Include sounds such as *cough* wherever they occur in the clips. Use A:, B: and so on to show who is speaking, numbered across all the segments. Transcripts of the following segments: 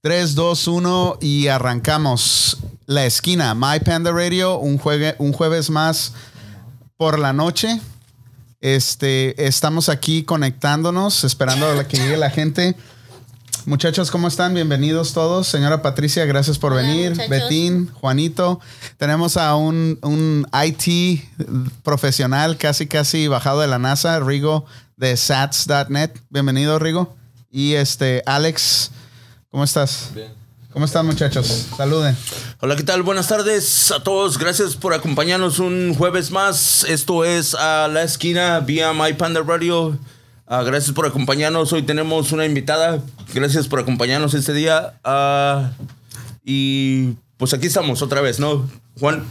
A: 3, 2, 1 y arrancamos la esquina. My Panda Radio, un, juegue- un jueves más por la noche. Este, estamos aquí conectándonos, esperando a la que llegue la gente. Muchachos, ¿cómo están? Bienvenidos todos. Señora Patricia, gracias por
B: Hola,
A: venir.
B: muchachos.
A: Betín, Juanito. Tenemos a un, un IT profesional, casi casi bajado de la NASA, Rigo de sats.net. Bienvenido, Rigo. Y este, Alex, ¿cómo estás? Bien. ¿Cómo están, muchachos? Saluden.
C: Hola, ¿qué tal? Buenas tardes a todos. Gracias por acompañarnos un jueves más. Esto es a la esquina vía My Panda Radio. Ah, gracias por acompañarnos. Hoy tenemos una invitada. Gracias por acompañarnos este día. Ah, y pues aquí estamos otra vez, ¿no? Juan,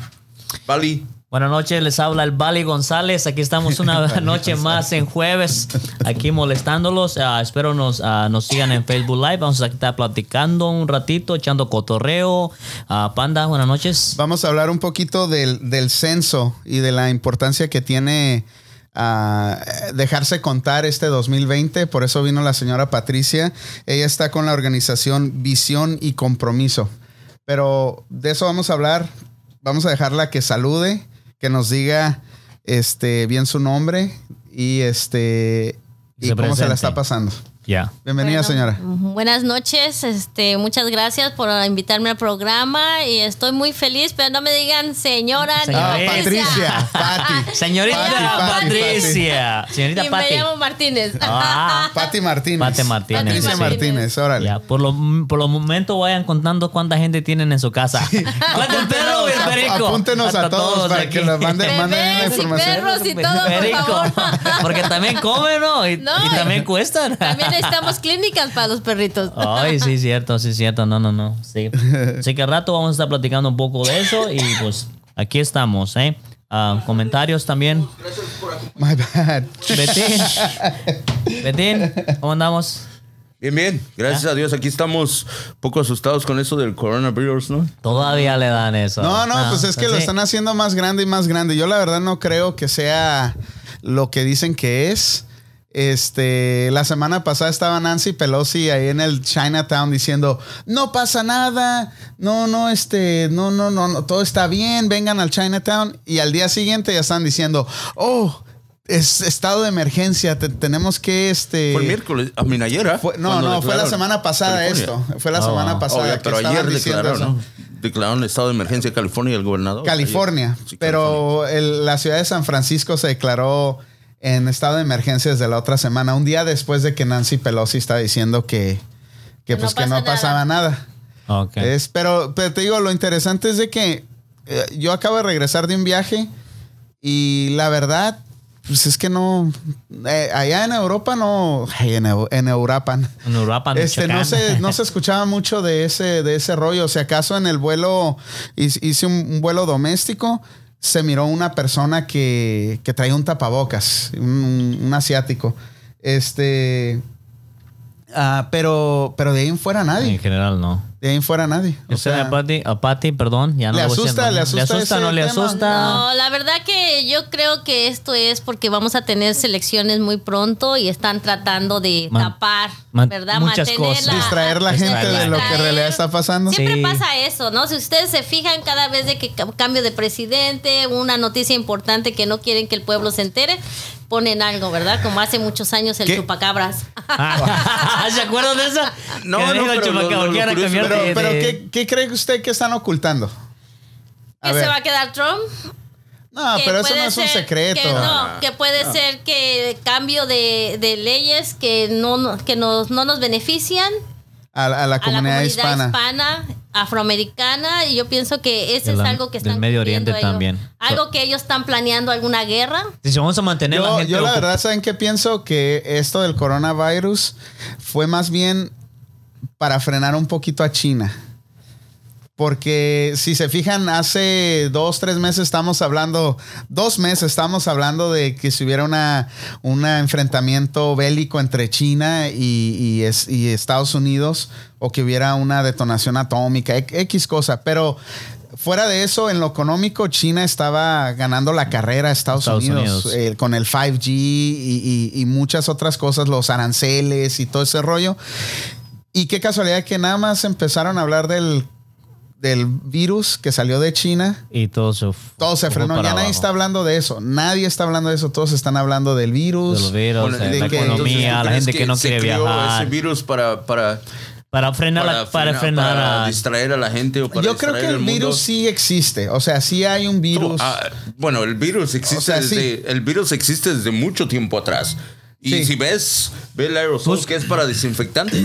C: Bali.
D: Buenas noches, les habla el Bali González. Aquí estamos una noche más en jueves, aquí molestándolos. Ah, espero nos, ah, nos sigan en Facebook Live. Vamos a estar platicando un ratito, echando cotorreo. Ah, Panda, buenas noches.
A: Vamos a hablar un poquito del, del censo y de la importancia que tiene ah, dejarse contar este 2020. Por eso vino la señora Patricia. Ella está con la organización Visión y Compromiso. Pero de eso vamos a hablar. Vamos a dejarla que salude, que nos diga este, bien su nombre y, este, y
D: Se
A: cómo se la
D: presente.
A: está pasando.
D: Ya.
A: Bienvenida,
B: Bueno,
A: señora.
B: ujú. Buenas noches, este, muchas gracias por invitarme al programa y estoy muy feliz, pero no me digan señora ni
A: Ah,
D: Señorita.
A: Patricia, Pati.
D: Señorita
A: Pati, Pati,
D: Patricia.
B: y
D: Señorita
B: me
D: Pati.
B: llamo Martínez.
D: Ah,
A: Pati Martínez.
D: Pati Martínez.
A: Patricia
D: sí.
A: Martínez, órale.
D: Ah, Ya, por lo, por lo momento vayan contando cuánta gente tienen en su casa. Cuenta el perro y el perico.
A: Apúntenos a
D: Hasta
A: todos, para
D: de
A: que
D: aquí.
A: nos manden, manden la
B: Bebés y
A: información.
B: perros y todo, por
D: Perico.
B: favor.
D: *laughs* Porque también comen, ¿no? Y,
B: No,
D: y
B: y-
D: también cuestan.
B: También necesitamos clínicas para los perritos.
D: Ay, sí, cierto, sí, cierto. No, no, no. Sí. Así que al rato vamos a estar platicando un poco de eso y pues aquí estamos, ¿eh? Ah, comentarios también.
A: My bad.
D: Betín. Betín, ¿cómo andamos?
C: Bien, bien. Gracias a Dios. Aquí estamos un poco asustados con eso del coronavirus, ¿no?
D: Todavía le dan eso.
A: No, no, pues es que lo
D: Ah, sí.
A: están haciendo más grande y más grande. Yo la verdad no creo que sea lo que dicen que es. Este, la semana pasada estaba Nancy Pelosi ahí en el Chinatown diciendo, "No pasa nada. No, no, este, no, no, no, no, todo está bien. Vengan al Chinatown." Y al día siguiente ya están diciendo, "Oh, es estado de emergencia, te- tenemos que este
C: Fue el miércoles. A mi ayer, ¿ah?
A: Fue- no,
C: Cuando
A: no, fue la
C: declararon
A: semana pasada
C: California.
A: esto. Fue la
D: Ah,
A: semana
D: wow.
A: pasada.
C: Obvio,
A: que
C: pero
A: estaban
C: ayer
A: diciendo
C: declararon,
A: eso.
C: ¿no? Declararon estado de emergencia en California el gobernador.
A: California.
C: Ayer. Sí, California.
A: pero el- la ciudad de San Francisco se declaró en estado de emergencia desde la otra semana, un día después de que Nancy Pelosi estaba diciendo que, que,
B: Que
A: pues, que
B: no pasa
A: no pasaba nada.
D: Ok.
A: Es, pero, pero te digo, lo interesante es de que eh, yo acabo de regresar de un viaje y la verdad, pues es que no. eh, allá en Europa no. ay, en, Eu- en Europa.
D: En Europa,
A: Este, no,
D: Michoacán.
A: se, no
D: *laughs*
A: se escuchaba mucho de ese, de ese rollo. Si acaso en el vuelo, hice hice un, un vuelo doméstico, se miró una persona que, que traía un tapabocas, un, un asiático. Este. ah, pero, pero de ahí en fuera
D: En
A: nadie.
D: general, no.
A: De ahí en fuera nadie. O
D: O sea,
A: sea,
D: a Patty, a Patty, perdón, ya no
A: ¿Le
D: lo voy a
A: asusta-
D: decir,
A: le
D: ¿no?
A: asusta
D: le asusta,
A: ese
D: no le
A: tema?
D: asusta.
B: No, la verdad que yo creo que esto es porque vamos a tener selecciones muy pronto y están tratando de
D: Man-
B: tapar,
D: man-
B: ¿verdad?
D: muchas cosas.
A: distraer la gente de lo que en
B: Distraer.
A: realidad está pasando.
D: Sí.
B: Siempre pasa eso, ¿no? Si ustedes se fijan cada vez de que ca- cambio de presidente, una noticia importante que no quieren que el pueblo se entere, ponen algo, ¿verdad? Como hace muchos años el
A: ¿Qué?
B: chupacabras. *laughs*
D: Ah, ¿Se acuerdan de esa?
C: No,
D: Que
C: no,
D: dijo
C: pero
D: el
C: lo-
D: chupacabra,
C: lo- lo
D: quiero
C: curioso-
D: cambiar
A: Pero,
D: de-
A: pero
D: de-
A: ¿qué, ¿qué cree usted que están ocultando? A
B: ¿Que
A: ver.
B: se va a quedar Trump?
A: No,
B: Que
A: Ah, pero eso no
B: puede
A: es un
B: ser
A: secreto.
B: Que
D: Ah.
B: no, que puede ser que cambio de, de leyes que no, no- que nos, no nos benefician
A: A, la- a la
B: a la
A: comunidad
B: comunidad
A: hispana.
B: hispana, afroamericana, y yo pienso que ese
D: De la-
B: es algo que
D: del
B: están
D: Medio
B: cumpliendo
D: Oriente
B: ellos.
D: también.
B: Algo que ellos están planeando alguna guerra.
D: Si vamos a mantener la
A: Yo,
D: gente
A: yo la
D: ocupada.
A: verdad, ¿saben qué pienso? Que esto del coronavirus fue más bien para frenar un poquito a China. Porque si se fijan, hace dos, tres meses estamos hablando, dos meses estamos hablando de que si hubiera una, un enfrentamiento bélico entre China y, y es- y Estados Unidos o que hubiera una detonación atómica, e- X cosa. Pero fuera de eso, en lo económico, China estaba ganando la carrera a Estados,
D: Estados
A: Unidos,
D: Unidos.
A: eh, con el 5G y- y- y muchas otras cosas, los aranceles y todo ese rollo. Y qué casualidad que nada más empezaron a hablar del, del virus que salió de China.
D: Y todo se, f-
A: Todo se
D: fue
A: frenó. Ya
D: para
A: nadie
D: abajo.
A: está hablando de eso. Nadie está hablando de eso. Todos están hablando del
D: De
A: virus.
D: los virus,
A: de
D: eh, la
A: que-
D: economía, la gente que, no quiere viajar.
C: ese virus para, para,
D: Para frenar,
C: para,
D: la- para frenar,
C: para
D: a-
C: distraer a la gente o para
A: Yo creo
C: distraer
A: que
C: al
A: el
C: mundo?
A: virus sí existe. O sea, sí hay un virus.
C: Ah, bueno, el virus existe
A: O sea, sí.
C: desde, el virus existe desde mucho tiempo atrás. Y
A: Sí.
C: si ves, ve el aerosol
D: Pues
C: que es
A: *clears throat*
C: para desinfectante.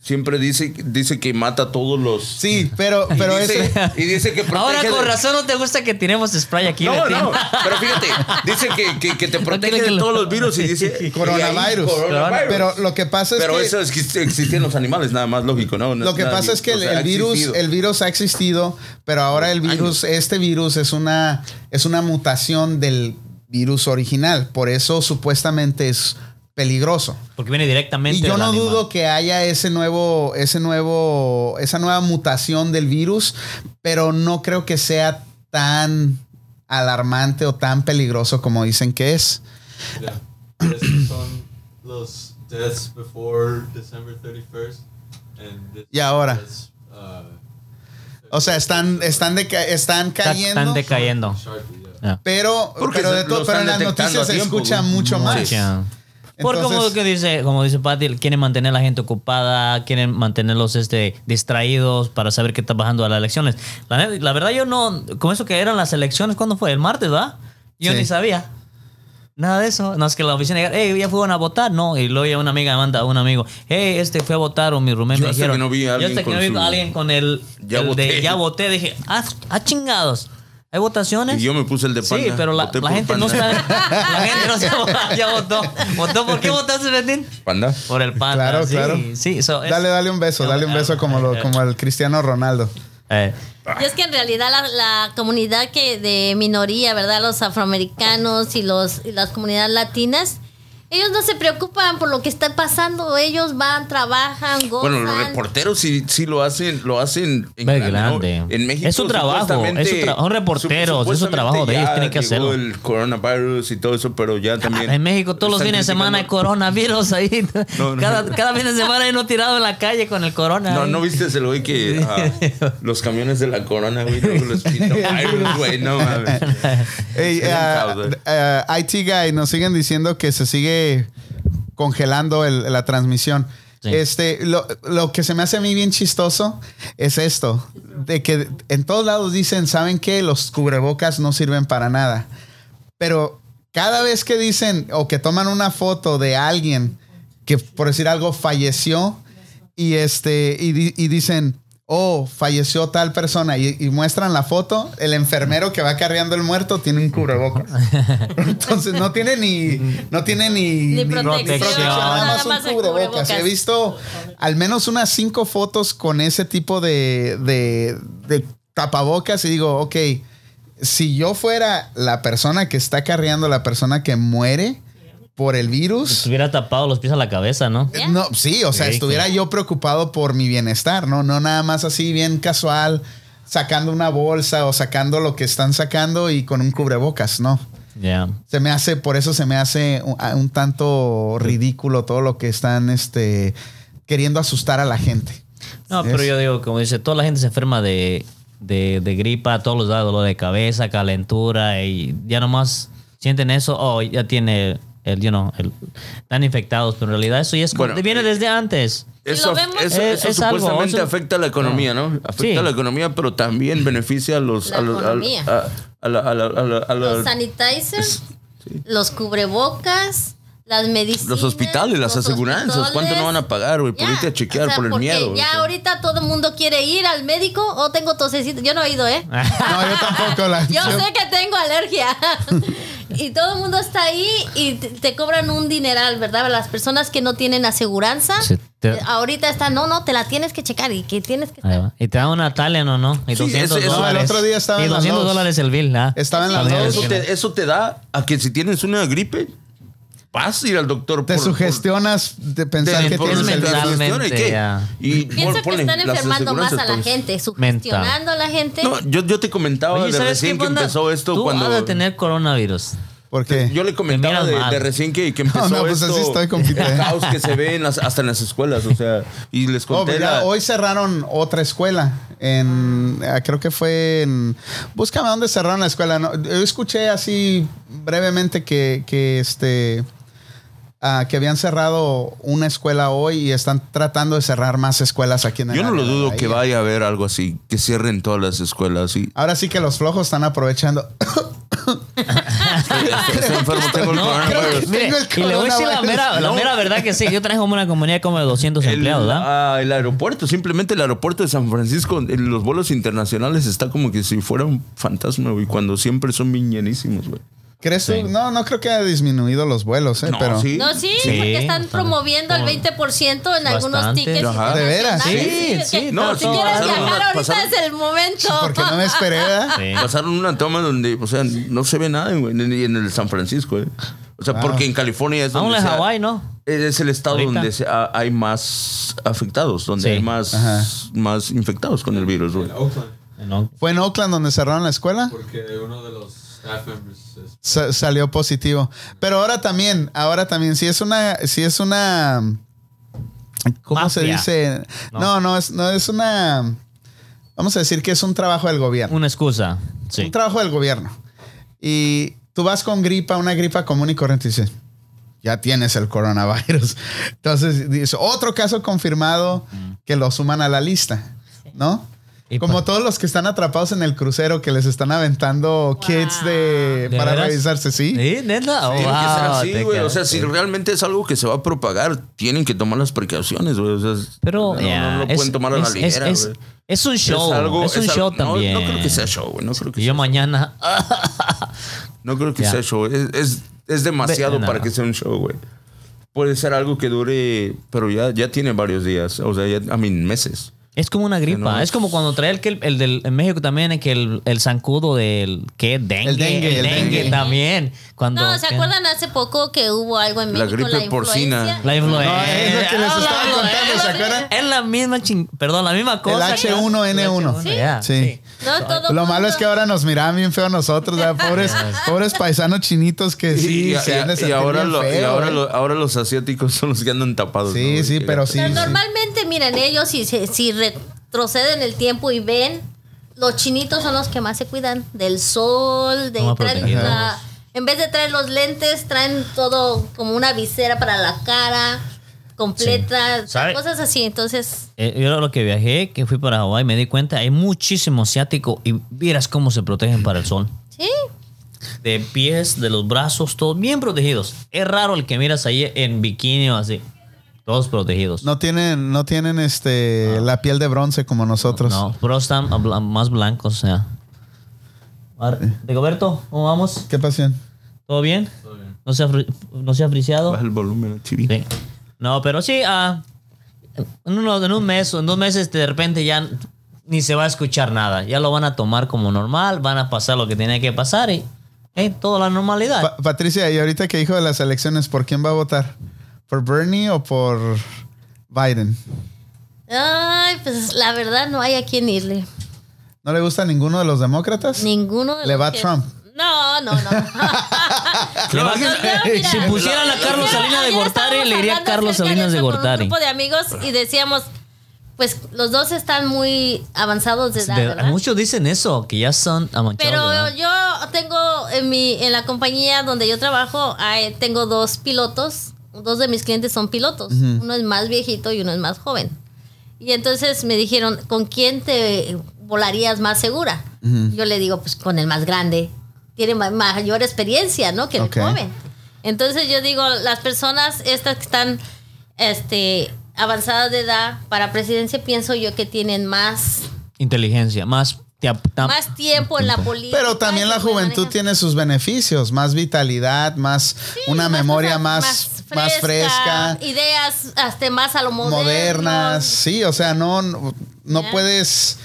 C: Siempre dice, dice que mata a todos los.
A: Sí,
D: *laughs*
A: pero, pero
C: dice,
A: ese.
C: y dice que protege.
D: Ahora con
C: de-
D: razón no te gusta que tiremos spray aquí.
C: No,
D: Betín.
C: no, pero fíjate, dice que, que-
D: *laughs*
C: que te protege
D: quiero que
C: de
D: lo-
C: todos los virus y dice y ahí,
A: Coronavirus.
C: coronavirus.
A: Pero lo que pasa es
C: Pero
A: que.
C: eso es que existe en los animales, nada más lógico, ¿no? No
A: Lo que
C: nada-
A: pasa es que
C: o
A: el,
C: sea,
A: el
C: ha
A: virus,
C: existido.
A: el virus ha existido, pero ahora el virus, este virus es una, es una mutación del virus original. Por eso supuestamente es peligroso.
D: Porque viene directamente.
A: Y yo
D: del
A: no
D: animal.
A: dudo que haya ese nuevo, ese nuevo, esa nueva mutación del virus, pero no creo que sea tan alarmante o tan peligroso como dicen que es.
E: Yeah. Yes, it's *clears throat* on those deaths before December 31st. And this
A: Y ahora.
E: That's, uh,
A: O sea, están, están, deca- están
D: Está-
A: cayendo.
D: Están decayendo.
E: sharply, yeah.
D: Ya.
A: Pero,
C: Porque
A: pero,
C: se-
A: de
C: lo
A: todo-
C: están
A: pero en las
C: detectando
A: noticias
C: a
A: se
C: tiempo,
A: escucha
C: güey.
A: mucho más.
D: Mucha. Por como
A: Entonces-
D: que dice, como dice Patty, quieren mantener a la gente ocupada, quieren mantenerlos este, distraídos para saber qué está bajando a las elecciones. La, net- la verdad yo no, con eso que eran las elecciones, ¿cuándo fue? El martes, ¿verdad? Yo
A: Sí.
D: ni sabía. Nada de eso. No es que la oficina diga, hey, ya fueron a votar. No. Y luego ya una amiga me manda a un amigo, hey, este fue a votar o mi rumén
C: Yo
D: me
C: hasta
D: dijeron.
C: que no vi a
D: yo
C: alguien
D: hasta que
C: con
D: no vi
C: su-
D: a alguien con el,
C: Ya
D: el de
C: voté.
D: ya voté. Dije, ah, ah, chingados. ¿Hay votaciones?
C: Y yo me puse el de
D: Sí,
C: panda.
D: pero la,
C: Voté
D: la
C: por
D: gente no
C: panda.
D: está. La gente no se va- *laughs* ya votó. ¿Votó por qué votaste, Betín?
C: *laughs* Panda.
D: Por el pan.
A: Claro, claro.
D: Sí, so, es-
A: Dale, dale un beso, dale un beso como,
D: *laughs*
A: lo, como al Cristiano Ronaldo.
D: Eh,
B: Y es que en realidad la, la comunidad que de minoría, ¿verdad? Los afroamericanos y, los, y las comunidades latinas, ellos no se preocupan por lo que está pasando. Ellos van, trabajan, gozan.
C: Bueno, los reporteros sí, sí lo hacen, lo hacen en
D: Ve
C: ¿no?
D: grande.
C: En México
D: Es su trabajo,
C: supuestamente-
D: es su tra- son reporteros, es su
C: supuestamente
D: trabajo de
C: ya
D: ellos, tienen que
C: llegó
D: hacerlo. Ah,
C: El coronavirus y todo eso, pero ya también.
D: en México todos los
C: están
D: fines de semana hay
C: criticando-
D: coronavirus ahí.
C: *laughs* No, no.
D: cada, cada fin de semana hay uno tirado en la calle con el corona.
C: No,
D: ahí.
C: no viste ese güey que ah, los camiones de la corona, güey, luego los virus, güey, no mames.
A: Ey,
C: Era un
A: ah,
C: caos, güey.
A: ah, IT Guy, nos siguen diciendo que se sigue congelando el- la transmisión.
D: Sí.
A: Este, lo, lo que se me hace a mí bien chistoso es esto, de que en todos lados dicen, ¿saben qué? Los cubrebocas no sirven para nada. Pero cada vez que dicen o que toman una foto de alguien que, por decir algo, falleció y, este, y, di- y dicen, oh, falleció tal persona y, y muestran la foto, el enfermero que va cargando el muerto tiene un cubrebocas. Entonces no tiene ni, no tiene ni,
B: Ni protección,
A: nada más
B: nada más
A: un
B: el
A: cubrebocas.
B: cubrebocas.
A: He visto al menos unas cinco fotos con ese tipo de, de, de tapabocas y digo, ok, si yo fuera la persona que está cargando, la persona que muere por el virus,
D: Estuviera tapado los pies a la cabeza, ¿no?
B: ¿Ya?
A: no, sí, o sea,
D: Sí,
A: estuviera yo preocupado por mi bienestar, ¿no? No nada más así bien casual, sacando una bolsa o sacando lo que están sacando y con un cubrebocas, ¿no?
D: Ya.
A: Se me hace, por eso se me hace un, a- un tanto ridículo todo lo que están este, queriendo asustar a la gente.
D: No,
A: Es-
D: pero yo digo, como dice, toda la gente se enferma de, de, de gripa, todos los da dolor de cabeza, calentura, y ya nomás sienten eso, o ya tiene el, you know, el- están infectados, pero en realidad eso ya es como-
C: Bueno,
D: viene
C: eh,
D: desde antes.
C: Eso,
B: lo vemos-
C: eso-
D: Es-
C: eso
D: es algo,
C: supuestamente
D: es un-
C: afecta a la economía, ¿no? Afecta
D: Sí.
C: a la economía, pero también beneficia a los.
B: La
C: a los- a-
B: economía.
C: a- a la- a la- a la- a la-
B: los sanitizers, los cubrebocas, las medicinas.
C: los hospitales, las
B: los
C: aseguranzas, ¿cuánto no van a pagar, güey?
B: Ya,
C: Ponete a chequear
B: o sea,
C: por el
B: porque
C: miedo.
B: Ya
C: o sea.
B: ahorita todo el mundo quiere ir al médico o tengo tosecito. Yo no he ido, ¿eh?
A: No, yo tampoco Ah, la.
B: *laughs* Yo sé que tengo alergia. *laughs* y todo el mundo está ahí y te, te cobran un dineral, ¿verdad? Las personas que no tienen aseguranza,
D: Sí, te-
B: eh, ahorita están, no, no, te la tienes que checar y que tienes que...
D: Ahí va. Y te dan una Talian o no, y
C: Sí,
D: 200
C: eso- eso-
D: dólares.
A: el otro día estaba
D: y
A: en las
D: 200
A: dos.
D: dólares el bill, ¿ah?
A: Estaba en las
D: También
A: dos.
C: Eso te, eso te da a que si tienes una gripe, vas a ir al doctor.
A: Te
C: por-
A: sugestionas de pensar
D: Te-
A: que
D: por-
A: tienes
D: es
A: el virus.
D: mental.
C: ¿Y qué?
D: ya.
C: Y
B: Pienso
C: pon-
B: que
C: ponle
B: están
C: las
B: enfermando más a la
C: aseguranzas, pues.
B: gente,
D: Mental.
B: sugestionando a la gente.
C: todo. No, yo, yo te comentaba
D: Oye,
C: de
D: ¿sabes qué,
C: recién que
D: Fonda?
C: empezó esto
D: Tú
C: cuando.
D: vas a tener coronavirus.
A: Porque
C: Yo le comentaba
D: Te miran
C: de,
D: mal.
C: de recién que,
D: *laughs*
C: que empezó
A: No, no, pues así
C: esto,
A: estoy, compita.
C: *laughs* el caos que se ve en las- hasta en las escuelas, o sea, y les
A: Oh,
D: pues
C: conté
A: mira,
C: la-
A: hoy cerraron otra escuela. En, ah, creo que fue en. Búscame dónde cerraron la escuela. No, yo escuché así brevemente que, que, este. ah, que habían cerrado una escuela hoy y están tratando de cerrar más escuelas aquí en el
C: Yo no
A: área
C: lo
A: de ¿eh? la
C: dudo que
A: bahía.
C: vaya a haber algo así, que cierren todas las escuelas.
D: *laughs*
C: Y
A: Ahora sí que los flojos están aprovechando. *coughs*
C: estoy enfermo, tengo el
D: No,
C: coronavirus.
A: que-
D: mire,
A: Tengo el
D: y le voy a decir la
A: coronavirus.
D: mera, la
C: No.
D: mera verdad que sí. Yo traje como una compañía como de 200
C: El,
D: empleados, ¿verdad?
C: ah, el aeropuerto, simplemente el aeropuerto de San Francisco, en los vuelos internacionales está como que si fuera un fantasma, güey, cuando siempre son bien llenísimos, güey.
A: ¿Crees tú? No, no creo que haya disminuido los vuelos, ¿eh?
C: No,
A: pero.
C: sí.
B: No, sí,
D: Sí,
B: porque están
D: bastante.
B: promoviendo el 20% en algunos
D: Bastante.
B: tickets.
C: Ajá.
A: ¿De veras? pues,
B: internacionales.
D: Sí,
B: que
D: sí,
C: no,
B: si
C: sí,
B: quieres
C: pasaron
B: viajar
C: unas-
B: ahorita
C: pasaron-
B: es el momento.
A: Porque no me esperé, ¿verdad?
D: *laughs* Sí.
C: Pasaron una toma donde, o sea, no se ve nada, güey, ni en el San Francisco, eh. O sea,
A: Wow.
C: porque en California es donde.
D: Aún en
C: se ha-
D: Hawái, ¿no?
C: Es el estado
D: Ahorita.
C: donde se ha- hay más afectados, donde
D: Sí.
C: hay más,
A: Ajá.
C: más infectados con el virus, güey.
E: En Oakland,
D: No.
A: ¿Fue en Oakland donde cerraron la escuela?
E: porque uno de los staff members es
A: sa- salió positivo. Pero ahora también, ahora también, si es una, si es una, ¿cómo se
D: Mafia.
A: dice? No,
D: No.
A: no, es, no es una, vamos a decir que es un trabajo del gobierno.
D: Una excusa. Sí.
A: Un trabajo del gobierno. Y tú vas con gripa, una gripa común y corriente y dices, ya tienes el coronavirus. *laughs* Entonces, dice, otro caso confirmado que lo suman a la lista, ¿no?
D: Mm. Y pues
A: Como
D: pa-
A: todos los que están atrapados en el crucero que les están aventando kits de,
D: ¿De
A: para
D: veras?
A: revisarse, ¿sí?
D: Sí, neta.
C: Tiene que ser
D: Wow,
C: así,
D: te
C: güey. O
D: quedas-
C: sea, si realmente es algo que se va a propagar, tienen que tomar las precauciones, güey. O sea, es-
D: Pero
C: no,
D: yeah,
C: no lo
D: es-
C: pueden tomar a la
D: es-
C: ligera,
D: es,
C: güey.
D: es un show. Es,
C: algo-
D: un
C: es
D: show
C: algo- no-
D: también.
C: No, creo que sea show, güey. No creo que,
D: Yo
C: sea, *laughs*
D: mañana.
C: no creo que
D: Ya.
C: sea show. Es, es, es demasiado
D: Ve- no.
C: para que sea un show, güey. Puede ser algo que dure, pero ya, ya tiene varios días. O sea, ya, a mí, meses.
D: Es como una gripa.
C: no.
D: Es como cuando trae el, que el, el del en México también, el que el, el zancudo del. ¿Qué? Dengue.
A: El dengue, el dengue.
D: también.
B: *laughs*
D: Cuando,
B: No, ¿se acuerdan hace poco que hubo algo en
C: La
B: México?
C: gripe porcina.
B: influencia?
D: La influenza.
A: No, es lo que les
D: Ah,
A: estaba
D: la-
A: contando, ¿se acuerdan?
D: Es la misma ching... Perdón, la misma cosa. que-
A: H1N1.
D: El ya,
A: Sí.
B: No, todo
A: Lo malo
B: mundo-
A: es que ahora nos miran bien feo nosotros, ¿verdad?
B: *laughs*
A: pobres, pobres paisanos chinitos que sí,
C: y,
A: se han de
C: y- y
A: sentir
C: ahora,
A: bien
C: lo- y
A: feo,
C: ahora,
A: ¿eh?
C: lo- ahora los asiáticos son los que andan tapados.
A: Sí,
C: ¿no, güey?
A: sí,
C: Que-
A: pero sí.
B: Pero normalmente, miren, ellos si, se- si retroceden el tiempo y ven, los chinitos son los que más se cuidan del sol, de
D: Toma
B: traen
D: protegidos.
B: la- en vez de traer los lentes, traen todo como una visera para la cara completa,
D: Sí. ¿Sabe?
B: cosas así, entonces
D: Eh, yo lo que viajé, que fui para Hawái, me di cuenta, hay muchísimo asiático y vieras cómo se protegen para el sol.
B: sí,
D: De pies, de los brazos, todos bien protegidos. Es raro el que miras ahí en bikini o así. Todos protegidos.
A: No tienen, no tienen este la piel de bronce como nosotros.
D: No, pero están abla- más blancos, o sea. Ar- Rigoberto, ¿cómo vamos?
A: ¿Qué pasión?
D: ¿Todo bien?
E: todo bien.
D: ¿No se ha, fri- no se ha friseado?
C: Baja el volumen, TV.
D: Sí. No, pero sí, ah, en, uno- en un mes o en dos meses de repente ya ni se va a escuchar nada. Ya lo van a tomar como normal, van a pasar lo que tenía que pasar y eh, toda la normalidad.
A: Pa- Patricia, y ahorita que dijo de las elecciones, ¿por quién va a votar? ¿Por Bernie o por Biden?
B: ay, pues la verdad no hay a quién irle.
A: ¿No le gusta ninguno de los demócratas?
B: Ninguno de
A: ¿Le
B: los
A: va
B: que-
A: Trump?
B: No, no, no.
D: Le va-
B: No, yo, mira,
D: eh, si pusieran a Carlos
B: Ayer-
D: Salinas de
B: ayer
D: Gortari,
B: estábamos
D: le iría
B: hablando
D: Carlos
B: acerca de
D: Salinas de
B: eso con Un
D: Gortari.
B: grupo de amigos y decíamos, pues los dos están muy avanzados de edad,
D: De-
B: ¿verdad?
D: muchos dicen eso, que ya son amanchados.
B: Pero
D: de edad.
B: yo tengo en mi en la compañía donde yo trabajo, hay- tengo dos pilotos, dos de mis clientes son pilotos, uno es más viejito y uno es más joven. Y entonces me dijeron, ¿con quién te volarías más segura? Yo le digo, pues con el más grande, tiene ma- mayor experiencia, ¿no? Que el
A: Ok.
B: joven. Entonces yo digo, las personas estas que están este avanzadas de edad para presidencia pienso yo que tienen más
D: Inteligencia, más... te ap- tam-
B: más tiempo en la política.
A: Ah, Pero también la
B: que pueden
A: juventud
B: manejar.
A: tiene sus beneficios, más vitalidad, más una
B: más
A: memoria
B: cosas
A: más, más fresca,
B: Ideas hasta más a lo moderno.
A: modernas. Sí, o sea, no, no, no
B: Ya.
A: puedes,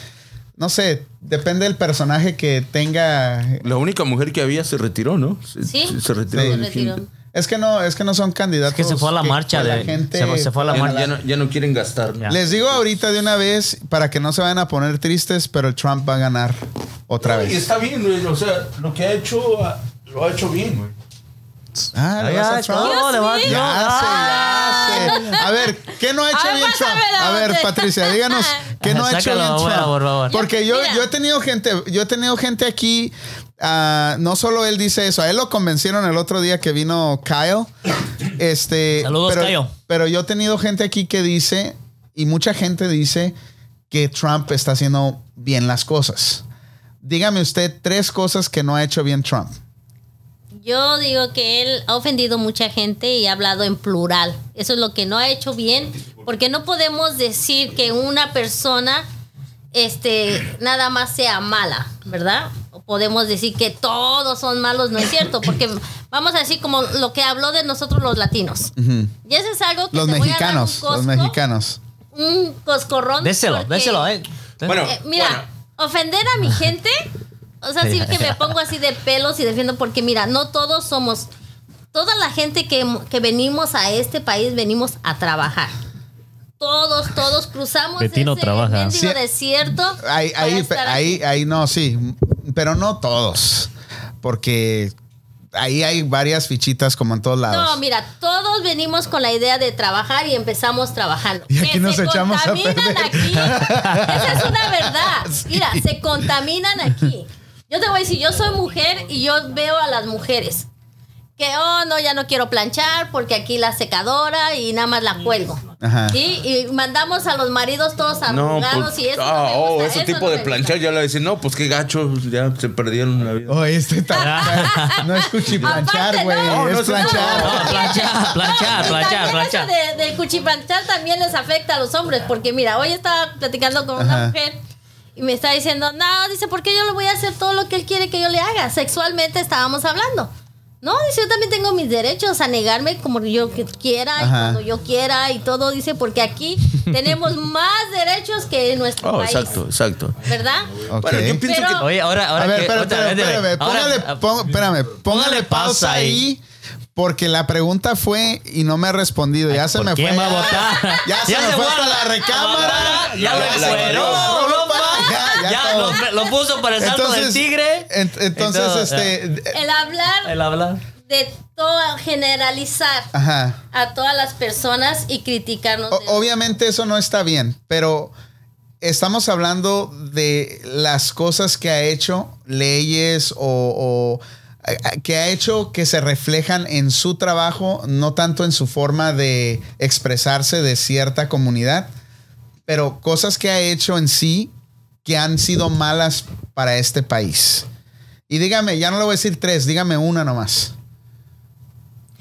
A: no sé, depende del personaje que tenga.
C: La única mujer que había se retiró, ¿no? Se,
B: Sí,
C: se- se retiró.
A: Sí.
B: Se
C: de
B: retiró.
C: gente.
A: Es que no, es que no son candidatos.
D: Es que se fue a la marcha
A: que
D: de... se, fue- se fue a la
C: Ya,
D: marcha.
C: ya no, ya no quieren gastar.
D: Ya.
A: Les digo ahorita de una vez para que no se vayan a poner tristes, pero el Trump va a ganar otra
C: No, y
A: vez.
C: está bien, güey. O sea, lo que ha hecho, ah, lo ha hecho bien, güey.
D: Trump.
A: Ah, le
D: Ay,
A: vas a
D: ay,
A: Trump.
D: no, le vas-
B: Dios mío.
D: no, Ah,
A: Ya sé, ya sé. A ver, ¿qué no ha hecho
B: A ver,
A: bien Trump?
B: pásame la
A: A ver,
B: voz.
A: Patricia, díganos, ¿qué no ha hecho
D: Sácalo,
A: bien
D: abuela,
A: Trump?
D: por favor.
A: Porque yo,
B: Mira.
A: yo he tenido gente, yo he tenido gente aquí, ah, no solo él dice eso, a él lo convencieron el otro día que vino Kyle. Este,
D: Saludos,
A: pero,
D: Kyle.
A: Pero yo he tenido gente aquí que dice, y mucha gente dice, que Trump está haciendo bien las cosas. Dígame usted tres cosas que no ha hecho bien Trump.
B: Yo digo que él ha ofendido mucha gente y ha hablado en plural. Eso es lo que no ha hecho bien, porque no podemos decir que una persona este nada más sea mala, ¿verdad? O podemos decir que todos son malos, no es cierto, porque vamos a decir como lo que habló de nosotros los latinos. Y eso es algo que
A: Los
B: te voy a dar un
A: mexicanos, los
B: cosco,
A: mexicanos.
B: Un coscorrón.
D: Déselo,
B: porque-
D: déselo, eh.
C: Bueno,
B: eh, mira, ofender
A: *laughs*
B: a mi gente, o sea, sí que me pongo así de pelos y defiendo, porque mira, no todos somos, toda la gente que, que venimos a este país, venimos a trabajar. Todos, todos cruzamos
F: Betino
B: ese
F: trabaja.
B: mendigo
A: Sí.
B: desierto.
A: Ahí,
B: para
A: ahí,
B: estar
A: ahí,
B: aquí.
A: ahí no, sí. Pero no todos. Porque ahí hay varias fichitas como en todos lados.
B: No, mira, todos venimos con la idea de trabajar y empezamos trabajando.
A: Y aquí
B: Que
A: nos
B: se
A: echamos a
B: contaminan
A: perder.
B: aquí. Esa es
A: *laughs*
B: una verdad. Mira, se contaminan aquí. Yo te voy a decir, yo soy mujer y yo veo a las mujeres que, oh, no, ya no quiero planchar porque aquí la secadora y nada más la cuelgo.
A: Ajá.
B: ¿Sí? Y mandamos a los maridos todos
C: No,
B: arrugados
C: pues,
B: y eso. no
C: ah,
B: me
C: oh,
B: gusta,
C: ese
B: eso
C: tipo
B: no
C: de
B: me
C: planchar ya le dicen, no, pues qué gacho, ya se perdieron la vida.
A: Oye, este
B: *laughs*
A: está- no es cuchiplanchar,
B: Aparte,
A: güey.
B: no.
A: es
C: No, no,
A: planchar.
D: No,
B: Y
D: planchar, planchar, planchar,
B: también eso
D: planchar.
B: de- del cuchiplanchar también les afecta a los hombres, porque mira, hoy estaba platicando con una
A: Ajá.
B: mujer y me está diciendo, no, dice, ¿por qué yo le voy a hacer todo lo que él quiere que yo le haga? Sexualmente estábamos hablando. No, dice, yo también tengo mis derechos a negarme como yo que quiera y
A: Ajá.
B: cuando yo quiera y todo, dice,
A: *laughs*
B: porque aquí tenemos más derechos que en nuestro
C: Oh,
B: país.
C: exacto, exacto.
B: ¿Verdad?
A: Ok.
C: Bueno, yo pienso
B: Pero-
C: que
D: Oye, ahora, ahora.
A: A ver,
D: que-
A: espérame,
D: otra-
A: espérame,
D: espérame.
A: espérame.
D: Ahora- ah,
A: Póngale, pon- espérame, póngale pausa
D: pausa ahí.
A: ahí. Porque la pregunta fue y no me ha respondido. Ya se
F: ¿por
A: me
F: quién
A: fue.
F: va a
A: Ya,
F: votar?
A: ya se
D: Ya
A: me
D: se
A: fue hasta
D: guarda.
A: la recámara.
D: Ya lo
C: La- la-
D: encueró,
A: la-
D: ropa.
A: Ya, ya
D: Ya,
A: todo.
D: lo, lo puso para el salto del tigre.
A: en- entonces, este. eh,
B: El hablar
D: El hablar.
B: de todo, generalizar
A: Ajá.
B: a todas las personas y criticarnos.
A: Ah. O-
B: de-
A: obviamente eso no está bien, pero estamos hablando de las cosas que ha hecho, leyes o, o, eh, eh, que ha hecho que se reflejan en su trabajo, no tanto en su forma de expresarse de cierta comunidad, pero cosas que ha hecho en sí que han sido malas para este país. Y dígame, ya no le voy a decir tres, dígame una nomás.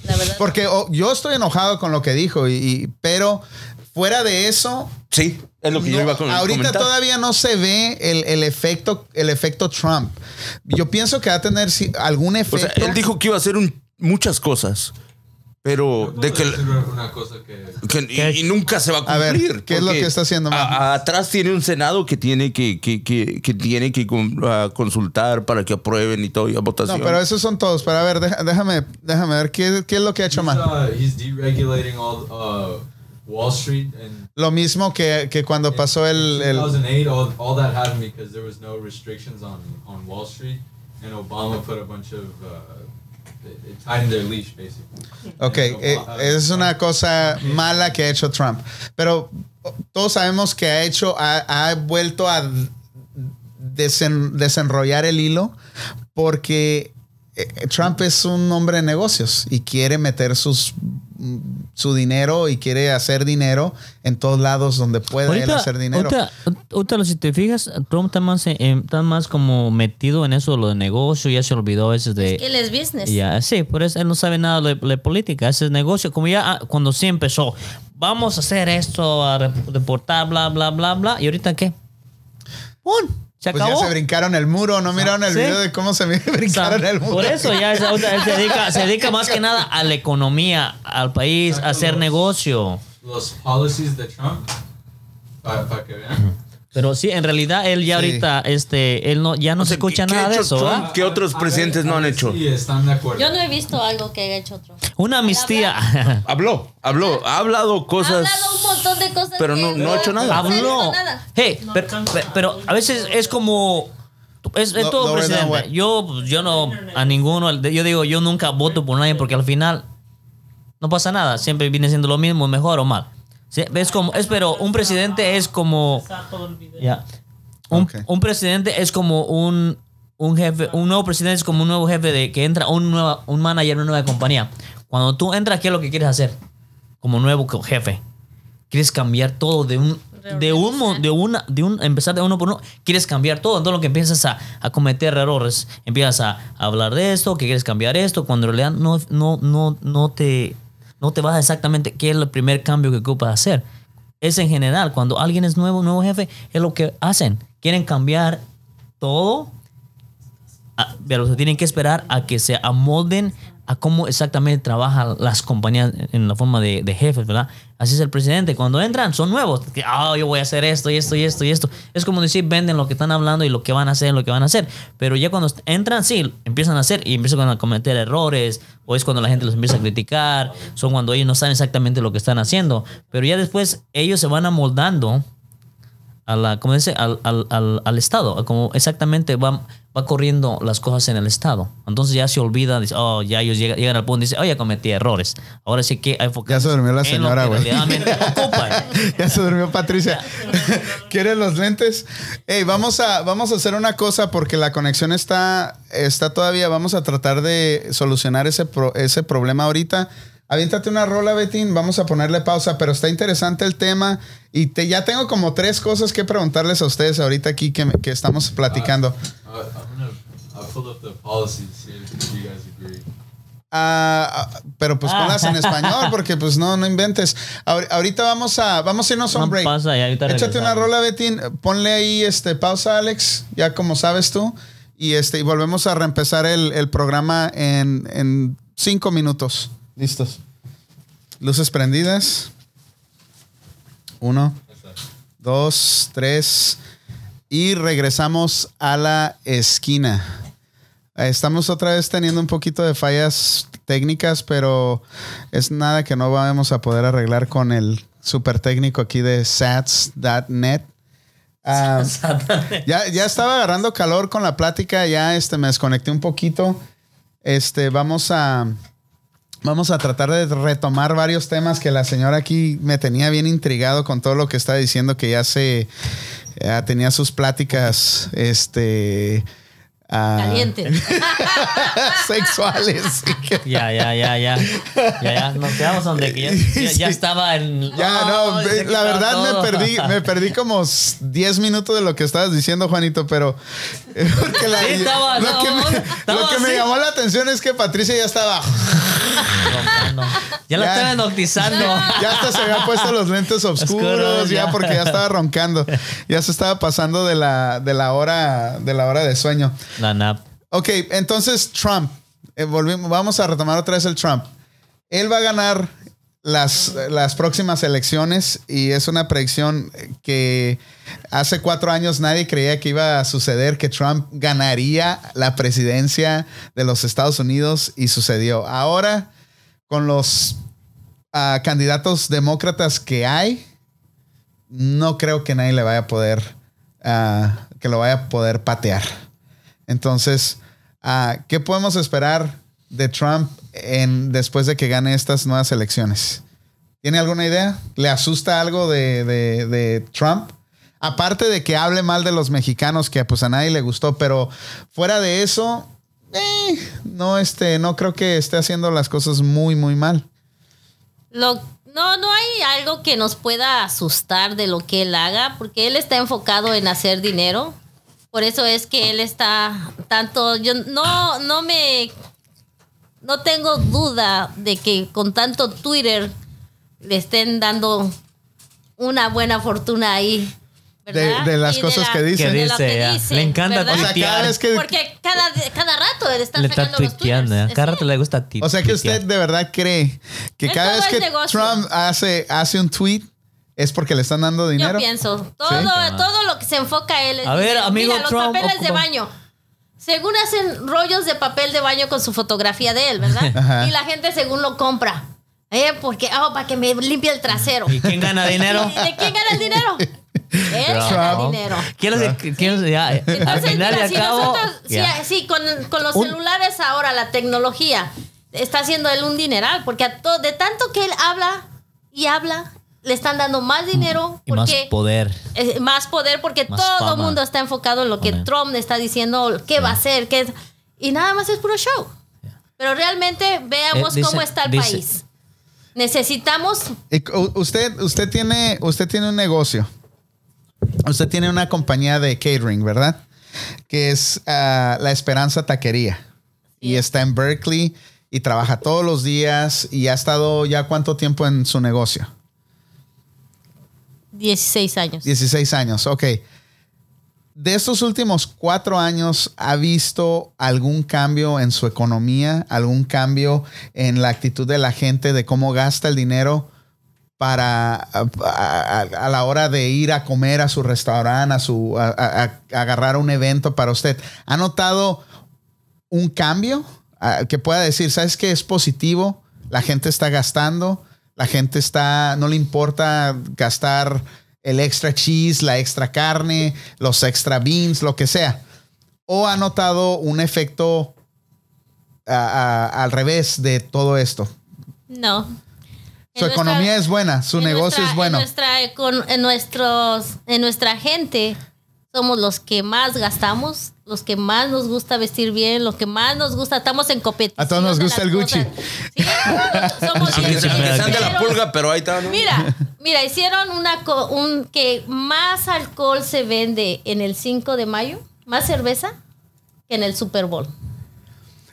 B: la verdad.
A: Porque oh, yo estoy enojado con lo que dijo, y- y- pero fuera de eso,
C: sí, es lo que yo
A: no,
C: iba a com- comentar.
A: ahorita todavía no se ve el, el efecto, el efecto Trump. Yo pienso que va a tener si- algún
C: O
A: efecto.
C: sea, él dijo que iba a hacer un- muchas cosas, pero de que,
E: Una cosa que
C: que- y, y nunca se va a
A: A ver,
C: cumplir.
A: ¿qué es lo
C: porque
A: que está haciendo,
C: a-
A: Manny?
C: a- atrás tiene un Senado que tiene que, que, que, que tiene que con- a consultar para que aprueben y todo, y a votación.
A: no, pero esos son todos. Pero a ver, deja- déjame, déjame ver qué, qué es lo que ha hecho
E: He's,
A: mal.
E: uh, he's deregulating all uh, Wall Street and
A: Lo mismo que, que cuando pasó el,
E: in
A: el-
E: 2008. All, all that happened because there was no restrictions on, on Wall Street, and Obama put a bunch of uh, it, it tightened their leash basically.
A: Ok,
E: And
A: eh,
E: Obama-
A: es una cosa mala que ha hecho Trump. Pero todos sabemos que ha hecho, ha, ha vuelto a desen- desenrollar el hilo porque eh, Trump es un hombre de negocios y quiere meter sus su dinero y quiere hacer dinero en todos lados donde pueda él hacer dinero.
D: ahorita- ahorita, si te fijas, Trump está más, en- en- está más como metido en eso de los negocios, ya se olvidó eso de...
B: Él es business.
D: Ya, sí, por eso él no sabe nada de, de política, ese es negocio. Como ya ah, cuando sí empezó, vamos a hacer esto, a re- reportar, bla, bla, bla, bla. ¿Y ahorita qué? ¡Pum! Se
A: Pues ya
D: acabó.
A: se brincaron el muro, no miraron el
D: Sí.
A: video de cómo se *laughs*
D: O sea,
A: brincaron el muro.
D: por eso ya es- ahorita él se dedica, se dedica más que nada a la economía, al país, a hacer negocio.
E: Los policies de Trump. Pa, pa que vean.
D: Pero sí, en realidad él ya
A: Sí.
D: ahorita, este, él no, ya no
C: O
D: se
C: sea,
D: escucha
C: ¿qué- qué
D: nada
C: ha
D: de
C: hecho
D: eso, ¿ah?
C: Trump?
D: ¿verdad?
C: ¿Qué otros
E: A- a
C: presidentes no han
E: ver
C: hecho?
E: si están de acuerdo.
B: Yo no he visto algo que haya hecho otro.
D: Una amnistía.
C: Habló, habló, ha hablado
B: Ha
C: cosas.
B: hablado un montón de cosas.
C: pero no-
B: que
D: Ah,
C: no ha hecho nada.
B: No ha
D: Habló.
B: hecho nada.
D: Hey, pero, pero a veces es como Es, es
A: Lo-
D: todo
A: lower than what?
D: presidente. Yo, pues, yo no, a ninguno, yo digo, yo nunca voto por nadie porque al final no pasa nada. Siempre viene siendo lo mismo, mejor o mal. Sí, Es como, es, pero un presidente es como... Ya. Un,
A: Ok.
D: un presidente es como un, un jefe, un nuevo presidente es como un nuevo jefe de que entra un, nueva, un manager, una nueva compañía. Cuando tú entras, ¿qué es lo que quieres hacer? Como nuevo co- jefe. Quieres cambiar todo de un de un mo- de una de un empezar de uno por uno quieres cambiar todo entonces lo que empiezas a, a cometer errores empiezas a, hablar de esto que quieres cambiar esto cuando en realidad no no no no te no te vas a exactamente qué es el primer cambio que ocupas hacer es en general cuando alguien es nuevo nuevo jefe es lo que hacen quieren cambiar todo a- pero se tienen que esperar a que se amolden a cómo exactamente trabajan las compañías en la forma de, de jefes, ¿verdad? Así es el presidente. Cuando entran, son nuevos. Que, Ah, yo voy a hacer esto y esto y esto y esto. Es como decir, venden lo que están hablando y lo que van a hacer, lo que van a hacer. Pero ya cuando est- entran, sí, empiezan a hacer y empiezan a cometer errores. O es cuando la gente los empieza a criticar. Son cuando ellos no saben exactamente lo que están haciendo. Pero ya después ellos se van amoldando a la, ¿cómo dice? Al, al, al, al Estado, a como exactamente va, va corriendo las cosas en el Estado. Entonces ya se olvida, dice, oh, ya ellos llegan, llegan al punto y dicen, oh, ya cometí errores. Ahora sí que hay
A: Ya se durmió la señora, güey. *laughs* ya se durmió Patricia. *laughs* ¿Quieres los lentes? Ey, vamos a, vamos a hacer una cosa porque la conexión está, está todavía. Vamos a tratar de solucionar ese, pro- ese problema ahorita. Aviéntate una rola, Betín. Vamos a ponerle pausa, pero está interesante el tema. Y te, ya tengo como tres cosas que preguntarles a ustedes ahorita aquí que, me- que estamos platicando.
E: I, Uh, I'm gonna I'll pull up the policies see if you guys agree.
A: Ah, ah, pero pues ponlas en español porque pues no, no inventes. Ahor- ahorita vamos a, vamos a irnos a un
D: No
A: break.
D: pasa, ya ahorita
A: Échate una
D: regresamos.
A: rola, Betín. Ponle ahí este pausa, Alex, ya como sabes tú. Y este, y volvemos a reempezar el, el programa en, en cinco minutos. Listos. Luces prendidas. Uno, dos, tres. Y regresamos a la esquina. Eh, Estamos otra vez teniendo un poquito de fallas técnicas, pero es nada que no vamos a poder arreglar con el super técnico aquí de sats.net. Ah, ya, ya estaba agarrando calor con la plática, ya este, me desconecté un poquito. Este, vamos a, vamos a tratar de retomar varios temas que la señora aquí me tenía bien intrigado con todo lo que está diciendo, que ya se ya tenía sus pláticas. Este. ah,
D: *laughs*
B: Caliente.
A: *laughs* sexuales.
D: Ya, ya, ya, ya. Ya, ya. Nos quedamos donde
A: *laughs*
D: que ya, ya- ya estaba en...
A: Ya,
D: Oh,
A: no,
D: se
A: ve- la
D: quitaba
A: verdad
D: todo.
A: me
D: *laughs*
A: perdí, me perdí como s- 10 minutos de lo que estabas diciendo, Juanito, pero eh, porque la-
D: Sí, estaba-
A: lo, que me,
D: estaba-
A: lo que me
D: sí.
A: llamó la atención es que Patricia ya estaba,
D: No, no. Ya la
A: Ya.
D: estaba noctizando.
A: ya hasta se había puesto los lentes oscuros,
D: Oscuros,
A: ya
D: ya.
A: porque ya estaba roncando, ya se estaba pasando de la, de la hora, de la hora de sueño.
D: La nap.
A: Ok, entonces Trump. Eh, volvimos- vamos a retomar otra vez el Trump. Él va a ganar las, las próximas elecciones y es una predicción que hace cuatro años nadie creía que iba a suceder, que Trump ganaría la presidencia de los Estados Unidos y sucedió. Ahora, con los ah, candidatos demócratas que hay, no creo que nadie le vaya a poder, ah, que lo vaya a poder patear. Entonces, ah, ¿qué podemos esperar de Trump en, después de que gane estas nuevas elecciones? ¿Tiene alguna idea? ¿Le asusta algo de, de- de Trump? Aparte de que hable mal de los mexicanos, que pues a nadie le gustó, pero fuera de eso, eh, no, este, no creo que esté haciendo las cosas muy, muy mal.
B: Lo- no, no hay algo que nos pueda asustar de lo que él haga, porque él está enfocado en hacer dinero. Por eso es que él está tanto. Yo no, no me. No tengo duda de que con tanto Twitter le estén dando una buena fortuna ahí. ¿verdad?
A: De- de las
B: Y
A: cosas que dice.
B: de lo
D: Que dice, ah, le encanta
B: ¿verdad?
A: O sea, cada
D: Tuitear.
A: vez que,
B: Porque cada, cada rato él está
D: Le está
B: sacando los
D: tuiteando.
B: tweets.
D: ¿eh? Cada rato le gusta ti.
A: o sea que usted de verdad cree que
B: Es
A: cada
B: todo
A: vez
B: el
A: que
B: negocio.
A: Trump hace, hace un tweet es porque le están dando dinero.
B: Yo pienso. Todo,
D: Sí.
B: todo lo que se enfoca él. es
D: A ver,
B: dinero.
D: amigo
B: Mira,
D: Trump,
B: los papeles de
D: ocupa-
B: baño. Según hacen rollos de papel de baño con su fotografía de él,
A: *laughs*
B: ¿verdad?
A: Ajá.
B: Y la gente según lo compra. Eh, porque, ah, para que me limpie el trasero. *laughs*
D: ¿Y quién gana dinero?
A: *laughs*
B: ¿Y ¿De quién gana el dinero? Él
D: Trump.
B: gana dinero.
D: ¿Quieres decir- quieres- ya, eh, al
B: Entonces,
D: final y
B: mira,
D: al
B: si
D: cabo,
B: nosotros- si-
D: ya.
B: sí, con, con los
A: Un-
B: celulares ahora, la tecnología, está haciendo él un dineral, porque a to- de tanto que él habla y habla, le están dando más dinero,
D: Mm, y más
B: porque
D: poder.
B: eh, más poder, porque
D: Más
B: todo el
D: fama.
B: mundo está enfocado en lo que
D: Amén.
B: Trump le está diciendo, qué va a hacer, qué es- y nada más es puro show. Pero realmente veamos
D: Eh, dice-
B: cómo está el
D: dice-
B: país. Necesitamos
A: Y u- Usted, usted, tiene, usted tiene un negocio. Usted tiene una compañía de catering, ¿verdad? Que es ah, La Esperanza Taquería. Y está en Berkeley y trabaja todos los días. ¿Y ha estado ya cuánto tiempo en su negocio?
B: 16 años.
A: 16 años, ok. De estos últimos cuatro años, ¿ha visto algún cambio en su economía? ¿Algún cambio en la actitud de la gente de cómo gasta el dinero para a, a- a la hora de ir a comer a su restaurante, a su a- a- a agarrar un evento para usted? ¿Ha notado un cambio ah, que pueda decir, sabes que es positivo, la gente está gastando, la gente está, no le importa gastar el extra cheese, la extra carne, los extra beans, lo que sea. O ha notado un efecto ah, ah, al revés de todo esto.
B: No.
A: Su
B: En
A: economía
B: nuestra-
A: es buena, su
B: en
A: negocio
B: nuestra-
A: es bueno.
B: En nuestra, econ- en, nuestros, en nuestra gente somos los que más gastamos, los que más nos gusta vestir bien, los que más nos gusta, estamos en competición.
A: A todos nos
B: de
A: gusta
B: las
A: el Gucci.
B: cosas. Sí, somos
C: Aunque
B: bien
C: sea- aunque sean de la
B: callejeros.
C: pulga, pero ahí está, ¿no?
B: Mira, mira, hicieron una co- un que más alcohol se vende en el 5 de mayo, más cerveza que en el Super Bowl.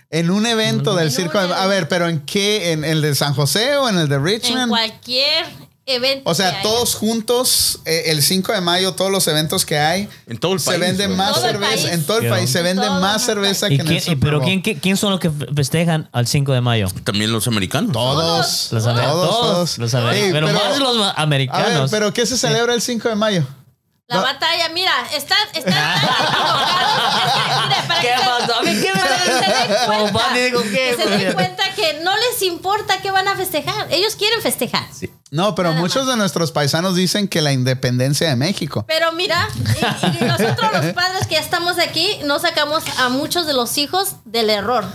A: En un evento del
B: En
A: circo.
B: un-
A: a ver, pero ¿en qué? ¿En el de San José o en el de
B: En
A: Richmond?
B: cualquier evento.
A: O
B: que
A: sea,
B: haya.
A: todos juntos, eh, el 5 de mayo, todos los eventos que hay,
C: En todo el
A: se
C: país,
A: vende
C: güey.
A: más
B: Todo el
A: cerveza.
B: país.
A: En todo el
D: Qué
A: país
D: onda.
A: se vende
B: Todo
A: más
B: el
A: cerveza que
D: ¿Y
A: en el
D: quién-
A: Super
D: ¿Pero
A: Bowl.
D: quién, qué- quién son los que festejan al 5 de mayo?
C: También los americanos.
A: Todos.
D: Los amer-
A: Todos, todos.
D: Los amer-
A: Ey,
D: pero,
A: pero-
D: más los ma-
A: A ver,
D: americanos.
A: pero ¿qué se celebra el 5 de mayo?
B: La
A: No.
B: batalla, mira, está,
D: *laughs*
B: está tan equivocados. Mira, para
D: ¿Qué
B: que se-
D: pasó? A mí, ¿qué me-
B: para que se den
D: Como
B: cuenta,
D: Pati dijo, ¿qué?
B: que se den cuenta que no les importa que van a festejar. Ellos quieren festejar.
A: No, pero
B: Nada
A: muchos de nuestros paisanos dicen que la independencia de México.
B: Pero mira, y- y nosotros
D: *laughs*
B: los padres que ya estamos aquí, no sacamos a muchos de los hijos del error.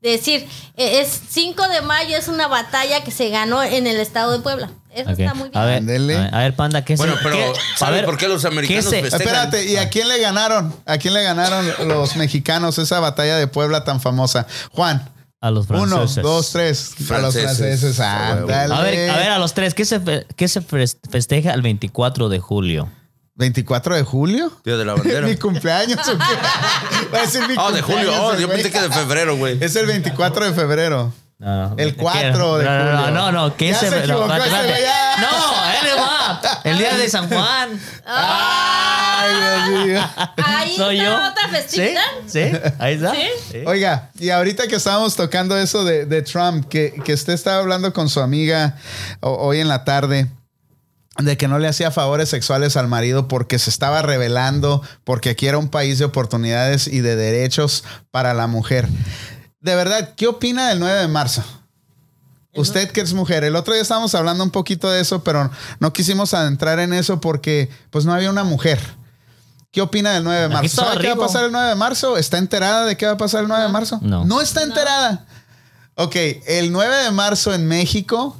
B: De decir, eh, es 5 de mayo, es una batalla que se ganó en el estado de Puebla. Eso
D: Ok.
B: está muy bien.
D: A ver,
A: Ándele.
D: a ver- a ver, Panda, ¿qué
C: Bueno,
D: se-
C: pero
D: qué-
C: ¿sabe
D: a ver,
C: por qué los americanos
D: se-
C: festejan? Ah.
A: Espérate, ¿y a quién le ganaron? ¿A quién le ganaron los mexicanos esa batalla de Puebla tan famosa? Juan,
D: A los
A: uno,
D: franceses.
A: dos, tres. A los
C: Franceses.
A: franceses. Ándale.
D: A ver, a ver, a los tres, ¿qué se, fe- qué se fres- festeja el 24 de julio?
A: 24 de julio.
C: Día de la bandera.
A: ¿Mi cumpleaños o qué? Va a decir mi
C: Ah, de julio.
A: cumpleaños,
C: Oh, yo
A: güey.
C: pensé que de febrero, güey.
A: Es el 24 de febrero.
D: No,
A: El
D: ¿qué?
A: 4 de
D: no, no,
A: julio.
D: No, no, no, ¿qué
A: Ya se
D: no,
A: equivocó
D: espérate,
A: ese
D: espérate.
A: güey, ya.
D: No, él es va. El día de
B: *laughs*
D: San Juan. Ah,
A: Ay, Dios mío.
B: Ahí
D: Soy
B: está
D: yo.
B: otra
D: ¿Sí?
B: festividad.
D: ¿Sí? Ahí está.
B: Sí.
D: Sí.
A: Oiga, y ahorita que estábamos tocando eso de, de Trump, que, que usted estaba hablando con su amiga ho- hoy en la tarde de que no le hacía favores sexuales al marido porque se estaba revelando, porque aquí era un país de oportunidades y de derechos para la mujer. De verdad, ¿qué opina del 9 de marzo? Usted que es mujer, el otro día estábamos hablando un poquito de eso, pero no quisimos adentrar en eso porque pues no había una mujer. ¿Qué opina del 9 de
D: Aquí
A: marzo?
D: estaba
A: ¿Sabe qué va a
D: Rigo.
A: pasar el 9 de marzo? ¿Está enterada de qué va a pasar el 9 de marzo?
D: No.
A: No está enterada. Ok, el 9 de marzo en México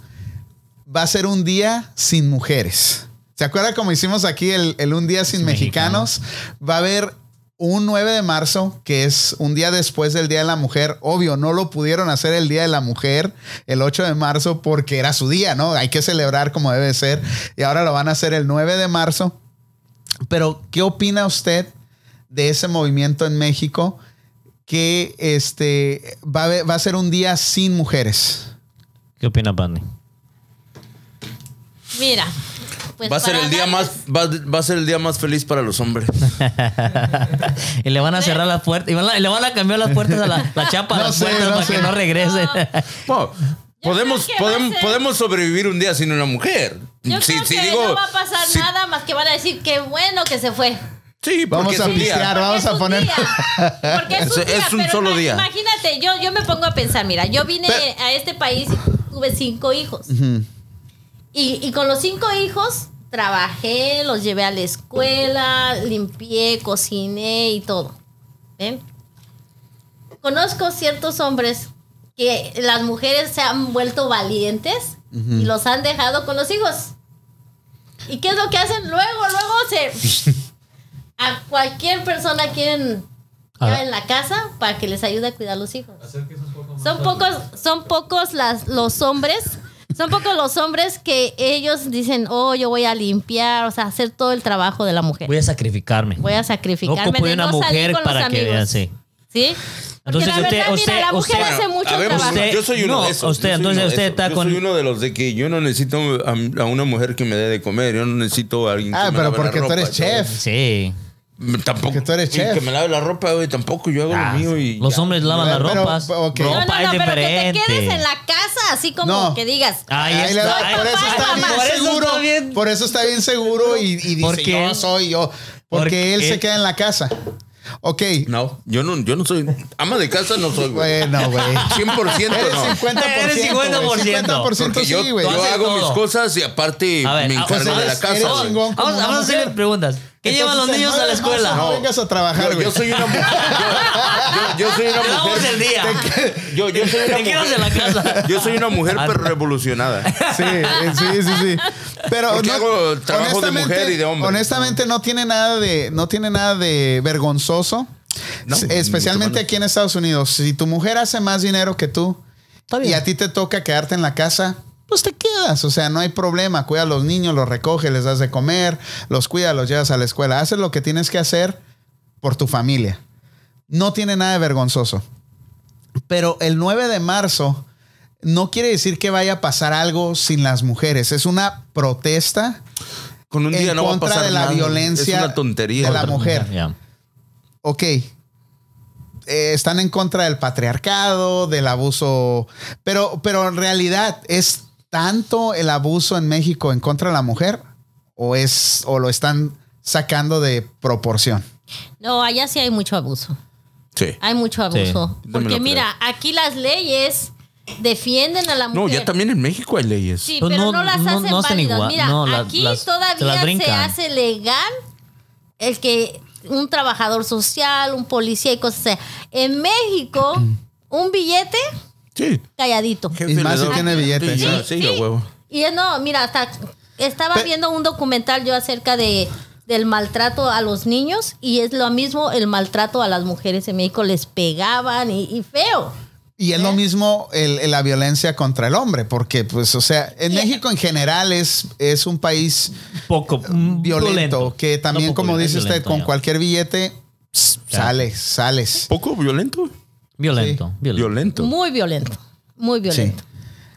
A: va a ser un día sin mujeres. ¿Se acuerda como hicimos aquí el, el Un Día Sin Mexicanos? Va a haber un 9 de marzo, que es un día después del Día de la Mujer. Obvio, no lo pudieron hacer el Día de la Mujer el 8 de marzo porque era su día, ¿no? Hay que celebrar como debe ser. Y ahora lo van a hacer el 9 de marzo. Pero, ¿qué opina usted de ese movimiento en México que este, va, a, haber- va a ser un día sin mujeres?
D: ¿Qué opina Pandi?
B: Mira. pues
C: va a ser
B: para
C: el día
B: darles-
C: más va, va a ser el día más feliz para los hombres.
D: Y le van a cerrar las puertas. Y van a- le van a cambiar las puertas
A: *laughs*
D: a la, la chapa de
A: No
D: las
A: sé,
D: puertas
A: no
D: para
A: sé.
D: que no regrese.
C: Bueno, podemos
B: creo que va a
C: podemos
B: ser-
C: podemos sobrevivir un día sin una mujer.
B: Yo
C: Sí,
B: creo
C: sí,
B: que
C: digo,
B: no va a pasar
C: sí-
B: nada más que van a decir qué bueno que se fue.
C: Sí, porque
A: Vamos
C: es
A: a
C: un día.
A: pistear, vamos
B: es
A: a
B: un
A: poner. *laughs*
B: día. Porque es un,
C: Es-
B: día,
C: es un
B: pero
C: solo
B: ima-
C: día.
B: Imagínate, yo, yo me pongo a pensar, mira, yo vine
A: Pero-
B: a este país y tuve cinco hijos. y, y con los cinco hijos, trabajé, los llevé a la escuela, limpié, cociné y todo. ¿Ven? Conozco ciertos hombres que las mujeres se han vuelto valientes y los han dejado con los hijos. ¿Y qué es lo que hacen? Luego, luego
D: *laughs*
B: se... A cualquier persona quieren
F: A-
B: en la casa para que les ayude a cuidar los hijos.
E: Acérquese un poco más
B: Son
E: al-
B: pocos, son pocos las, los hombres, son pocos los hombres que ellos dicen, oh, yo voy a limpiar, o sea, hacer todo el trabajo de la mujer.
D: *laughs* Voy a sacrificarme.
B: Voy a
D: No
B: sacrificarme
D: ocupo de
B: de
D: una
B: no salir
D: mujer
B: con los
D: para que vea
B: amigos.
D: así.
B: ¿Sí? Porque
D: Entonces,
B: la
D: usted-
B: verdad,
D: usted-
B: mira, la mujer
D: usted-
B: hace mucho
C: habemos-
B: trabajo.
D: usted-
C: yo soy uno
D: no,
C: de esos.
D: usted,
C: yo soy
D: entonces
C: uno de
D: usted
C: esos.
D: está
C: Yo
D: con-
C: soy uno de los de que yo no necesito a, a una mujer que me dé de comer. Yo no necesito a alguien que
A: Ah,
C: me
A: pero
C: lave la
A: porque tú
C: ropa,
A: eres
C: yo-
A: chef.
D: Sí.
C: Tampoco.
A: Porque tú eres
C: y
A: chef.
C: Que me lave la ropa, güey. Tampoco. Yo hago
D: Ah,
C: lo mío y.
D: los
C: ya.
D: hombres lavan las
A: Pero-
D: ropas.
A: ok.
B: No, no,
D: Ropa
B: no, pero que
D: es
B: te
D: diferente. Ah.
B: quedes en la casa, así como
A: No.
B: que digas.
D: Ahí
A: Ahí le
D: está.
A: va.
D: Ay,
A: por eso está
B: papá,
A: bien
B: por eso
A: seguro.
D: está bien.
A: Por eso está bien seguro y, y dice,
D: Porque
A: yo
D: él-
A: soy yo. Porque
D: porque
A: él se
D: él-
A: queda en la casa. Ok.
C: No, yo no, yo no soy. Ama de casa no soy, güey.
A: Bueno,
C: *laughs*
A: güey.
C: 100%
A: Eres
C: no.
A: 50%.
D: Eres 50%.
A: güey. 50%
C: Porque yo,
A: sí, güey.
C: yo
D: Tú haces
C: hago
D: todo.
C: mis cosas y aparte
D: A ver,
C: me
D: ah,
C: encargo
D: o sea,
C: de la
D: eres-
C: casa.
A: eres
C: güey.
A: chingón. como
D: Vamos,
A: una
D: vamos a hacerle
A: mujer.
D: preguntas. ¿Qué llevan los
A: Entonces,
D: niños a la
A: hermano,
D: escuela?
A: No vengas a trabajar,
C: Yo,
A: güey.
C: yo soy una mujer. Yo, yo- yo soy una
D: Te damos
C: mujer.
D: el día.
C: Yo, yo soy una
D: Te Ah, quedas en
C: mujer.
D: la casa.
C: Yo soy una mujer pero revolucionada.
A: Sí, eh, sí, sí, sí. Pero
C: Porque hago trabajo de
A: honestamente-
C: mujer y de hombre.
A: Honestamente no tiene nada de no tiene nada de vergonzoso.
C: No,
A: S-
C: mucho
A: especialmente
C: menos.
A: aquí en Estados Unidos, si tu mujer hace más dinero que tú
D: Está
A: y
D: bien.
A: a ti te toca quedarte en la casa, pues te quedas, o sea, no hay problema, cuida a los niños, los recoge, les das de comer, los cuida, los llevas a la escuela, haces lo que tienes que hacer por tu familia. No tiene nada de vergonzoso. Pero el 9 de marzo no quiere decir que vaya a pasar algo sin las mujeres. Es una protesta
C: Con un día
A: en
C: no va a
A: contra
C: pasar
A: de la
C: nada.
A: violencia
C: Es una tontería.
A: de la mujer.
D: Ya.
A: ok, eh, están en contra del patriarcado, del abuso, pero, pero en realidad es tanto el abuso en México en contra de la mujer o, es, o lo están sacando de proporción.
B: No, allá sí hay mucho abuso.
C: Sí.
B: Hay mucho
D: Sí,
B: abuso.
C: yo también lo
B: Porque
C: creo.
B: mira, aquí las leyes defienden a la mujer.
C: No, ya también en México hay leyes.
B: Sí,
D: Pues
B: pero
D: no-
B: no, las
D: no-
B: hacen
D: no hacen
B: válidas.
D: igual.
B: Mira,
D: No, la-
B: aquí
D: las- se las
B: todavía se
D: brincan.
B: hace legal el que un trabajador social, un policía y cosas así. En México, un billete
C: Sí.
B: calladito.
A: Y más si tiene billete.
C: Sí, sí,
B: Sí.
C: a huevo.
B: Y es- no, mira, hasta estaba
A: Pe-
B: viendo un documental yo acerca de del maltrato a los niños y es lo mismo el maltrato a las mujeres en México les pegaban y, y feo.
A: Y
D: ¿Eh?
A: es lo mismo el- la violencia contra el hombre, porque pues, o sea, en
B: Sí.
A: México en general es, es un país
D: Poco mm,
A: violento,
D: violento.
A: que también
D: No poco
A: como
D: violento,
A: dice usted,
D: violento,
A: con
D: ya.
A: cualquier billete pss,
D: Ya.
A: sales, sales.
C: Poco violento.
D: Violento. violento.
C: Violento.
B: Muy violento, muy
A: Sí.
B: violento.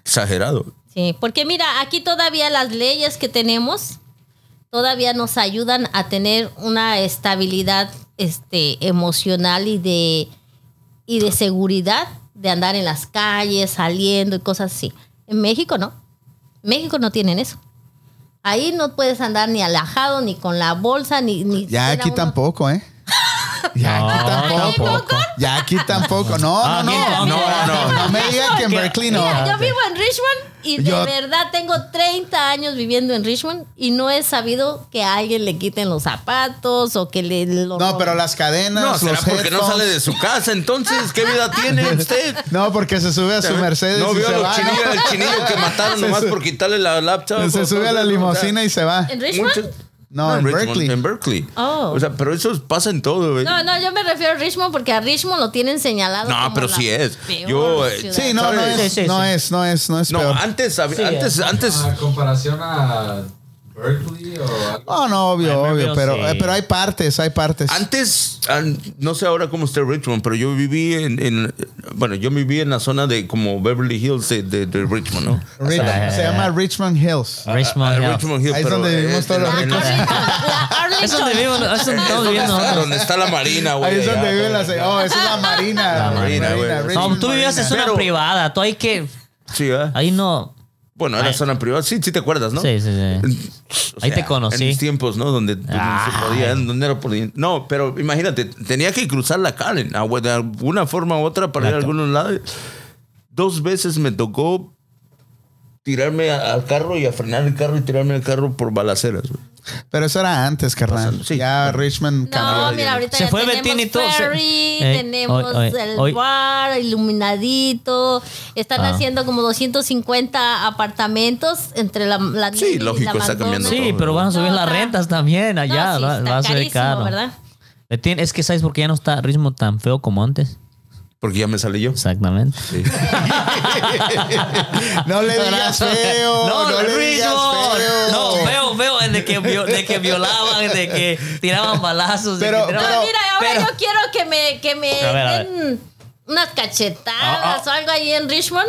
C: Exagerado.
B: Sí, porque mira, aquí todavía las leyes que tenemos todavía nos ayudan a tener una estabilidad este, emocional y de, y de seguridad de andar en las calles, saliendo y cosas así. En México no. En México no tienen eso. Ahí no puedes andar ni alajado, ni con la bolsa, ni...
A: Ya
B: ni siquiera
A: aquí
B: uno-
A: tampoco,
D: *laughs*
A: ¿eh? Ya
D: Pues, No,
A: aquí tampoco.
D: tampoco.
A: Ya aquí tampoco. No,
D: Ah,
A: no, no.
D: bien,
A: No,
D: bien.
A: no, no me digan que en Berkeley no.
B: Mira, yo vivo en Richmond y de
A: Yo-
B: verdad tengo 30 años viviendo en Richmond y no he sabido que a alguien le quiten los zapatos o que le lo
A: No,
B: roben.
A: pero las cadenas,
C: No,
A: los
C: será porque no
A: headphones.
C: sale de su casa. Entonces, ¿qué vida tiene usted?
A: No, porque se sube a su Mercedes
C: no
A: y
C: vio
A: se
C: al
A: va.
C: chinillo, el chinillo que
A: *laughs*
C: mataron
A: Se
C: nomás
A: su-
C: por quitarle la laptop.
A: Se sube a la limusina y se va.
B: en Richmond.
A: No, en Berkeley.
C: En Berkeley.
B: Oh.
C: O sea, pero eso pasa en todo, güey.
B: No, no, yo me refiero a Richmond porque a Richmond lo tienen señalado.
C: No,
B: como
C: pero
B: la
C: sí es.
B: peor
C: Yo, eh,
B: ciudad.
A: Sí, no, no
C: ¿Sabes?
A: es,
D: Sí, sí,
A: no
D: sí.
A: es, no es, no es
C: No,
A: peor.
C: antes, hab-
D: Sí,
C: antes, antes.
E: A Ah, comparación a Berkeley o algo.
A: Oh, no, obvio,
D: Ay, me
A: obvio,
D: veo,
A: pero,
D: sí.
A: eh, pero hay partes, hay partes.
C: Antes, an- no sé ahora cómo está Richmond, pero yo viví en, en- bueno, yo viví en la zona de como Beverly Hills de, de- de Richmond, ¿no?
A: Rich- se llama Richmond Hills.
D: Richmond.
C: Ah,
D: Hill.
C: Richmond Hill,
A: Ahí es
C: pero,
A: donde
C: eh,
A: vivimos
C: en-
A: todos los
C: en-
A: ricos.
C: en-
B: La
C: *laughs*
D: Es
B: Arlington.
D: donde vivimos, es donde estamos
C: donde
D: viviendo
C: está-
D: nosotros.
C: donde está la marina, güey.
A: Ahí es donde
C: allá,
A: viven
C: güey.
A: las. Oh, esa
C: *laughs*
A: es la Marina.
D: La
C: Marina, güey. No,
D: No,
A: Richmond
D: tú vivías en
A: Marina.
D: zona
C: Pero-
D: privada. Tú hay que.
C: Sí, ¿verdad?
D: Ahí no.
C: Bueno, era
D: Ay.
C: zona privada. Sí, sí te acuerdas, ¿no?
D: Sí, sí, sí.
C: O
D: Ahí te
C: En
D: conocí. Ah.
C: mis tiempos, ¿no? Donde pues, no se podía, donde era por- No, pero imagínate, tenía que cruzar la calle ah, güey, de alguna forma u otra para ir a
D: Exacto.
C: algunos lados. Dos veces me tocó tirarme a- al carro y a frenar el carro y tirarme al carro por balaceras, güey.
A: Pero eso era antes, carnal.
C: Pasando, sí.
A: ya Richmond cambió.
B: No, mira, ahorita
D: Se
B: ya
D: fue
B: tenemos
D: Betín y todo, se-
B: ferry,
D: Eh,
B: tenemos
D: hoy- hoy-
B: el
D: hoy-
B: bar iluminadito. Están
D: Ah.
B: haciendo como 250 apartamentos entre la, la
C: Sí,
B: Nelly y la
C: lógico, está
B: Mandona.
C: cambiando
D: Sí,
C: todo.
D: pero van a subir
B: No,
D: las
B: está-
D: rentas también
B: No,
D: allá.
B: sí,
D: va,
B: está
D: va a ser
B: carísimo,
D: caro.
B: ¿verdad?
D: Betín, es que sabes por qué ya no está ritmo tan feo como antes.
C: Porque ya me salí yo.
D: Exactamente.
C: Sí.
A: No le digas feo. No, le digas
D: ritmo.
A: feo.
D: No, veo, veo de que, vio- de que violaban, de que tiraban balazos. de
A: Pero-
D: que tiraban-
B: No,
A: pero-
B: mira, ahora
D: pero-
B: yo quiero que me, que me
D: A ver, a ver.
B: den unas
C: Ah,
B: cachetadas o algo ahí en Richmond.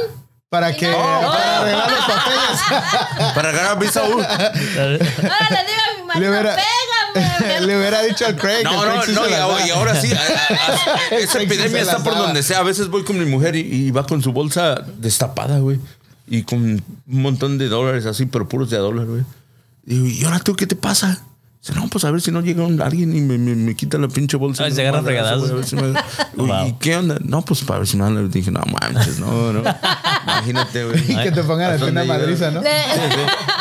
A: Para que.
B: No.
A: Para arreglar los papeles.
C: *laughs* Para uh, ganar visa U.
B: Ahora le digo a mi
A: Le
B: marido,
A: hubiera-
C: *laughs*
B: pégame.
A: le hubiera dicho al Craig.
C: No,
A: el Craig
C: no,
A: sí
C: no,
A: se
C: y
A: las
C: ahora,
A: da.
C: y ahora
A: *laughs*
C: sí. a- a-
A: El
C: a- esa
A: Craig sí se
C: epidemia está
A: las
C: por
A: daba.
C: donde sea. A veces voy con mi mujer y, y va con su bolsa destapada, güey. Y con un montón de dólares así, pero puros de a dólar, güey. Digo, ¿y ahora tú qué te pasa? Dice, no, pues a ver si no llega un- alguien y me, me- me quita la pinche bolsa.
D: Ay,
C: No,
D: Ah, se agarra
C: madre,
D: fregadazos.
C: güey, a ver si me-
D: *laughs*
C: Digo, ¿Y
D: Wow.
C: qué onda? No, pues para ver si no. Le dije, no manches, no, no. Imagínate, güey.
A: *laughs* Y que te pongan
C: ¿A
A: a ti
C: dónde
A: una
C: llega?
A: madriza, ¿no?
B: Le-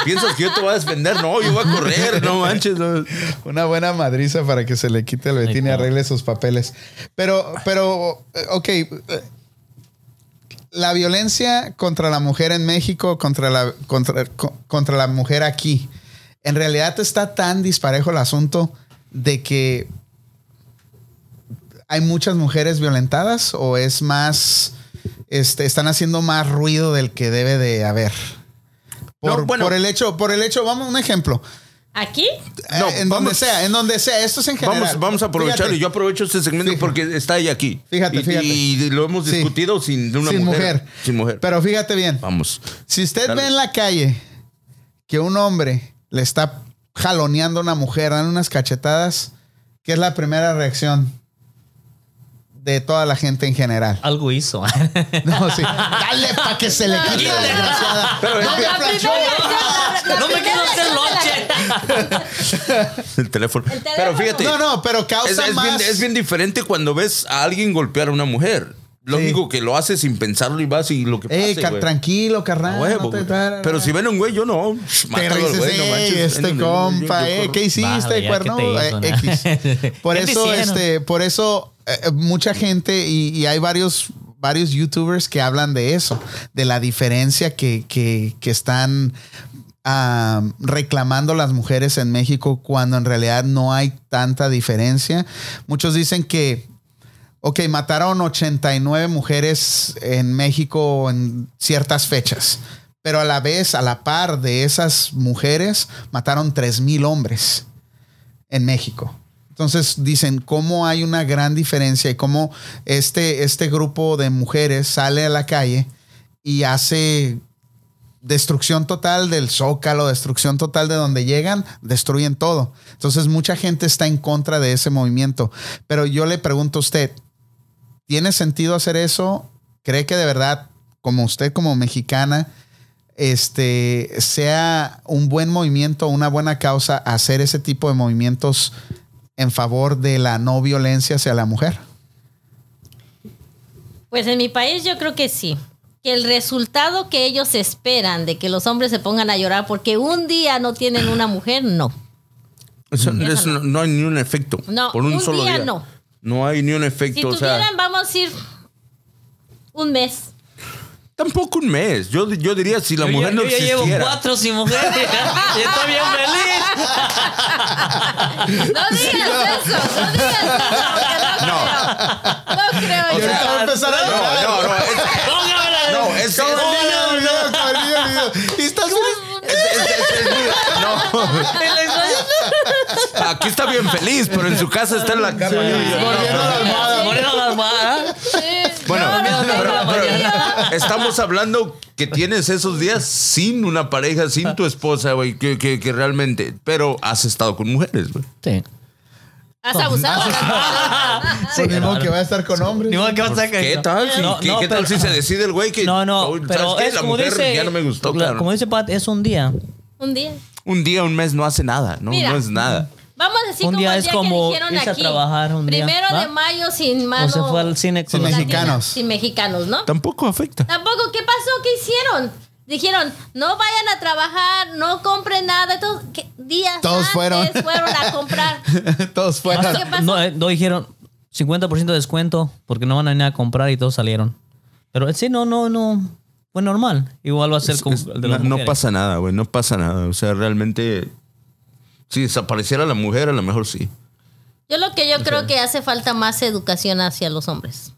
C: ¿Piensas que yo te voy a defender? No, yo voy a correr, no manches. no.
A: Una buena madriza para que se le quite el Betín y
D: claro.
A: arregle sus papeles. Pero, pero, eh, ok. eh, La violencia contra la mujer en México, contra la, contra, co- contra la mujer aquí. En realidad está tan disparejo el asunto de que hay muchas mujeres violentadas o es más, este, están haciendo más ruido del que debe de haber. Por,
C: No, bueno.
A: por el hecho, por el hecho, vamos a un ejemplo.
B: ¿Aquí?
A: No,
C: No,
A: en
C: vamos-
A: donde sea, en donde sea. Esto es en general.
C: Vamos, vamos a aprovecharlo.
A: Fíjate,
C: y Yo aprovecho este segmento
A: Fíjate.
C: porque está ella aquí.
A: Fíjate,
C: y,
A: fíjate.
C: Y lo hemos
A: Sí.
C: discutido sin una
A: sin
C: mujer,
A: mujer,
C: Sin mujer.
A: Pero fíjate bien.
C: Vamos. *laughs*
A: Si usted
C: Dale.
A: ve en la calle que un hombre le está jaloneando a una mujer, dan unas cachetadas, ¿qué es la primera reacción de toda la gente en general?
D: *laughs* Algo hizo.
A: No, sí. Dale para que se le quite,
B: No, no, no.
A: desgraciada.
B: No,
A: No me
B: la
A: planchó.
B: primera- la- la
D: no me
B: primera
D: quiero hacer
B: que se la-
D: lonche.
C: El teléfono.
B: El teléfono.
C: Pero fíjate.
A: No, no, pero
C: Es,
A: causa
C: es
A: más.
C: bien, es bien diferente cuando ves a alguien golpear a una mujer. Lo
A: Sí.
C: único que lo hace sin pensarlo y vas y lo que pasa.
A: Ey, car- tranquilo, carnal. Ah, no te-
C: Pero si ven a un güey, yo no.
A: Te
C: Mátalo al
A: dices,
C: güey, no
A: Pues, "Ey,
C: manches".
A: este
C: Ven, yo- yo-
A: compa,
C: yo
A: eh,
C: corro.
A: ¿qué hiciste,
D: Vale, ya,
A: cuerno?
D: ¿qué te
A: Eh,
D: hizo, no? *laughs*
A: X. Por
D: ¿Qué te
A: eso,
D: hicieron?
A: este, por eso, eh, mucha gente, y, y hay varios, varios youtubers que hablan de eso, de la diferencia que, que- que están ah, reclamando las mujeres en México cuando en realidad no hay tanta diferencia. Muchos dicen que Ok, mataron 89 mujeres en México en ciertas fechas, pero a la vez, a la par de esas mujeres, mataron 3.000 hombres en México. Entonces dicen cómo hay una gran diferencia y cómo este, este grupo de mujeres sale a la calle y hace destrucción total del zócalo, destrucción total de donde llegan, destruyen todo. Entonces mucha gente está en contra de ese movimiento. Pero yo le pregunto a usted, ¿tiene sentido hacer eso? ¿Cree que de verdad, como usted como mexicana, este sea un buen movimiento, una buena causa hacer ese tipo de movimientos en favor de la no violencia hacia la mujer?
B: Pues en mi país yo creo que sí. Que el resultado que ellos esperan de que los hombres se pongan a llorar porque un día no tienen una mujer, no.
C: Eso- eso no, no hay ni un efecto.
B: No,
C: por un,
B: un
C: solo
B: día
C: día,
B: no.
C: No hay ni un efecto.
B: Si
C: o sea,
B: tuvieran, vamos a ir un mes.
C: Tampoco un mes. Yo, yo diría si la
D: Yo
C: mujer
D: ya-
C: no
D: yo ya llevo
C: existiera.
D: cuatro sin mujer. *laughs* y estoy bien feliz.
B: *laughs* No digas eso, no digas eso.
C: No,
B: porque No, creo, no creo. yo.
C: O sea,
A: Ahorita va a empezar a llorar.
C: no, no, no. es-
D: Póngamela.
C: No, es-
D: Como
C: es-
D: niño,
A: Ay,
D: no.
A: Dios, Dios, Dios. Y estás
C: es- es- es- es mío. No.
D: Y le estoy-
C: Aquí está bien feliz, pero en su casa está en la cama.
A: mordiendo la almohada.
D: Mordiendo la almohada.
B: Sí.
C: Bueno,
B: No, no
C: pero-
B: tengo
C: pero
B: frío.
C: estamos hablando que tienes esos días sin una pareja, sin tu esposa, güey, que, que, que realmente. Pero has estado con mujeres, güey.
D: Sí.
B: Has abusado.
A: Pues ni modo que va a estar con hombres.
D: Ni modo que va a estar
C: ¿Qué
D: que-
C: tal? si-
D: No,
C: ¿Qué,
D: no,
C: qué tal
D: pero-
C: si se decide el güey que.
D: No, no,
C: "Oye,
D: pero
C: ¿sabes qué?
D: es
C: La
D: como
C: mujer
D: dice.
C: Ya no me gustó,
D: la-
C: claro.
D: Como dice Pat, es un día.
B: Un día.
C: Un día, un mes no hace nada. No,
B: Mira.
C: no es nada.
B: Vamos a decir
D: Un
B: como
D: día
B: el
D: es
B: día
D: como
B: que dijeron
D: irse a
B: aquí.
D: trabajar un día,
B: Primero
D: ¿va?
B: de mayo sin mano.
D: O se fue al cine
A: Sin
D: con los-
A: mexicanos.
B: Sin mexicanos, ¿no?
C: Tampoco afecta.
B: Tampoco, ¿qué pasó? ¿Qué hicieron? Dijeron, no vayan a trabajar, no compren nada. Todos, ¿qué? días
A: Todos
B: antes
A: fueron.
B: *laughs* fueron a comprar.
A: *laughs* Todos
B: Hasta-
A: fueron.
B: ¿Qué pasó?
D: No, eh, no dijeron 50% de descuento porque no van a venir a comprar y todos salieron. Pero eh, sí, no, no, no. Fue normal. Igual va a ser
C: Es-
D: con
C: es-
D: el
C: no,
D: de las
C: no
D: mujeres.
C: pasa nada, güey. No pasa nada. O sea, realmente. Si desapareciera la mujer, a lo mejor sí.
B: Yo lo que yo creo que hace falta más educación hacia los hombres.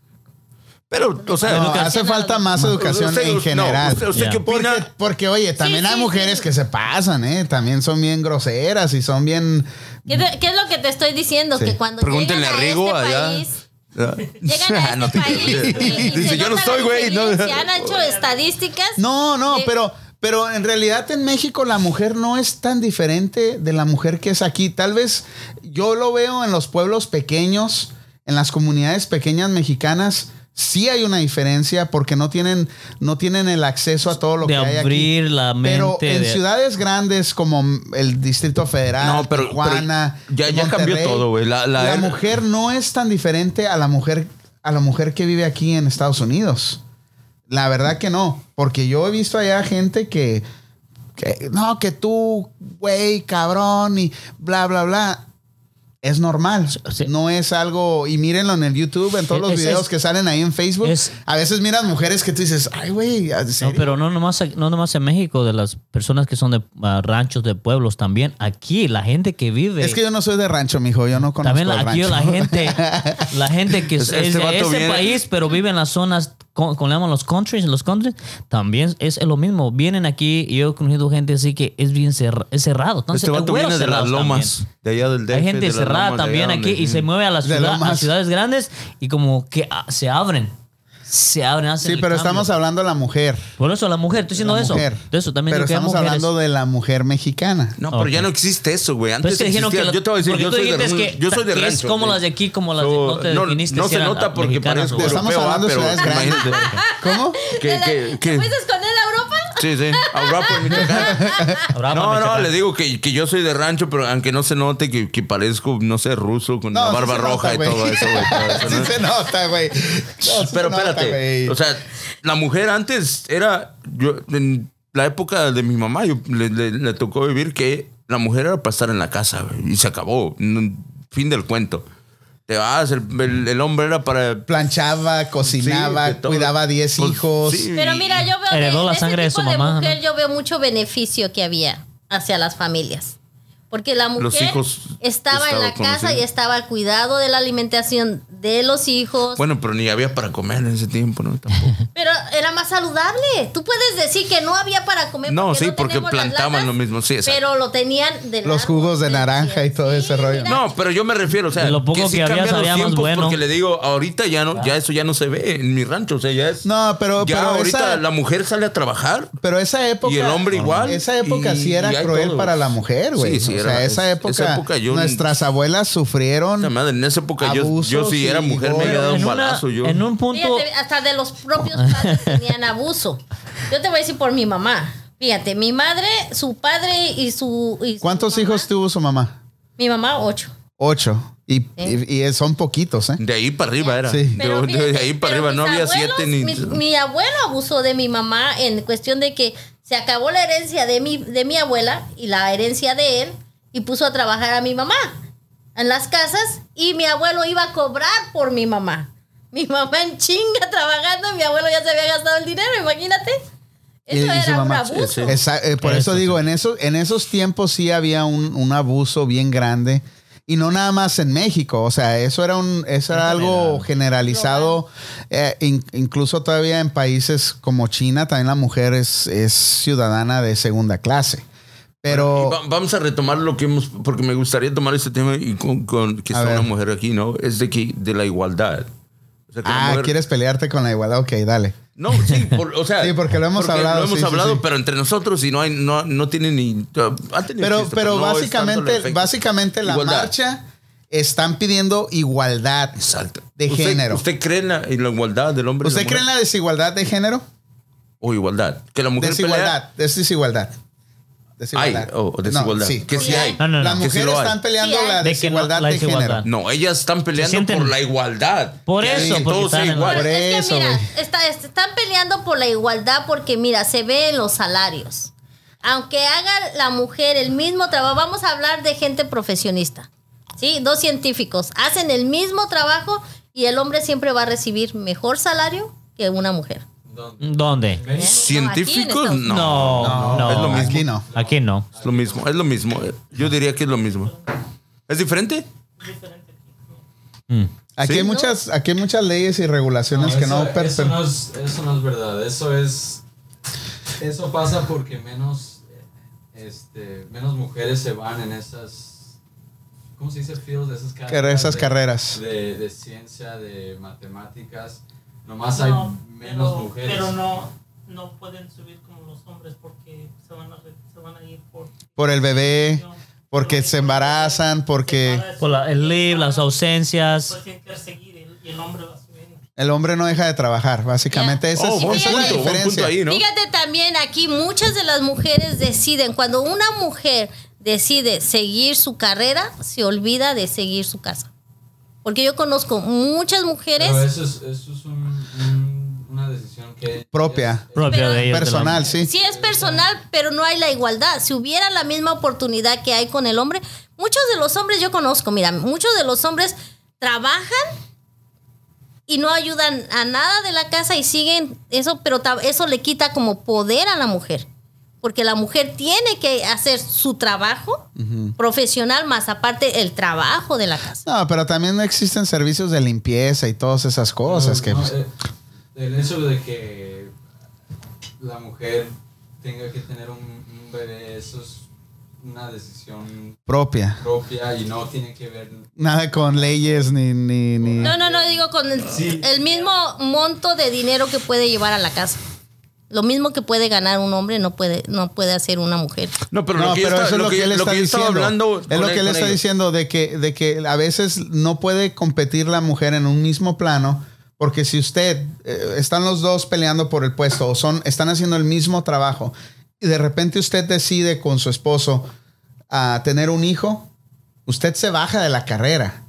C: Pero, o sea.
A: No,
C: usted-
A: hace falta más educación
C: usted-
A: en
C: no,
A: general.
C: ¿Usted, usted
D: Ya.
C: qué
A: Porque,
C: opina?
A: porque, oye, también
B: Sí,
A: hay
B: sí,
A: mujeres
B: sí.
A: que se pasan, ¿eh? También son bien groseras y son bien...
B: ¿Qué, te- qué es lo que te estoy diciendo? que cuando
C: Pregúntenle
B: llegan
C: a
B: a
C: Rigo
B: este
C: allá. *laughs*
B: país,
C: Ah.
B: llegan a
C: Ah, no
B: este
C: te-
B: país y- y
C: Dice,
B: se
C: yo no
B: nota la
C: estoy, güey. no".
B: diferencia. han hecho estadísticas.
A: No, no,
B: de-
A: pero, pero en realidad en México la mujer no es tan diferente de la mujer que es aquí. Tal vez yo lo veo en los pueblos pequeños, en las comunidades pequeñas mexicanas. Sí hay una diferencia porque no tienen, no tienen el acceso a todo lo
D: De
A: que hay aquí.
D: abrir la
A: Pero
D: mente
A: en
D: de-
A: ciudades grandes como el Distrito Federal,
C: No, pero-
A: Tijuana,
C: pero ya- ya cambió
A: Monterrey,
C: todo, güey. La- la-
A: mujer no es tan diferente a la mujer a la mujer que vive aquí en Estados Unidos. La verdad que no, porque yo he visto allá gente que, que, no, que tú, güey, cabrón y bla bla bla. Es normal,
D: sí.
A: no es algo. Y mírenlo en el YouTube, en todos los
D: Es- es-
A: videos que salen ahí en Facebook.
D: es-
A: a veces miras mujeres que tú dices, ay, güey, ¿en
D: No,
A: serio?"
D: pero no nomás, no nomás en México, de las personas que son de ah, ranchos, de pueblos también. Aquí, la gente que vive.
A: Es que yo no soy de rancho, mijo. Yo no conozco
D: también la-
A: el
D: aquí
A: rancho.
D: la
C: *laughs*
D: gente, la gente que es,
C: Este
D: es de
C: vato
D: ese
C: viene-
D: país, pero vive en las zonas, con, con- le llaman los countries, los countries, también es lo mismo. Vienen aquí y yo he conocido gente así que es bien cerra- es cerrado. Entonces,
C: Este
D: el
C: vato
D: güero
C: viene de las
D: cerrados
C: lomas.
D: también.
C: De allá del DF,
D: Hay gente
C: de las
D: cerrada
C: lomas, de
D: también
C: allá
D: aquí
C: donde-
D: y se mueve a las
A: De
D: ciudad- a
A: lomas.
D: ciudades grandes y como que ah, se abren. Se abren, hacen
A: Sí,
D: el
A: pero
D: cambio.
A: estamos hablando de la mujer.
D: Por eso la mujer, estoy diciendo
A: la
D: eso.
A: mujer.
D: De eso también
A: Pero
D: digo que hay
A: estamos
D: mujeres.
A: hablando de la mujer mexicana.
C: No, pero
D: Ok.
C: ya no existe eso, güey.
D: Pero
C: Antes
D: es que dijeron que
C: existía-
D: lo-
C: yo te voy a decir,
D: porque
C: yo
D: tú
C: soy, de,
D: dijiste
C: rancho,
D: que-
C: yo soy de
D: que es
C: rancho.
D: como
C: güey.
D: las de aquí, como las de- no te definiste
C: No
D: si
C: se
D: eran
C: nota porque
D: mexicanas
C: parece
D: o-
C: europeo,
A: Estamos
C: ah,
A: hablando de
C: pero
A: ciudades grandes.
C: imagínate.
A: ¿Cómo?
C: ¿Qué, qué,
B: ¿Te
C: qué?
B: fuiste a esconder a Europa?
C: Sí, sí. Ahora por
B: *laughs*
C: Michoacán.
D: Ahora
C: No,
D: vamos a
C: no,
D: checar.
C: le digo que, que yo soy de rancho, pero aunque no se note que, que parezco, no sé, ruso, con
A: No,
C: la
A: sí
C: barba
A: se nota,
C: roja y todo
A: güey.
C: eso, güey. todo
A: *laughs*
C: eso,
A: Sí
C: ¿no?
A: se nota, güey. No, sí se
C: pero
A: nota,
C: espérate.
A: güey.
C: O sea, la mujer antes era. Yo, en la época de mi mamá, yo, le, le- le tocó vivir que la mujer era para estar en la casa güey, y se acabó. No, Fin del cuento. Te vas, el, el- el hombre era para.
A: Planchaba, cocinaba,
C: Sí, de todo.
A: cuidaba a 10
C: Pues,
A: hijos.
C: sí.
B: Pero mira, yo veo
D: Heredó la
B: ese
D: sangre de su
B: tipo
D: mamá,
B: mujer,
D: ¿no?
B: yo veo mucho beneficio que había hacia las familias. Porque la mujer
C: Los hijos
B: estaba en
C: estaba
B: la casa
C: conocido.
B: y estaba al cuidado de la alimentación de los hijos.
C: Bueno, pero ni había para comer en ese tiempo, ¿no? Tampoco.
B: Pero era más saludable. Tú puedes decir que no había para comer.
C: No, sí, porque
B: teníamos las
C: plantaban
B: latas,
C: lo mismo, sí, exacto.
B: Pero lo tenían de
A: Los jugos de naranja y todo ese rollo.
C: No, pero yo me refiero, o sea,
D: De lo poco que había,
C: cambian los
D: sabía más
C: tiempos,
D: bueno.
C: Porque le digo, ahorita ya no, ya eso ya no se ve en mi rancho, o sea, ya es.
A: No, pero-
C: ya
A: pero
C: ahorita
A: esa-
C: la mujer sale a trabajar.
A: Pero esa época.
C: Y el hombre igual.
A: Esa época
C: Y-
A: sí
C: y
A: era
C: hay
A: cruel
C: todo.
A: para la mujer, güey.
C: Sí, sí,
A: o
C: era-
A: sea,
C: es-
A: esa época.
C: esa época yo-
A: nuestras abuelas sufrieron.
C: Puta madre, en esa época yo,
A: Abusos
C: yo si era
A: y
C: mujer me
A: golpes.
C: había dado un
D: en, una-
C: balazo yo.
D: en un punto.
B: Fíjate, hasta de los propios padres tenían abuso. Yo te voy a decir por mi mamá. Fíjate, mi madre, su padre y su. y su
A: ¿Cuántos
B: mamá.
A: hijos tuvo su mamá?
B: Mi mamá, ocho.
A: Ocho. Y,
B: Sí.
A: y- y son poquitos, ¿eh?
C: De ahí para arriba era.
A: Sí.
C: De-
B: Pero
C: De,
B: fíjate,
C: de ahí para
B: pero
C: arriba no
B: mis
C: había
B: abuelos,
C: siete ni.
B: Mi, mi abuelo abusó de mi mamá en cuestión de que se acabó la herencia de mi, de mi abuela y la herencia de él y puso a trabajar a mi mamá en las casas y mi abuelo iba a cobrar por mi mamá. Mi mamá en chinga trabajando y mi abuelo ya se había gastado el dinero, imagínate.
A: Y-
B: Eso
A: y su
B: era un
A: mamá.
B: abuso.
C: Sí, sí.
A: Esa- eh, por
D: Eso
A: eso
D: sí.
A: digo, en, esos, en esos tiempos sí había un, un abuso bien grande. Y no nada más en México, o sea, eso era un, eso era algo generalizado, eh, in- incluso todavía en países como China, también la mujer es, es ciudadana de segunda clase. Pero
C: Y va- vamos a retomar lo que hemos, porque me gustaría tomar este tema y con, con- que
A: A
C: está
A: ver.
C: una mujer aquí, ¿no? Es de que de la igualdad. O sea, que la
A: Ah,
C: mujer-
A: ¿quieres pelearte con la igualdad? Ok, dale.
C: No, sí, por- o sea,
A: *laughs* Sí, porque lo hemos hablado,
C: lo hemos
A: sí, sí,
C: hablado,
A: sí.
C: pero entre nosotros y no hay, no, no tiene ni, ha tenido
A: Pero,
C: chiste,
A: pero
C: no es tanto el
A: básicamente,
C: efecto.
A: básicamente la
C: Igualdad.
A: marcha están pidiendo igualdad.
C: Exacto.
A: de
C: ¿Usted-
A: género.
C: ¿Usted cree en la, en la igualdad del hombre? y
A: ¿Usted
C: la
A: cree en
C: mujer?
A: la desigualdad de género?
C: o igualdad? Que la mujer pelea-
A: Desigualdad, es desigualdad. Desigualdad.
C: Hay, oh, desigualdad.
A: sí.
C: Que sí hay.
D: No, no, no.
A: Las
D: Que
C: sí
A: mujeres
C: lo hay.
A: están peleando
B: Sí hay.
A: la
D: De que no-
A: desigualdad
D: la
A: de género.
D: desigualdad.
C: No, ellas están peleando
D: sienten-
C: por la igualdad.
D: Por
C: Que
D: eso, porque
C: todos sea
D: están en la-
C: igual.
B: Pero es
A: eso,
B: que mira,
A: güey.
B: está- están peleando por la igualdad porque mira, se ve en los salarios. Aunque haga la mujer el mismo trabajo, vamos a hablar de gente profesionista. ¿Sí? Dos científicos hacen el mismo trabajo y el hombre siempre va a recibir mejor salario que una mujer.
E: Donde-
D: ¿Dónde?
B: ¿eh?
E: ¿Ven?
C: ¿Científicos?
B: Aquí en Estados
C: No.
D: No, no.
C: es lo mismo.
A: Aquí no.
D: Aquí no.
C: Es lo mismo, es lo mismo. Yo diría que es lo mismo. ¿Es diferente?
D: Mm.
A: Aquí,
C: Sí.
A: hay muchas, aquí hay muchas leyes y regulaciones que no...
E: eso,
A: per-
E: eso no es, eso no es verdad. Eso es. Eso pasa porque menos. Este, menos mujeres se van en esas. ¿Cómo se dice? Fields, de esas
A: per-
E: carreras.
A: esas
E: de-
A: carreras.
E: De, de ciencia, de matemáticas. Nomás
F: No,
E: hay menos
F: pero,
E: mujeres.
F: Pero no, no pueden subir como los hombres porque se van a, re- se van a ir por...
A: Por el bebé,
F: no,
A: porque se embarazan, porque
F: embarazan,
D: Por la- el leave, las
F: pues,
D: ausencias.
F: tienen que perseguir el- y el hombre va a subir.
A: el hombre no deja de trabajar. Básicamente esa
C: oh,
A: es,
C: buen
A: esa es
C: punto,
A: la
C: buen punto
A: diferencia.
C: ahí, ¿no?
B: Fíjate también aquí, muchas de las mujeres deciden, cuando una mujer decide seguir su carrera, se olvida de seguir su casa. Porque yo conozco muchas mujeres,
E: Pero eso es, eso es un- un- una decisión que.
A: Propia.
D: Propio de ellos. de la-
A: Personal, sí.
B: sí es personal, pero no hay la igualdad. Si hubiera la misma oportunidad que hay con el hombre, muchos de los hombres yo conozco, mira, muchos de los hombres trabajan y no ayudan a nada de la casa y siguen eso, pero ta- eso le quita como poder a la mujer. Porque la mujer tiene que hacer su trabajo profesional más aparte el trabajo de la casa.
A: No, pero también existen servicios de limpieza y todas esas cosas que...
E: No, eh, el hecho de que la mujer tenga que tener un, un bebé, eso es una decisión
A: propia.
E: propia y no tiene que ver.
A: Nada con leyes ni... ni, ni-
B: No, no, no, digo con el,
E: Sí.
B: el mismo monto de dinero que puede llevar a la casa. Lo mismo que puede ganar un hombre no puede no puede hacer una mujer.
C: No, pero
A: No,
C: lo que yo
A: pero
C: esta-
A: eso es lo que, él
C: lo
A: está
C: que yo estaba
A: diciendo.
C: hablando.
A: es lo
C: con
A: que él
C: con
A: está
C: ellos.
A: diciendo de que, de que a veces no puede competir la mujer en un mismo plano. Porque si usted eh, están los dos peleando por el puesto o son, están haciendo el mismo trabajo y de repente usted decide con su esposo a tener un hijo, usted se baja de la carrera.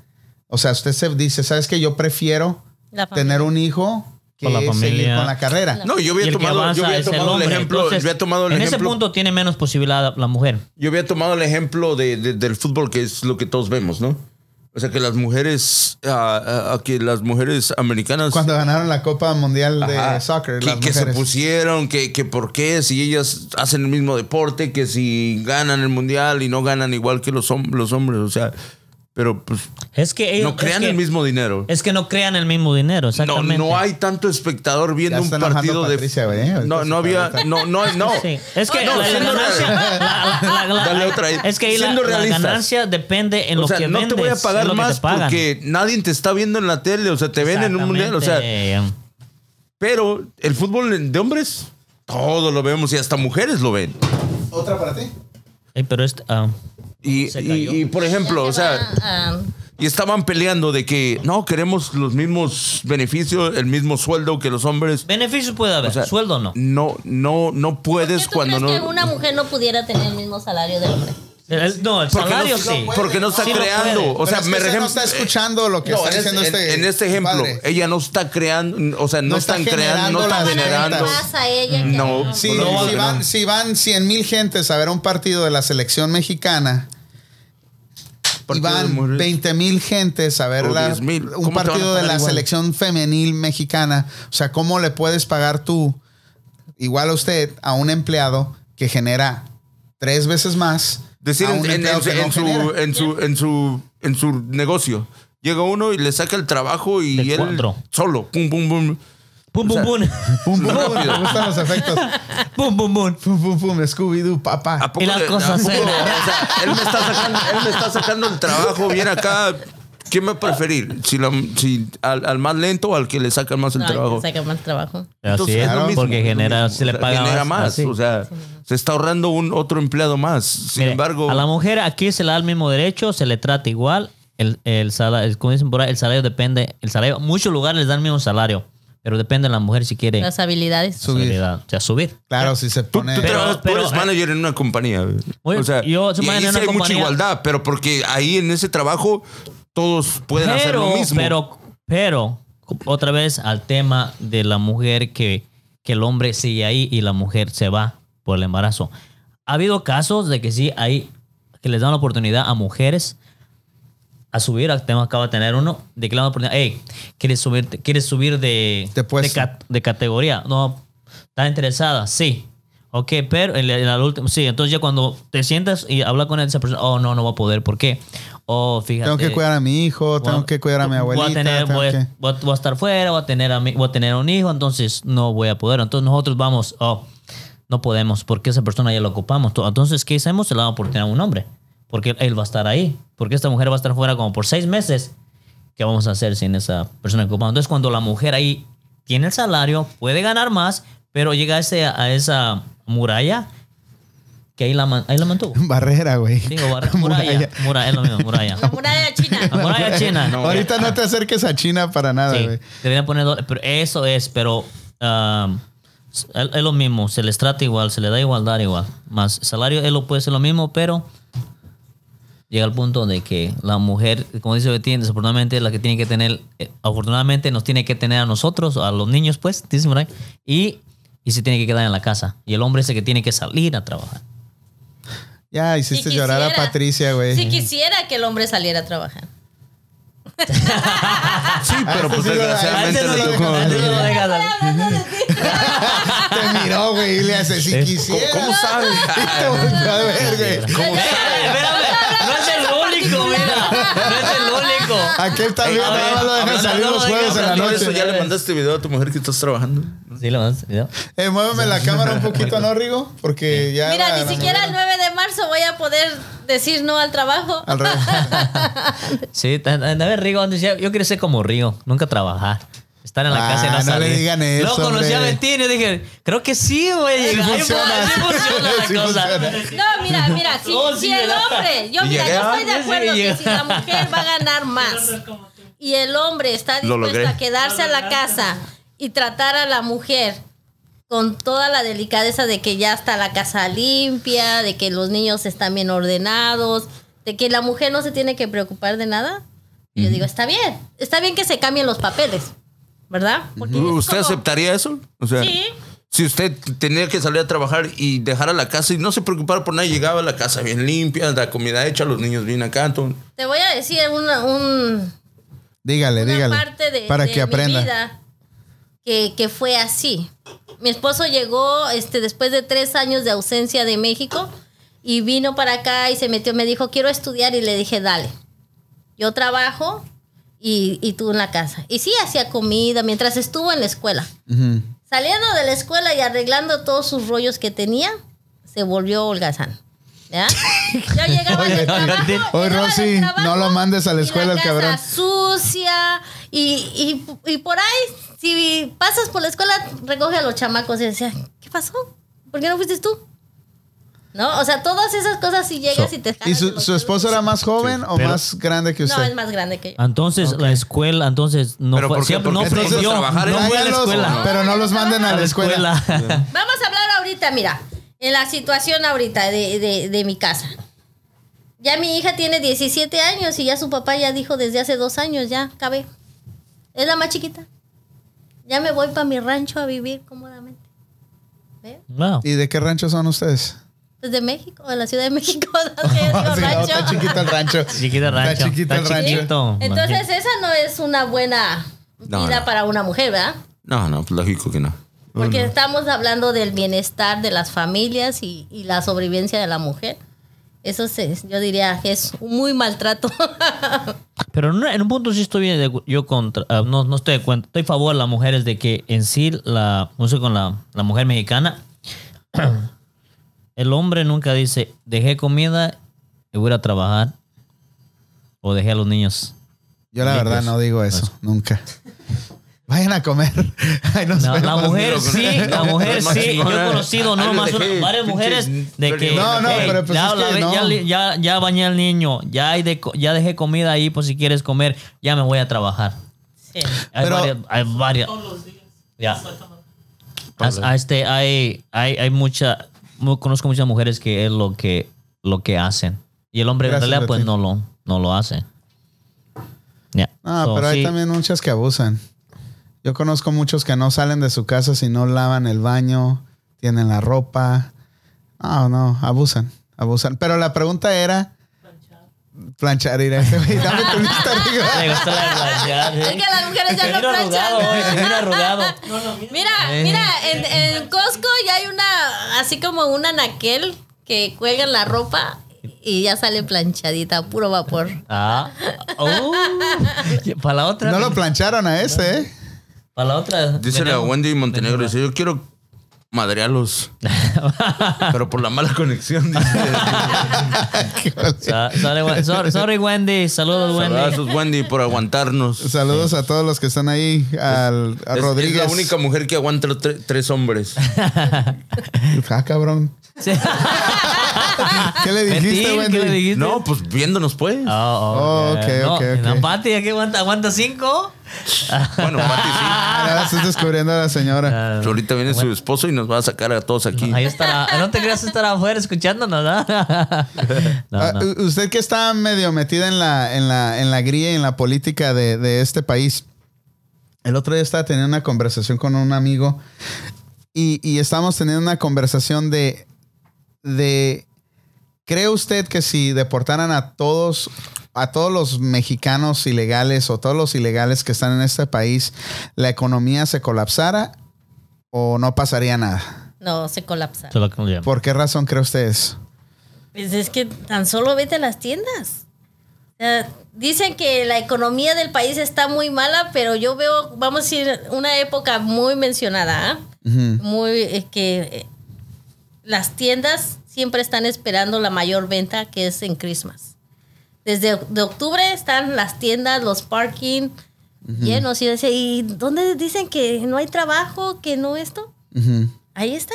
A: O sea, usted se dice, ¿sabes qué? Yo prefiero
B: La familia.
A: tener un hijo que
D: Con la
A: seguir
D: familia.
A: con la carrera.
C: No, yo
D: Y
C: había
D: el que
C: tomado, yo
D: avanza
C: había
D: es el
C: tomado el,
D: hombre.
C: ejemplo.
D: Entonces,
C: yo había tomado el
D: en ese
C: ejemplo.
D: punto tiene menos posibilidad la mujer.
C: Yo había tomado el ejemplo de, de- del fútbol, que es lo que todos vemos, ¿no? O sea, que las mujeres, ah, ah, que las mujeres americanas
A: Cuando ganaron la Copa Mundial de
C: Pues, Ajá.
A: Soccer,
C: que,
A: las
C: que se
A: mujeres.
C: pusieron, que, que por qué, si ellas hacen el mismo deporte, que si ganan el mundial y no ganan igual que los, hom- los hombres, o sea, pero pues
D: Eh, Es que ellos-
C: no crean
D: es que-
C: el mismo dinero.
D: Es que no crean el mismo dinero,
C: No,
D: exactamente.
C: no hay tanto espectador viendo
A: Ya
C: un
A: está enojando
C: partido
A: Patricia, güey,
C: de...
A: ahorita
C: No,
A: se
C: no había...
A: para.
C: No, no, no.
D: Sí. Es que
C: No,
D: la, la
C: siendo
D: ganancia,
C: real-
D: la- la- la- la-
C: Dale otra ahí.
D: es que ahí la,
C: Siendo
D: la
C: realistas.
D: ganancia depende en
C: o
D: lo
C: sea,
D: que
C: no te
D: vendes,
C: voy a
D: es
C: pagar
D: lo que te
C: más
D: pagan.
C: porque nadie te está viendo en la tele, o sea, te ven en un mundial, o sea,
D: Exactamente.
C: pero el fútbol de hombres, todo lo vemos y hasta mujeres lo ven.
A: Otra para ti.
D: Ey, pero este, ah,
C: Y,
D: Se
C: y,
D: cayó.
C: y, por ejemplo, o sea,
B: Ah,
C: y estaban peleando de que no queremos los mismos beneficios, el mismo sueldo que los hombres.
D: beneficios puede haber,
C: O sea,
D: sueldo no.
C: No, no, no
B: ¿por
C: puedes
B: qué tú
C: cuando
B: crees
C: no.
B: que una mujer no pudiera tener el mismo salario del hombre?
D: El- el- no, el
C: Porque no-
D: salario
C: no
D: sí.
C: puede, Porque no está
D: Sí lo
C: creando.
D: puede.
C: O sea,
A: Pero es
C: me
A: que usted
C: rejem-
A: no está escuchando lo que
C: No,
A: está
C: en,
A: diciendo
C: este,
A: este.
C: en este ejemplo,
A: padre.
C: ella no está creando, o sea, no,
A: No está
C: están creando, no
A: generando
C: están
A: las
C: generando.
A: ventas.
B: Más a ella que a
C: No,
B: él.
A: Sí,
C: por lo
A: si,
C: menos que no.
A: van, si van 100 mil gentes a ver un partido de la selección mexicana y
C: Partido de
A: van
C: mujeres.
A: 20 mil gentes a ver
C: O
A: la-
C: 10,000,
A: un
C: ¿cómo te van a
A: partido de
C: pagar
A: la
C: igual?
A: selección femenil mexicana, o sea, ¿cómo le puedes pagar tú, igual a usted, a un empleado que genera tres veces más?
C: Decir
A: a
C: en,
A: un
C: en-
A: empleado
C: en-
A: que no
C: en su,
A: genera?
C: en, su, en, su, en su negocio. Llega uno y le saca el trabajo y
D: De
C: él
D: cuatro.
C: solo, pum, pum, pum.
D: Pum,
C: o sea,
D: pum, pum.
A: Pum, pum, pum,
C: Rápido.
A: me gustan los efectos.
C: *laughs*
D: Pum, pum, pum.
A: Pum, pum, pum, Scooby-Doo, papá.
C: ¿A poco
D: Y las
C: le-
D: cosas
C: a poco-
D: se-
C: o sea, él, me está sacando, él me está sacando el trabajo bien acá. ¿Quién va a preferir? Si la- si al, al más lento o al que le saca más el
B: No, hay que
C: trabajo?
B: sacar más trabajo.
D: Así
C: Entonces,
D: es,
C: lo mismo,
D: porque
C: es lo
D: genera,
C: mismo.
D: si le
C: O sea,
D: pagan
C: genera más.
D: así.
C: O sea, se está ahorrando un otro empleado más. Sin
D: Mire,
C: embargo,
D: a la mujer aquí se le da el mismo derecho, se le trata igual. El, el salario, como dicen por ahí, el salario depende. El salario, muchos lugares les dan el mismo salario. Pero depende de la mujer si quiere
B: Las habilidades.
A: Subir.
D: habilidad, o sea, subir.
A: Claro, si se
C: Tú,
A: pone.
C: tú
D: Pero-
C: trabajas- tú
D: pero- eh,
C: eres manager en una compañía.
D: Oye,
C: o sea,
D: yo soy
C: y ahí
D: manager en
C: sí
D: una
C: hay mucha
D: compañía.
C: igualdad, pero porque ahí en ese trabajo todos pueden hacer lo mismo.
D: Pero, pero, otra vez al tema de la mujer que, que el hombre sigue ahí y la mujer se va por el embarazo. Ha habido casos de que sí hay que les dan la oportunidad a mujeres a subir, tenemos acaba de tener uno, de que le dan la oportunidad, hey, ¿quieres subir, quieres subir de,
A: De puesto.
D: cat- de categoría? No, ¿estás interesada? Sí. Ok, pero en la, en la última, sí, entonces ya cuando te sientas y hablas con esa persona, oh, no, no va a poder, ¿por qué? Oh, fíjate.
A: Tengo que cuidar a mi hijo,
D: Voy
A: tengo que cuidar a mi abuelita.
D: Voy a, tener,
A: tengo
D: voy, a-
A: que- *laughs*
D: voy a- voy a estar fuera, voy a, tener a mi- voy a tener un hijo, entonces no voy a poder. Entonces nosotros vamos, oh, no podemos, porque esa persona ya la ocupamos. To- Entonces, ¿qué hacemos? Se la damos oportunidad a un hombre, porque él- él va a estar ahí, porque esta mujer va a estar fuera como por seis meses. ¿Qué vamos a hacer sin esa persona que ocupamos? Entonces, cuando la mujer ahí tiene el salario, puede ganar más, pero llega a, ese- a esa muralla que ahí la, man- ahí la mantuvo.
A: *laughs* Barrera, güey.
D: Digo, barra-
A: *laughs*
D: muralla, muralla, es lo mismo, muralla.
B: La muralla
C: *laughs*
B: china.
D: La muralla china.
A: Ahorita no te acerques a China para nada,
D: Sí,
A: güey.
D: deberían poner dólares, pero eso es, pero um, es es lo mismo, se les trata igual, se les da igualdad igual. Más salario, él lo puede ser lo mismo, pero llega al punto de que la mujer, como dice Betín, desafortunadamente es la que tiene que tener, eh, afortunadamente nos tiene que tener a nosotros, a los niños, pues, dice Murray, y, y se tiene que quedar en la casa. Y el hombre es el que tiene que salir a trabajar.
A: Ya hiciste llorar a
B: quisiera-
A: Patricia, güey.
B: Si quisiera que el hombre saliera a trabajar.
C: sí,
D: Ah,
C: pero
A: ese
C: pues
A: sí lo-
C: desgraciadamente
A: ese no
C: le
A: lo
C: tocó-
A: dejan hacer.
B: Hablando de ti.
A: Te miró, güey, y le hace si
D: *laughs* ¿Cómo-
C: ¿Cómo,
A: quisiera.
C: cómo
A: *laughs*
C: sabes?
A: Te
C: *laughs*
A: volteó a ver, güey.
D: Espérame, espérame, no es el único, mira, no es el único.
A: Aquel también
D: a
A: nada
D: ver,
A: más lo dejan
D: hablando-
A: salir los
D: hablando de-
A: jueves en la
D: hablando de
A: noche.
C: eso ya le mandaste este video a tu mujer que estás trabajando.
D: Sí, lo mandas, ¿no?
A: Eh, muéveme la cámara un poquito, ¿no, Rigo? Porque ya. la-
B: Mira,
A: la
B: ni siquiera el 9 de marzo voy a poder decir no al trabajo.
A: Al revés.
D: Sí, a ver, Rigo, donde decía, yo quería ser como Rigo, nunca trabajar. Estar en la
A: Ah,
D: casa y no
A: no
D: salir.
A: le digan eso,
D: Luego conocí a
A: hombre.
D: Betín y dije, creo que sí, güey.
A: Sí
D: Ahí va,
A: funciona,
D: ahí
A: sí,
D: funciona la
A: *laughs* sí
D: cosa.
A: funciona.
B: No, mira, mira, si,
D: Oh, sí,
B: si el
D: ¿verdad?
B: hombre, yo
C: Y
B: mira,
C: llegué,
B: yo estoy de
D: ah,
B: acuerdo
D: sí,
B: que
D: llegué.
B: si la mujer va a
F: *laughs*
B: ganar más
F: Quiero ser como tú.
B: y el hombre está
C: Lo
B: dispuesto
C: logré.
B: a quedarse a la casa y tratar a la mujer con toda la delicadeza de que ya está la casa limpia, de que los niños están bien ordenados, de que la mujer no se tiene que preocupar de nada, yo digo, está bien, está bien que se cambien los papeles, ¿verdad? Porque es
C: ¿Usted
B: como-
C: aceptaría eso? O sea,
B: Sí.
C: si usted tenía que salir a trabajar y dejar a la casa y no se preocupar por nada, llegaba a la casa bien limpia, la comida hecha, los niños bien acá, todo.
B: Te voy a decir una- un,
A: Dígale,
B: *laughs* una
A: dígale.
B: parte de,
A: para
B: de
A: que aprenda.
B: mi vida que, que fue así. Mi esposo llegó este, después de tres años de ausencia de México y vino para acá y se metió, me dijo, quiero estudiar y le dije, dale, yo trabajo y, y tú en la casa. Y sí, hacía comida mientras estuvo en la escuela.
A: Ujú.
B: Saliendo de la escuela y arreglando todos sus rollos que tenía, se volvió holgazán.
A: *laughs*
B: ¿Ya? Yo llegaba
A: Oye,
B: del trabajo,
A: oye,
D: oye,
B: llegaba
A: Rosy,
B: del trabajo
A: no lo mandes a la
B: y
A: escuela, el
B: casa
A: cabrón.
B: sucia y, y- y por ahí, si pasas por la escuela, recoge a los chamacos y decía, ¿qué pasó? ¿Por qué no fuiste tú? ¿No? O sea, todas esas cosas si llegas
D: So-
B: y te
A: ¿Y
B: jalas de
A: su,
B: los
A: su esposo
B: pelos.
A: era más joven o
D: Pero-
A: más grande que
B: No, es
A: usted?
B: más grande que yo.
D: Entonces, la escuela, entonces, no
C: Pero
D: fue,
C: ¿por qué?
D: siempre
C: ¿Por
D: no
C: qué entonces
D: ofreció,
C: trabajar
D: no
C: en-
D: fue a la
A: Tráiganlos,
D: escuela.
A: Pero no los manden a la escuela.
D: *laughs*
B: Vamos a hablar ahorita, mira, en la situación ahorita de, de- de mi casa. Ya mi hija tiene 17 años y ya su papá ya dijo desde hace dos años, ya, cabe. Es la más chiquita. Ya me voy para mi rancho a vivir cómodamente. ¿Ve?
D: Wow.
A: ¿Y de qué rancho son ustedes?
B: Desde México, de la Ciudad de México, *laughs* donde yo digo
A: *laughs* Sí, no,
B: rancho.
A: está chiquito el rancho.
D: *laughs* Chiquito rancho.
A: Está chiquito el
D: Está
A: rancho.
D: chiquito.
B: Entonces esa no es una buena
C: No,
B: vida
C: no.
B: para una mujer, ¿verdad?
C: No, no, pues lógico que no.
B: Porque estamos hablando del bienestar de las familias y, y la sobrevivencia de la mujer. Eso es, yo diría que es un muy maltrato. *laughs*
D: Pero en, una- en un punto sí estoy de- yo contra, ah, no, no estoy de cuenta, estoy a favor de las mujeres de que en sí la, no sé, con la, la mujer mexicana, *clears throat* el hombre nunca dice, dejé comida y voy a ir a trabajar o dejé a los niños.
A: Yo la
D: pues.
A: verdad no digo eso, nunca. *laughs* Vayan a comer. *laughs* Ahí nos
D: No, la
A: vemos.
D: mujer sí, la mujer
C: Más
D: sí. Yo
C: chingona.
D: he conocido
C: Ahí
D: no
C: lo
D: más
C: dejé,
D: varias
C: pinche
D: mujeres de que
A: No, no,
D: "Hey,
A: pero pues
D: ya,
A: es
D: la
A: que
D: ve-
A: no.
D: ya li- ya, ya bañé al niño, ya, hay de co- ya dejé comida ahí por si quieres comer, ya me voy a trabajar.
B: Sí.
D: Hay
A: Pero-
D: varias- hay varias.
F: Todos los días.
D: Ya.
F: la cámara.
D: As- a este, hay, hay, hay mucha, mu- conozco muchas mujeres que es lo que, lo que hacen. Y el hombre
A: Gracias,
D: en realidad pues
A: Betín.
D: no lo, no lo hace. Ya.
A: Ah,
D: So,
A: pero hay
D: sí. *laughs*
A: también muchas que abusan. Yo conozco muchos que no salen de su casa si no lavan el baño, tienen la ropa. Ah, no, abusan, abusan. Pero la pregunta era planchar ir a este güey. *laughs* Dame tu lista, digo.
D: Le gusta la planchada,
B: Es
D: ¿eh?
B: que las mujeres
D: Se
B: ya no
D: mira arrugado, hoy, se mira
B: planchan. *laughs*
D: arrugado.
F: No, no, mira.
B: Mira,
D: Eh.
B: mira, en, en Costco ya hay una, así como una naquel que cuelgan la ropa y ya sale planchadita, a puro vapor.
D: Ah. Oh. Para la otra.
A: No lo plancharon a ese, ¿eh?
D: Para la otra.
C: Dice a
D: venimos.
C: Wendy Montenegro, dice, yo quiero *laughs* madrearlos. pero por la mala conexión. Dice,
D: Sa- Sorry,
A: *laughs*
D: Wen- sorry, sorry, Wendy. Saludos, Wendy.
C: Abrazos, *laughs* Wendy, por aguantarnos.
A: Saludos a todos los que están ahí. Al, a
C: Es- es
A: Rodríguez.
C: la única mujer que aguanta tre- tres *laughs* hombres.
A: *laughs* Ah, cabrón.
D: Sí. *laughs*
A: ¿Qué le
D: Betín,
A: dijiste,
D: ¿qué
A: güey?
D: le dijiste?
C: No, pues viéndonos, pues.
D: Oh,
A: Oh,
D: ok,
A: ok, ok, ok.
D: No, Pati, ¿a qué aguanta? ¿Aguanta cinco?
C: Bueno, Pati sí. *laughs*
A: Ahora estás descubriendo a Ah, la señora.
D: Ah,
C: Ahorita viene su esposo y nos va a sacar a todos aquí.
D: Ahí estará. Ah, No te creas estar afuera
A: *laughs*
D: escuchándonos, ¿verdad? No,
A: Ah,
D: no.
A: u- Usted que está medio metida en la, en la, en la gría y en la política de, de este país. El otro día estaba teniendo una conversación con un amigo y, y estábamos teniendo una conversación de, de ¿cree usted que si deportaran a todos, a todos los mexicanos ilegales o todos los ilegales que están en este país, la economía se colapsara o no pasaría nada?
B: No, se colapsa.
D: Eso es lo que nos llama.
A: ¿Por qué razón cree usted eso?
B: Pues es que tan solo vete a las tiendas. O sea, dicen que la economía del país está muy mala, pero yo veo, vamos a decir, una época muy mencionada, ¿ah?
A: Ujú.
B: muy eh, que eh, las tiendas siempre están esperando la mayor venta que es en Christmas. Desde oc- de octubre están las tiendas, los parking llenos y dice, ¿y dónde dicen que no hay trabajo, que no esto?
A: Ujú.
B: Ahí está.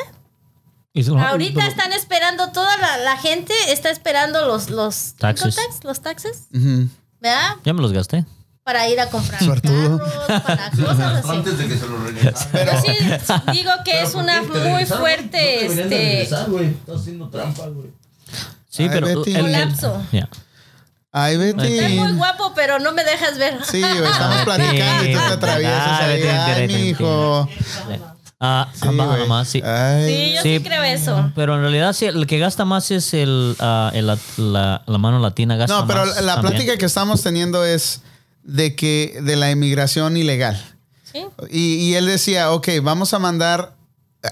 D: Y son-
B: Ahorita están esperando, toda la, la gente está esperando los, los
D: Taxes.
B: tax- los taxes,
A: Ujú.
B: ¿verdad?
D: Ya me los gasté.
B: Para ir a comprar
A: Suertudo.
B: carros,
D: *laughs*
B: para cosas así.
C: Antes de que se lo regresaran.
B: Pero sí digo que es una muy fuerte este,
C: Estás haciendo trampa, güey.
D: Sí,
A: Ay,
D: pero.
A: Betty.
B: Colapso.
D: Ya.
A: Ay, Betty.
B: Estás muy guapo, pero no me dejas ver.
A: Sí, güey, estamos
D: Ah,
A: platicando y tú te
D: sí.
A: atraviesas
D: Ah,
A: ahí.
D: vete, vete,
A: Ay,
D: vete,
A: mijo.
D: Ah,
A: Sí,
D: baja
A: güey.
D: nomás, sí.
B: Sí,
A: Ay.
B: yo *laughs* sí,
D: Sí.
B: creo eso.
D: Pero en realidad sí, el que gasta más es el, ah, el lat- la, la mano latina gasta
A: No, pero
D: más
A: la la
D: también.
A: plática que estamos teniendo es de que de la inmigración ilegal.
B: Sí.
A: Y, y él decía, ok, vamos a mandar,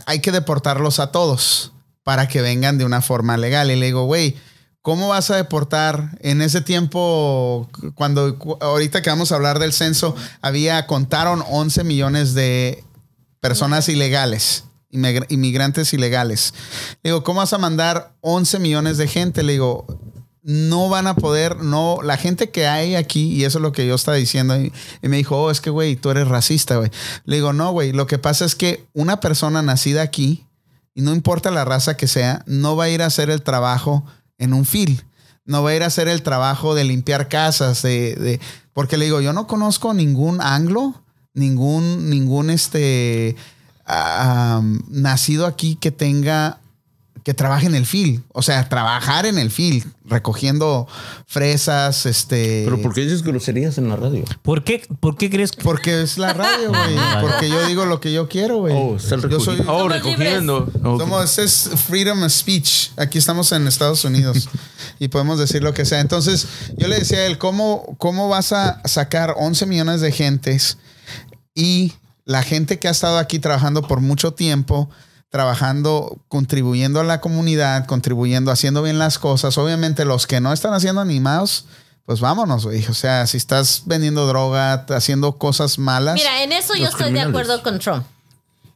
A: hay que deportarlos a todos para que vengan de una forma legal. Y le digo, güey, ¿cómo vas a deportar en ese tiempo, cu- cuando cu- ahorita que vamos a hablar del censo, había, contaron 11 millones de personas ilegales, inmigra- inmigrantes ilegales? Le digo, ¿cómo vas a mandar 11 millones de gente? Le digo, no van a poder, no, la gente que hay aquí, y eso es lo que yo estaba diciendo, y, y me dijo, oh, es que, güey, tú eres racista, güey. Le digo, no, güey, lo que pasa es que una persona nacida aquí, y no importa la raza que sea, no va a ir a hacer el trabajo en un fil, no va a ir a hacer el trabajo de limpiar casas, de, de- porque le digo, yo no conozco ningún anglo, ningún, ningún, este, ah, ah, nacido aquí que tenga que trabaje en el field, o sea, trabajar en el field, recogiendo fresas, este...
C: Pero ¿por qué dices groserías en la radio?
D: ¿Por qué, ¿Por qué crees que.?
A: Porque es la radio,
C: *laughs*
A: güey. Porque yo digo lo que yo quiero, güey.
C: Oh, está
A: yo soy...
C: recogiendo. Oh,
B: Somos
C: recogiendo. Ok.
A: Somos, es freedom of speech. Aquí estamos en Estados Unidos y podemos decir lo que sea. Entonces, yo le decía a él, ¿cómo, cómo vas a sacar 11 millones de gentes y la gente que ha estado aquí trabajando por mucho tiempo, trabajando, contribuyendo a la comunidad, contribuyendo, haciendo bien las cosas? Obviamente, los que no están haciendo animados, pues vámonos, güey. O sea, si estás vendiendo droga, haciendo cosas malas.
B: Mira, en eso yo
C: Los
B: estoy de
C: criminales.
B: acuerdo con Trump.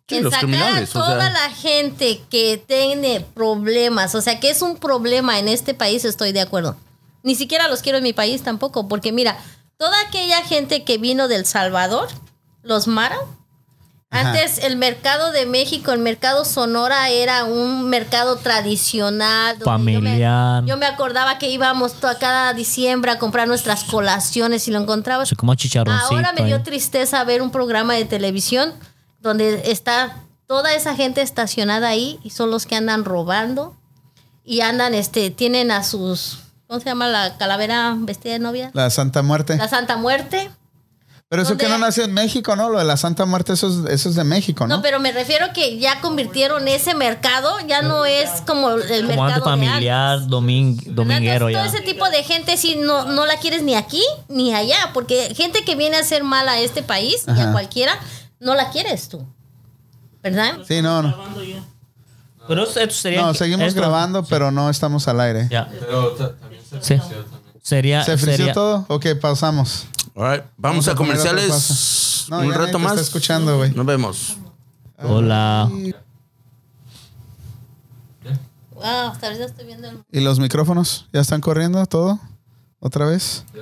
C: Sí,
B: en
C: los
B: sacar a
C: criminales, o
B: toda
C: sea.
B: la gente que tiene problemas, o sea, que es un problema en este país, estoy de acuerdo. Ni siquiera los quiero en mi país tampoco, porque mira, toda aquella gente que vino del Salvador, los Mara,
A: Ajá.
B: antes el mercado de México, el mercado Sonora era un mercado tradicional. donde yo me-
D: Familiar.
B: Yo me, acordaba que íbamos to- a cada diciembre a comprar nuestras colaciones y lo encontrabas.
D: Se como chicharroncito.
B: Ahora me dio
D: ahí.
B: tristeza ver un programa de televisión donde está toda esa gente estacionada ahí y son los que andan robando y andan, este, tienen a sus, ¿cómo se llama la calavera vestida de novia?
A: La Santa Muerte.
D: eh.
B: La Santa Muerte.
A: Pero eso
B: ¿Dónde
A: que no
B: hay?
A: nació en México, ¿no? Lo de la Santa Muerte, eso es, eso es de México, ¿no?
B: No, pero me refiero que ya convirtieron ese mercado, ya no es como el
D: Como
B: mercado
D: antes
B: de antes.
D: familiar, domin-
B: ¿Verdad?
D: dominguero
B: Entonces,
D: ya.
B: Todo ese tipo de gente si no, no la quieres ni aquí ni allá, porque gente que viene a hacer mal a este país y
A: Ajá.
B: a cualquiera, no la quieres tú. ¿Verdad?
A: Sí, no, no.
F: grabando ya.
D: Pero esto esto sería.
A: No, seguimos
D: esto-
A: grabando, pero no estamos al aire.
D: Ya.
E: Pero ta- también se
D: Sí.
E: ofreció también.
D: Sería.
A: ¿Se frició
D: sería-
A: todo? Ok, pausamos.
C: Alright, Vamos,
A: Vamos a
C: a
A: poner otra
C: comerciales
A: pausa. No,
C: un
A: ya nadie
C: rato
A: te
C: más.
A: está escuchando, güey.
C: Nos vemos. Ah.
D: Hola.
B: Wow, hasta ahorita estoy viendo el-
A: ¿Y los micrófonos? ¿Ya están corriendo todo? ¿Otra vez?
E: Ya.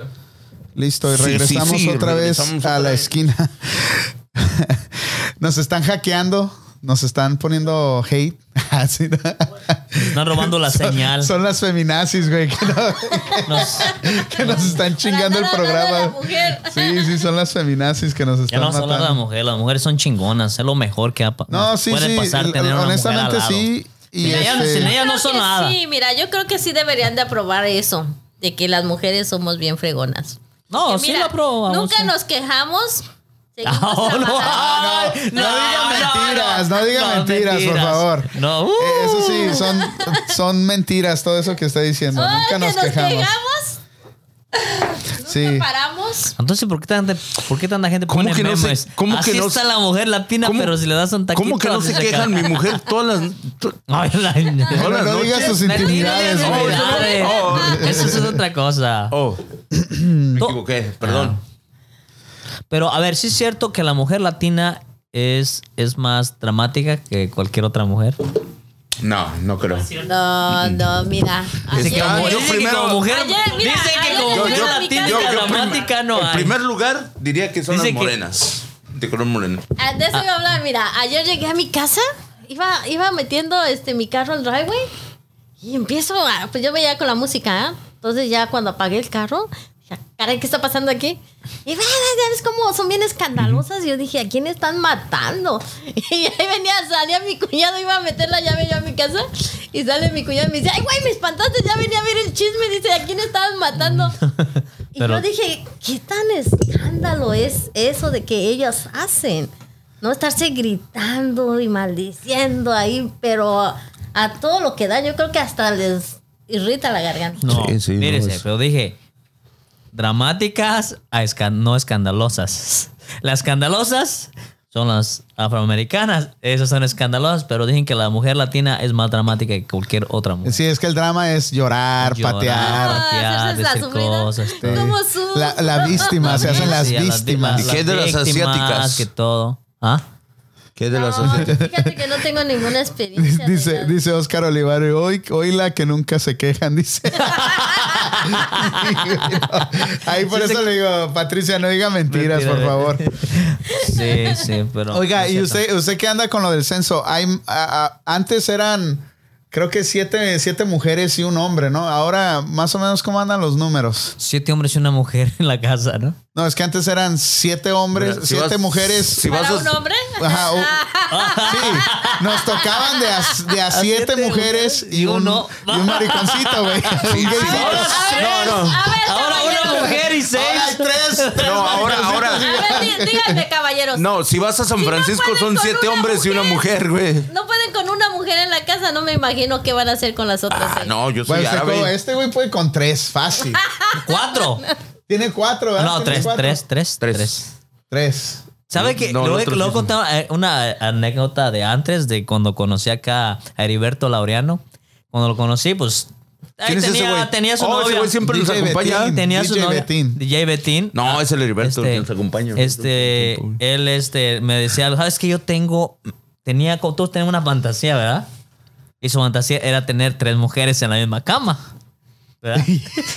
A: Listo, y
C: Sí, sí,
A: regresamos
C: sí,
A: otra
C: regresamos
A: vez a
C: otra
A: la
C: vez.
A: esquina. *laughs* nos están hackeando, nos están poniendo hate. *laughs* Así, ¿no?
D: Están robando la señal.
A: *laughs* Son las feminazis, güey, que, no-
D: Nos-
A: *laughs* que nos están chingando el
B: Para andar hablando de la
A: programa.
B: mujer.
A: *laughs* Sí, sí, son las feminazis que nos
D: ya
A: están
D: no vamos a hablar de las
A: matando.
D: mujeres. Las mujeres son chingonas. Es lo mejor que ha pa-
A: No, sí,
D: puede
A: sí.
D: pasar tener una mujer al
A: honestamente
D: lado.
A: sí. Y
D: Mira, ya-
A: este-
D: sin ella
B: Yo
D: no
B: creo
D: son
B: que
D: nada.
B: Sí, mira, yo creo que sí deberían de aprobar eso, de que las mujeres somos bien fregonas.
D: No,
B: Que
D: sí
B: mira,
D: lo probamos.
B: Nunca
D: sí.
B: nos quejamos. seguimos
D: *laughs* No, no, ah,
B: trabajando.
D: ay,
A: no diga mentiras, no diga mentiras, por favor.
D: No, uh,
A: Eh, Eso sí, son, son mentiras todo eso que está diciendo.
B: Ay,
A: Nunca
B: Oh, que
A: nos quejamos.
B: quejamos,
A: Sí.
B: nunca paramos.
D: Entonces, ¿por qué tanta, por qué tanta gente
C: ¿Cómo
D: pone
C: que no se-
D: memes?
C: cómo
D: Así
C: que no
D: está
C: se-
D: la mujer latina,
C: ¿Cómo-
D: pero si le das un taquito...
C: ¿Cómo que no
D: así
C: se quejan? Mi *laughs*
D: cae.
C: mujer todas las... to-
D: Ay, la-
C: todas las
A: No
C: noches-
A: digas sus intimidades,
D: Mentira,
A: güey.
C: güey.
D: intimidades.
C: Oh,
D: Eso es otra cosa.
C: *clears throat* Oh, me equivoqué, perdón.
D: Pero a ver, sí es cierto que la mujer latina es, es más dramática que cualquier otra mujer.
C: No, no creo.
B: No, no, mira.
C: Dice
B: ayer-
C: que como- Ah, yo
D: Dicen que
C: primero-
D: como mujer,
B: Ayer, mira,
D: dicen que
B: ayer
D: como
B: yo-
D: mujer
B: yo-
D: latina
B: yo- yo
D: dramática no
C: en
D: hay.
C: primer lugar, diría que son
D: Dice
C: las
D: que-
C: morenas. De color moreno.
B: Ah, De eso iba a hablar, mira, ayer llegué a mi casa, iba, iba metiendo este mi carro al driveway y empiezo a, pues yo veía con la música, ¿ah? entonces ya cuando apagué el carro, dije, caray, ¿qué está pasando aquí? Y ves, ves cómo son bien escandalosas, y yo dije, ¿a quién están matando? *laughs* Y ahí venía, salía mi cuñado, iba a meter la llave yo a mi casa y sale mi cuñado y me dice, ay, güey, me espantaste, ya venía a ver el chisme, dice, ¿a quién estaban matando? Y
D: *laughs* Pero-
B: yo dije, ¿qué tan escándalo es eso de que ellas hacen? No estarse gritando y maldiciendo ahí, pero a todo lo que da, yo creo que hasta les irrita la garganta.
D: No,
C: Sí, sí, no,
D: mírese,
C: es-
D: pero dije dramáticas a esca- no escandalosas. *laughs* Las escandalosas son las afroamericanas, esas son escandalosas, pero dicen que la mujer latina es más dramática que cualquier otra mujer.
A: Sí, es que el drama es llorar,
D: Llorar.
A: patear.
B: Ah, hacerse
D: decir
B: la sufrida.
D: cosas, todo.
B: ¿Cómo su-
A: este. La, la víctima, se hacen las
D: Sí, a las-
A: víctimas.
D: las
C: ¿Y qué de las
D: víctimas,
C: asiáticas?
D: Que todo. ¿Ah?
C: ¿Qué de las
B: No, fíjate que no tengo ninguna experiencia.
A: *laughs* Dice,
B: ¿verdad?
A: dice Oscar Olivario, hoy, hoy la que nunca se quejan, *laughs* dice. Ahí por
D: Sí,
A: eso
D: se-
A: le digo, Patricia, no diga mentiras,
D: Mentira,
A: por
D: güey.
A: favor.
D: Sí, sí,
A: *laughs*
D: pero.
A: Oiga,
D: es
A: y
D: cierto.
A: usted, usted que anda con lo del censo, hay, a- a- antes eran, creo que siete, siete mujeres y un hombre, ¿no? Ahora, más o menos, ¿cómo andan los números?
D: Siete hombres y una mujer en la casa, ¿no?
A: No, es que antes eran siete hombres,
C: Mira, si
A: siete
C: vas-
A: mujeres.
C: si vas
B: ¿Para
C: a-
B: un hombre? Ah.
A: Ajá, u- sí, nos tocaban de a, de a siete
D: siete
A: mujeres y un,
D: uno.
A: y un mariconcito, güey. Un gaycito.
C: No, no.
B: A ver,
D: Ahora una
A: *laughs*
B: caballero.
D: mujer
A: Ahora hay
D: y seis.
A: tres,
D: *laughs*
A: tres
C: No, ahora,
A: mariconcitos
C: ahora.
B: A ver, dí- díganme, caballeros.
C: No, si vas a San
B: Si no
C: Francisco
B: pueden
C: son
B: con
C: siete
B: una
C: hombres y una mujer, güey.
B: No pueden con una mujer en la casa, no me imagino qué van a hacer con las otras.
C: Ah,
B: seis.
C: no, yo soy
A: Bueno, este güey-
C: árabe.
A: este güey puede con tres, fácil.
D: Cuatro.
A: Tiene cuatro, ¿verdad?
D: No,
A: Tiene
D: tres,
A: cuatro.
D: tres, tres,
C: Tres.
D: tres.
A: Tres.
D: ¿Sabe que
C: No, el
D: luego,
C: otro
D: luego
C: sí.
D: contaba eh, una anécdota de antes, de cuando conocí acá a Heriberto Laureano? Cuando lo conocí, pues. Ahí
C: ¿Quién es ese
D: tenía,
C: güey?
D: tenía su
C: Oh, ese
D: novia.
C: güey siempre nos
A: DJ
C: acompaña.
A: Betín.
D: tenía su
A: DJ
D: novia,
A: Betín.
D: DJ Betín.
C: No, es el Heriberto
D: Este,
C: que nos acompaña.
D: Este, él este, me decía, sabes que yo tengo, tenía, como todos tenemos una fantasía, ¿verdad? Y su fantasía era tener tres mujeres en la misma cama. ¿verdad? *laughs*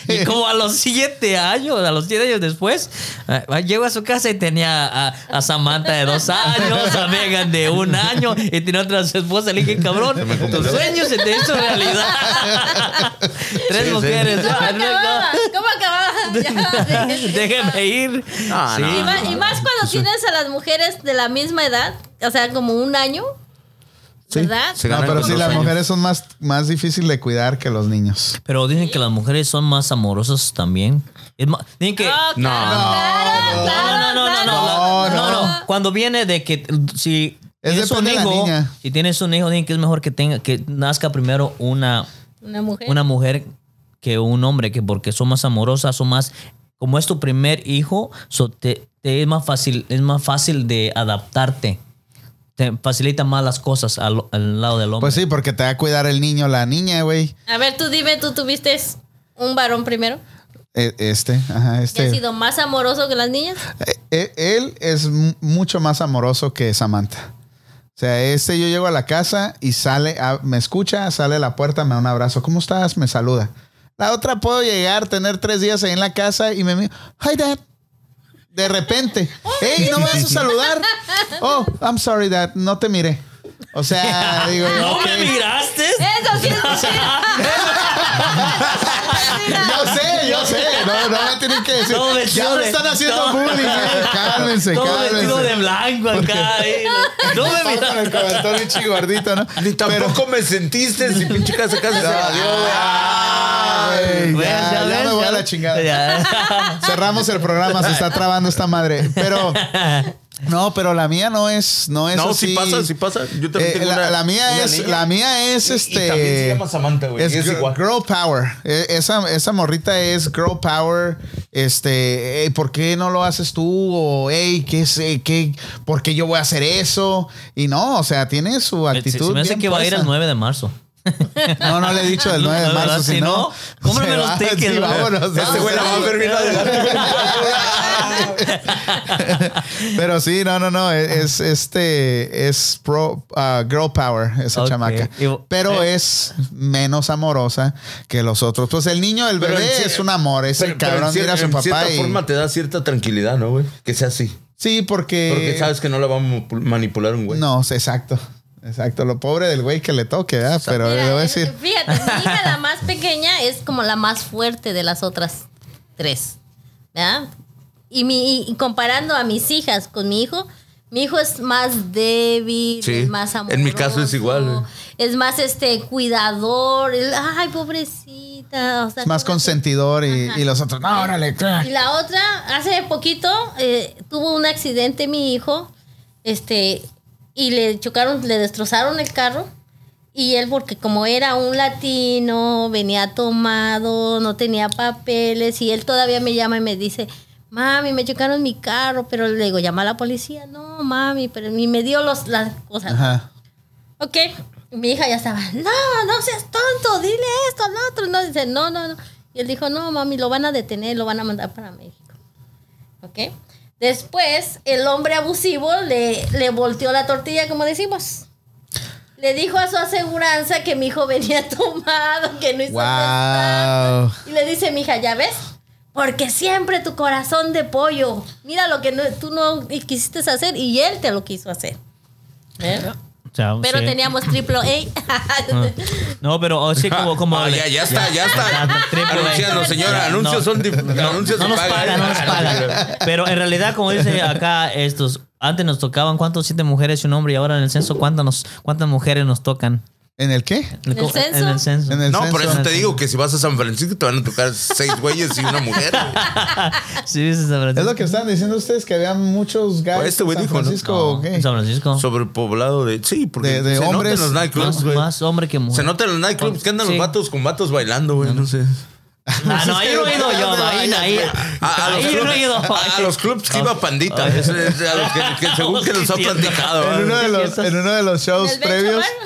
D: y como a los siete años, a los siete años después, eh, llego a su casa y tenía a, a Samantha de dos años, a Megan de un año y tenía otra su esposa. Le dije, cabrón,
C: me confundió.
D: tus
C: *laughs*
D: sueños se te hizo realidad. tres
C: Sí, sí.
D: mujeres. *laughs* ah, ¿no? *laughs*
B: ¿Cómo acababa? ¿Cómo acababa? ya,
D: Déjeme ir.
C: Ah, no.
B: Y ma- y más, cuando tienes a las mujeres de la misma edad, o sea, como un año,
C: Sí,
B: ¿verdad?
C: se
A: No,
C: ganan
A: pero
C: con
A: sí,
C: dos
A: las
C: años.
A: mujeres son más, más difíciles de cuidar que los niños.
D: Pero dicen que las mujeres son más amorosas también. Es ma- dicen que...
B: Oh,
C: No.
B: claro,
A: No,
B: claro,
D: no, no, no, no,
B: claro.
D: no, no,
A: no.
D: no. Cuando viene de que si
A: Es
D: tienes un
A: depende de la
D: hijo,
A: niña.
D: si tienes un hijo, dicen que es mejor que tenga que nazca primero una
B: Una mujer.
D: una mujer que un hombre, que porque son más amorosas, son más como es tu primer hijo, so te, te es más fácil es más fácil de adaptarte. Te facilita más las cosas al, al lado del hombre.
A: Pues sí, porque te va a cuidar el niño, la niña, güey.
B: A ver, tú dime, ¿tú tuviste un varón primero?
A: E- Este, ajá,
B: ¿Que ha
A: este.
B: sido más amoroso que las niñas?
A: E- Él es mu- mucho más amoroso que Samantha. O sea, este yo llego a la casa y sale, a- me escucha, sale a la puerta, me da un abrazo. ¿Cómo estás? Me saluda. La otra puedo llegar, tener tres días ahí en la casa y me mira, hi dad. De repente, hey, no me vas a saludar. Oh, I'm sorry dad, no te miré. O
D: *laughs*
A: sea, digo, ok.
D: miraste?
B: Eso sí es
D: *laughs*
B: mentira.
A: Yo sé, yo sé. No, no me tienen que decir.
D: Todo vestido
A: ya me
D: de-
A: están haciendo
D: todo-
A: bullying. eh. Cálmense,
D: Todo
A: cálmense.
D: vestido de blanco acá. eh.
A: *laughs*
D: No me
A: Estaba
D: miraste.
A: con el cobertor bien chigordito, ¿no?
C: Ni tampoco me sentiste si pinche casa casa se la dio, güey.
A: Ah, güey,
D: Ves,
A: ya, ya
D: ves,
A: me voy a
D: ya-
A: la chingada.
D: Ya.
A: Cerramos el programa, se está trabando esta madre. Pero. No, pero la mía no es. No, es
C: No,
A: así.
C: si pasa, si pasa. Yo también
A: Eh,
C: tengo
A: la,
C: una-
A: la mía
C: una
A: es
C: niña.
A: la mía es
C: Y- y
A: este
C: también se llama Samantha, güey, y es
A: gir-
C: igual.
A: girl power Eh, esa, esa morrita es girl power este "Ey, por qué no lo haces tú o hey qué sé qué por qué yo voy a hacer eso y no o sea tiene su
D: Eh, Se-
A: actitud
D: se me hace
A: bien
D: que va a ir
A: puesta.
D: el 9 de marzo.
A: no no le he dicho del 9 de
D: *laughs* No,
A: marzo
D: ¿verdad?
A: si
D: Si
A: no
D: no, cómprame
A: se
D: los
A: va,
D: tickets,
A: sí,
D: ¿no?
A: vámonos,
C: Este güey la va a ver bien adelante.
A: *laughs* Pero sí, no, no, no. e, Es, es este. Es pro, ah, girl power, esa
D: Ok.
A: chamaca.
D: Y- eh.
A: Pero es menos amorosa que los otros. Pues el niño, el
C: Pero
A: bebé,
C: en cier-
A: es un amor. Ese
C: Pero- pero
A: cabrón
C: en cier-
A: mira a su
C: en
A: papá.
C: cierta
A: y-
C: forma te da cierta tranquilidad, ¿no, güey? Que sea así.
A: sí, porque.
C: Porque sabes que no la va a mu- manipular un güey.
A: No, es exacto. Exacto. Lo pobre del güey que le toque, ¿verdad? Pero le
B: Pues Mira,
A: voy a
B: es-
A: decir.
B: Fíjate, mi hija,
A: *laughs*
B: la más pequeña, es como la más fuerte de las otras tres. ¿Verdad? Y, mi, y comparando a mis hijas con mi hijo, mi hijo es más débil,
C: Sí.
B: es más amoroso.
C: En mi caso es igual, güey.
B: Es más este cuidador. es- ay, pobrecita. o sea,
A: Es más
B: ¿cómo te-
A: consentidor y,
B: pues, Ajá.
A: y los otros. No, órale.
B: y la otra, hace poquito eh, tuvo un accidente mi hijo, este, y le chocaron, le destrozaron el carro. Y él, porque como era un latino, venía tomado, no tenía papeles, y él todavía me llama y me dice, mami, me chocaron mi carro, pero le digo, llama a la policía, no, mami, pero y me dio los, las cosas.
A: Ajá.
B: Ok. Mi hija ya estaba, no, no seas tonto, dile esto al otro. No, dice, no, no, no. Y él dijo, no, mami, lo van a detener, lo van a mandar para México. Ok. Después, el hombre abusivo le, le volteó la tortilla, como decimos. Le dijo a su aseguranza que mi hijo venía *laughs* tomado, que no hizo nada.
A: Wow.
B: Y le dice, mija, ¿ya ves? Porque siempre tu corazón de pollo. Mira lo que no- tú no quisiste hacer y él te lo quiso hacer. ¿Eh?
D: Chao,
B: Pero
D: sí.
B: teníamos triple
A: *laughs*
B: A.
D: No, pero o sí, como, como
C: Ah, ya, ya está, ya está. *laughs*
D: Triple A.
C: Anunciando, señora, anuncios son dif- anuncios
D: No nos
C: se pagan.
D: pagan, no nos
C: *laughs*
D: pagan. Pero en realidad, como dice acá, estos, antes nos tocaban cuántos siete mujeres y un hombre, y ahora en el censo, ¿cuántas, nos, cuántas mujeres nos tocan?
A: ¿En el qué?
B: ¿En el censo?
D: En el censo.
A: En el
C: No,
A: censo.
C: por eso te digo que si vas a San Francisco te van a tocar seis güeyes y una mujer. güey.
D: Sí, es en San Francisco.
A: Es lo que estaban diciendo ustedes que había muchos guys
C: Pues este
A: en
C: güey
A: San
C: dijo, ¿no?
A: Francisco.
D: No,
A: ¿o qué?
D: en San Francisco.
C: Sobrepoblado de. Sí, porque
A: De- de
C: se nota
A: hombres.
C: en los nightclubs,
D: Más,
C: güey.
D: más hombre que mujer.
C: Se nota en los nightclubs que andan
D: Sí.
C: los vatos con vatos bailando, güey. No sé.
D: Ah, no, ahí no he ido
C: *laughs*
D: yo, ahí, ahí.
A: Ah,
C: A, a los
D: Ahí
C: clubs,
D: no he ido.
C: a- a los clubs que iba pandita. es- es- a los que,
A: *laughs*
C: que según que los ha
D: Sí, cierto.
C: platicado.
A: en, uno
C: ¿eh?
A: de los, en uno de los shows
B: ¿En el Bencho
A: previos. *laughs*
B: *laughs*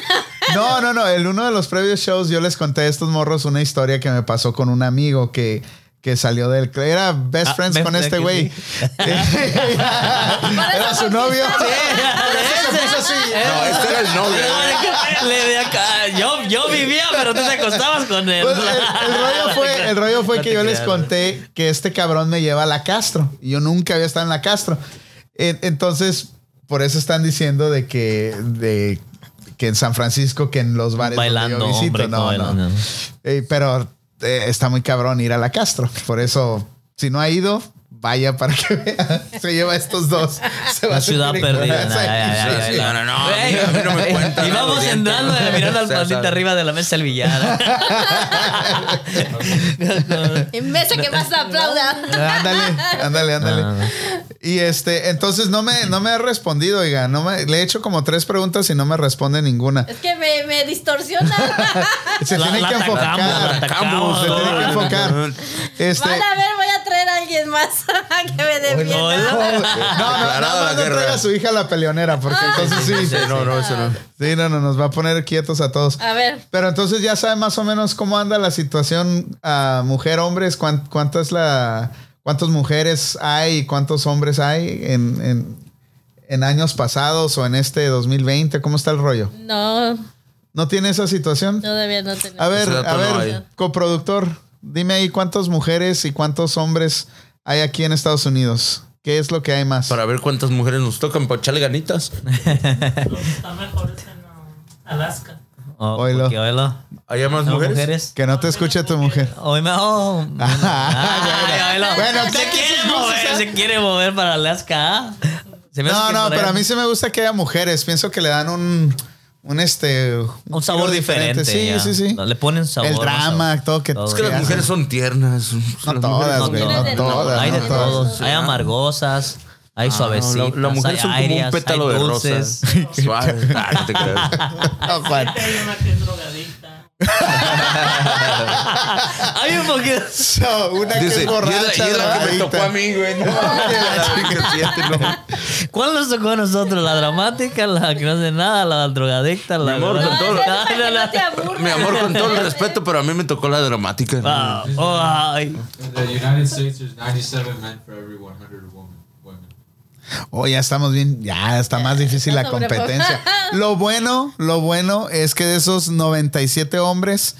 A: No, no, no. En uno de los previos shows yo les conté a estos morros una historia que me pasó con un amigo que, que salió del. Era best
D: Ah,
A: friends
D: best
A: con
D: friend,
A: este
D: que
A: güey. *laughs* era su novio. Se puso así.
C: No, este era el novio.
D: Le de acá. Yo, yo vivía, pero tú te acostabas con él.
A: Pues, el,
D: *laughs*
A: el rollo fue, el rollo fue
D: No
A: que
D: te
A: yo les
D: creas, güey.
A: conté que este cabrón me lleva a la Castro. Y yo nunca había estado en la Castro. En- Entonces, por eso están diciendo de que, de, que en San Francisco, que en los bares donde yo
D: Bailando,
A: visito.
D: hombre,
A: no, no.
D: bailando.
A: Eh, pero eh, está muy cabrón ir a la Castro. Por eso Si no ha ido, vaya para que vea. *laughs* Se lleva a estos dos. Se va
D: La
A: a
D: ciudad
A: sentir
D: perdida.
A: engañada.
D: Nah, ya, ya, ya,
C: sí,
D: ya.
C: no, no, no, a mí- a mí no me cuentan,
D: *laughs* Y
C: no,
D: vamos
C: lo siento.
D: entrando a mirar
C: *laughs*
D: al
C: O sea,
D: pandita
C: sabe.
D: arriba de la mesa del billar.
A: *laughs*
B: En vez de que más aplauda.
A: Ándale, ándale, ándale.
D: No, no, no.
A: Y este, entonces no me, no me ha respondido, oiga. No me, le he hecho como tres preguntas y no me responde ninguna.
B: Es que me, me distorsiona.
A: Se
D: La-
A: tiene
D: la
A: que
D: atacamos,
A: enfocar.
D: la atacamos.
A: Se
C: ¿eh?
A: tiene que enfocar. *laughs* Este,
B: Van a ver, voy a traer a alguien más *laughs* que me
D: no,
B: defienda.
A: no, no, nada
C: Declarada la
A: más no
C: guerra.
A: traiga a su hija la peleonera, porque entonces sí.
C: Sí, no, no, eso no.
A: Sí, no, no, nos va a poner quietos a todos.
B: A ver.
A: Pero entonces ya sabe más o menos cómo anda la situación a mujer-hombres, cuán- cuántas la cuántas mujeres hay y cuántos hombres hay en, en- en años pasados o en este 2020, ¿cómo está el rollo?
B: No,
A: ¿No tiene esa situación?
B: todavía no tenemos.
A: A ver,
C: Ese dato
A: a
C: no
A: ver,
C: hay.
A: coproductor, dime ahí cuántas mujeres y cuántos hombres hay aquí en Estados Unidos. ¿Qué es lo que hay más?
C: Para ver cuántas mujeres nos tocan, para echarle ganitas.
F: Lo que está mejor es en ah, Alaska.
D: Oh,
A: Oilo.
D: porque oilo.
C: ¿Hay más
D: No,
C: mujeres?
D: mujeres.
A: Que no te escuche tu mujer. *laughs*
D: Hoy me. Oh,
A: Ah,
D: Ay, oilo.
A: bueno, ¿qué
D: se quiere
A: quiere
D: mover, se quiere mover para Alaska. ¿ah? Se me hace
A: No,
D: que
A: no,
D: por ahí-
A: pero a mí sí me gusta que haya mujeres. Pienso que le dan un, un este.
D: Un sabor
A: giro
D: diferente. ya.
A: Sí, sí, sí.
D: Le ponen sabor.
A: El
D: ¿no?
A: drama,
D: Sabor.
A: todo que.
D: Todo.
C: Es que las
A: hacen.
C: mujeres son tiernas.
A: No
C: Las
A: todas,
D: No,
A: güey. No,
B: no,
A: todas.
D: hay de
A: no todas.
D: todos. Hay amargosas,
C: Ah,
D: hay suavecitas.
C: La, la mujer
D: hay
C: son como un
D: aéreas,
C: pétalo
D: hay
C: de
D: dulces. *laughs*
C: rosas.
A: *laughs*
C: Suaves. Ah, no te creas.
A: No, Juan.
F: Siempre hay una que es drogadicta.
D: hay un poquito.
A: So, una que
C: Dice,
A: es
C: y es la-
A: borracha.
C: y es la que me
A: drogadicta.
C: tocó a mí, güey. No, *laughs* la chica siete, no.
D: ¿Cuál nos tocó a nosotros? ¿La dramática? ¿La que no hace nada? ¿La drogadicta? ¿La
C: Mi amor, con
B: No,
C: todo-
B: es para que
D: No, no,
B: no
D: *laughs* no.
B: te aburras.
C: Mi amor, con todo el respeto, pero a mí me tocó la dramática.
D: Ah, oh, ay.
E: In the United States, there's 97 men for every 100 woman, women.
A: Oh, ya estamos bien. Ya está más difícil
B: Está
A: la
B: sobre-
A: competencia. Lo bueno, lo bueno es que de esos 97 hombres,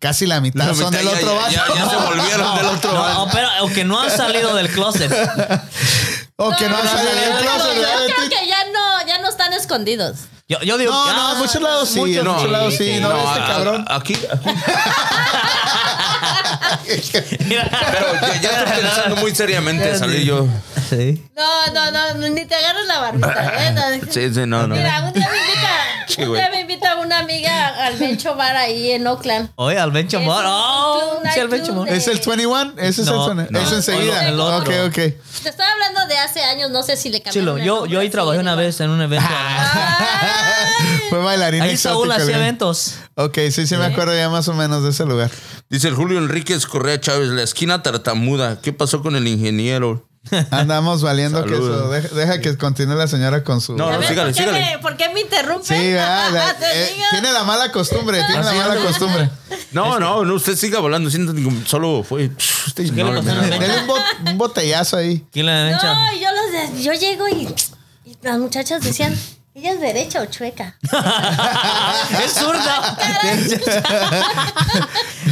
A: casi la mitad
C: La
A: son
C: mitad
A: del
C: ya-
A: otro
C: ya-
A: vaso.
C: Ya, ya se volvieron del otro
D: No,
C: vaso.
D: pero o que no han salido del closet.
A: O que no han
D: no,
A: salido
D: no,
A: del
D: no,
A: closet,
B: Yo
A: ¿verdad,
B: creo
A: Betty?
B: que ya no, ya no están escondidos.
D: Yo, yo digo
A: No,
D: que,
A: no,
D: ah,
A: muchos lados sí, en muchos lados sí. No, este
C: a-
A: cabrón.
C: Aquí, aquí.
D: *laughs* Mira.
C: Pero ya, ya
A: *laughs*
C: estoy pensando muy seriamente en salir yo.
D: Sí.
B: No, no, no, ni te agarras la barbita. ¿eh? No.
C: Sí, sí, no, no.
B: Mira, un día me invita,
C: *laughs* Sí,
B: un
C: güey.
B: día me invita una amiga al Bencho Bar ahí en Oakland.
D: Oye, al Bencho
B: Es
D: Mor.
B: un
D: Oh,
B: club night
D: sí, al Bencho
B: club
D: Mor.
B: de-
A: ¿Es el 21? Ese es
D: No,
A: el 21.
D: no.
A: es enseguida.
D: El otro.
A: Ok, ok.
B: Te estoy hablando de hace años, no sé si le cambiaron.
D: Chilo,
B: el
D: yo,
B: nombre,
D: yo ahí
B: sí, Ah,
D: trabajé una
B: igual.
D: vez en un evento.
C: *laughs*
B: Ay,
A: Fue bailarín
D: Ahí Saúl
A: exótico,
D: hacía
A: ¿no?
D: eventos.
A: Ok, sí, sí me acuerdo ya más o menos de ese lugar.
C: Dice el Julio Enríquez Correa Chávez, la esquina tartamuda. ¿Qué pasó con el ingeniero?
A: Andamos valiendo que
C: Salud.
A: eso. Deja, deja que continúe la señora con su...
C: No,
B: a
C: no,
B: ver,
C: sígale,
B: ¿por qué
C: sígale. ah,
B: me- ¿Por qué me interrumpen?
A: Sí, ¿verdad? La-
B: *laughs* Te
A: eh,
B: digo. Ah,
A: tiene la mala costumbre, tiene la mala costumbre.
C: No, no, no, usted siga volando. siéntate como- Solo fue. Usted
D: le
C: ignórame,
D: pasó a la
C: nada más.
A: Dele un, bot- un botellazo ahí.
D: ¿Quién le Bencho? *laughs*
B: No, yo, los de- yo llego y, y las muchachas decían, ¿ella es derecha o chueca?
D: es zurda.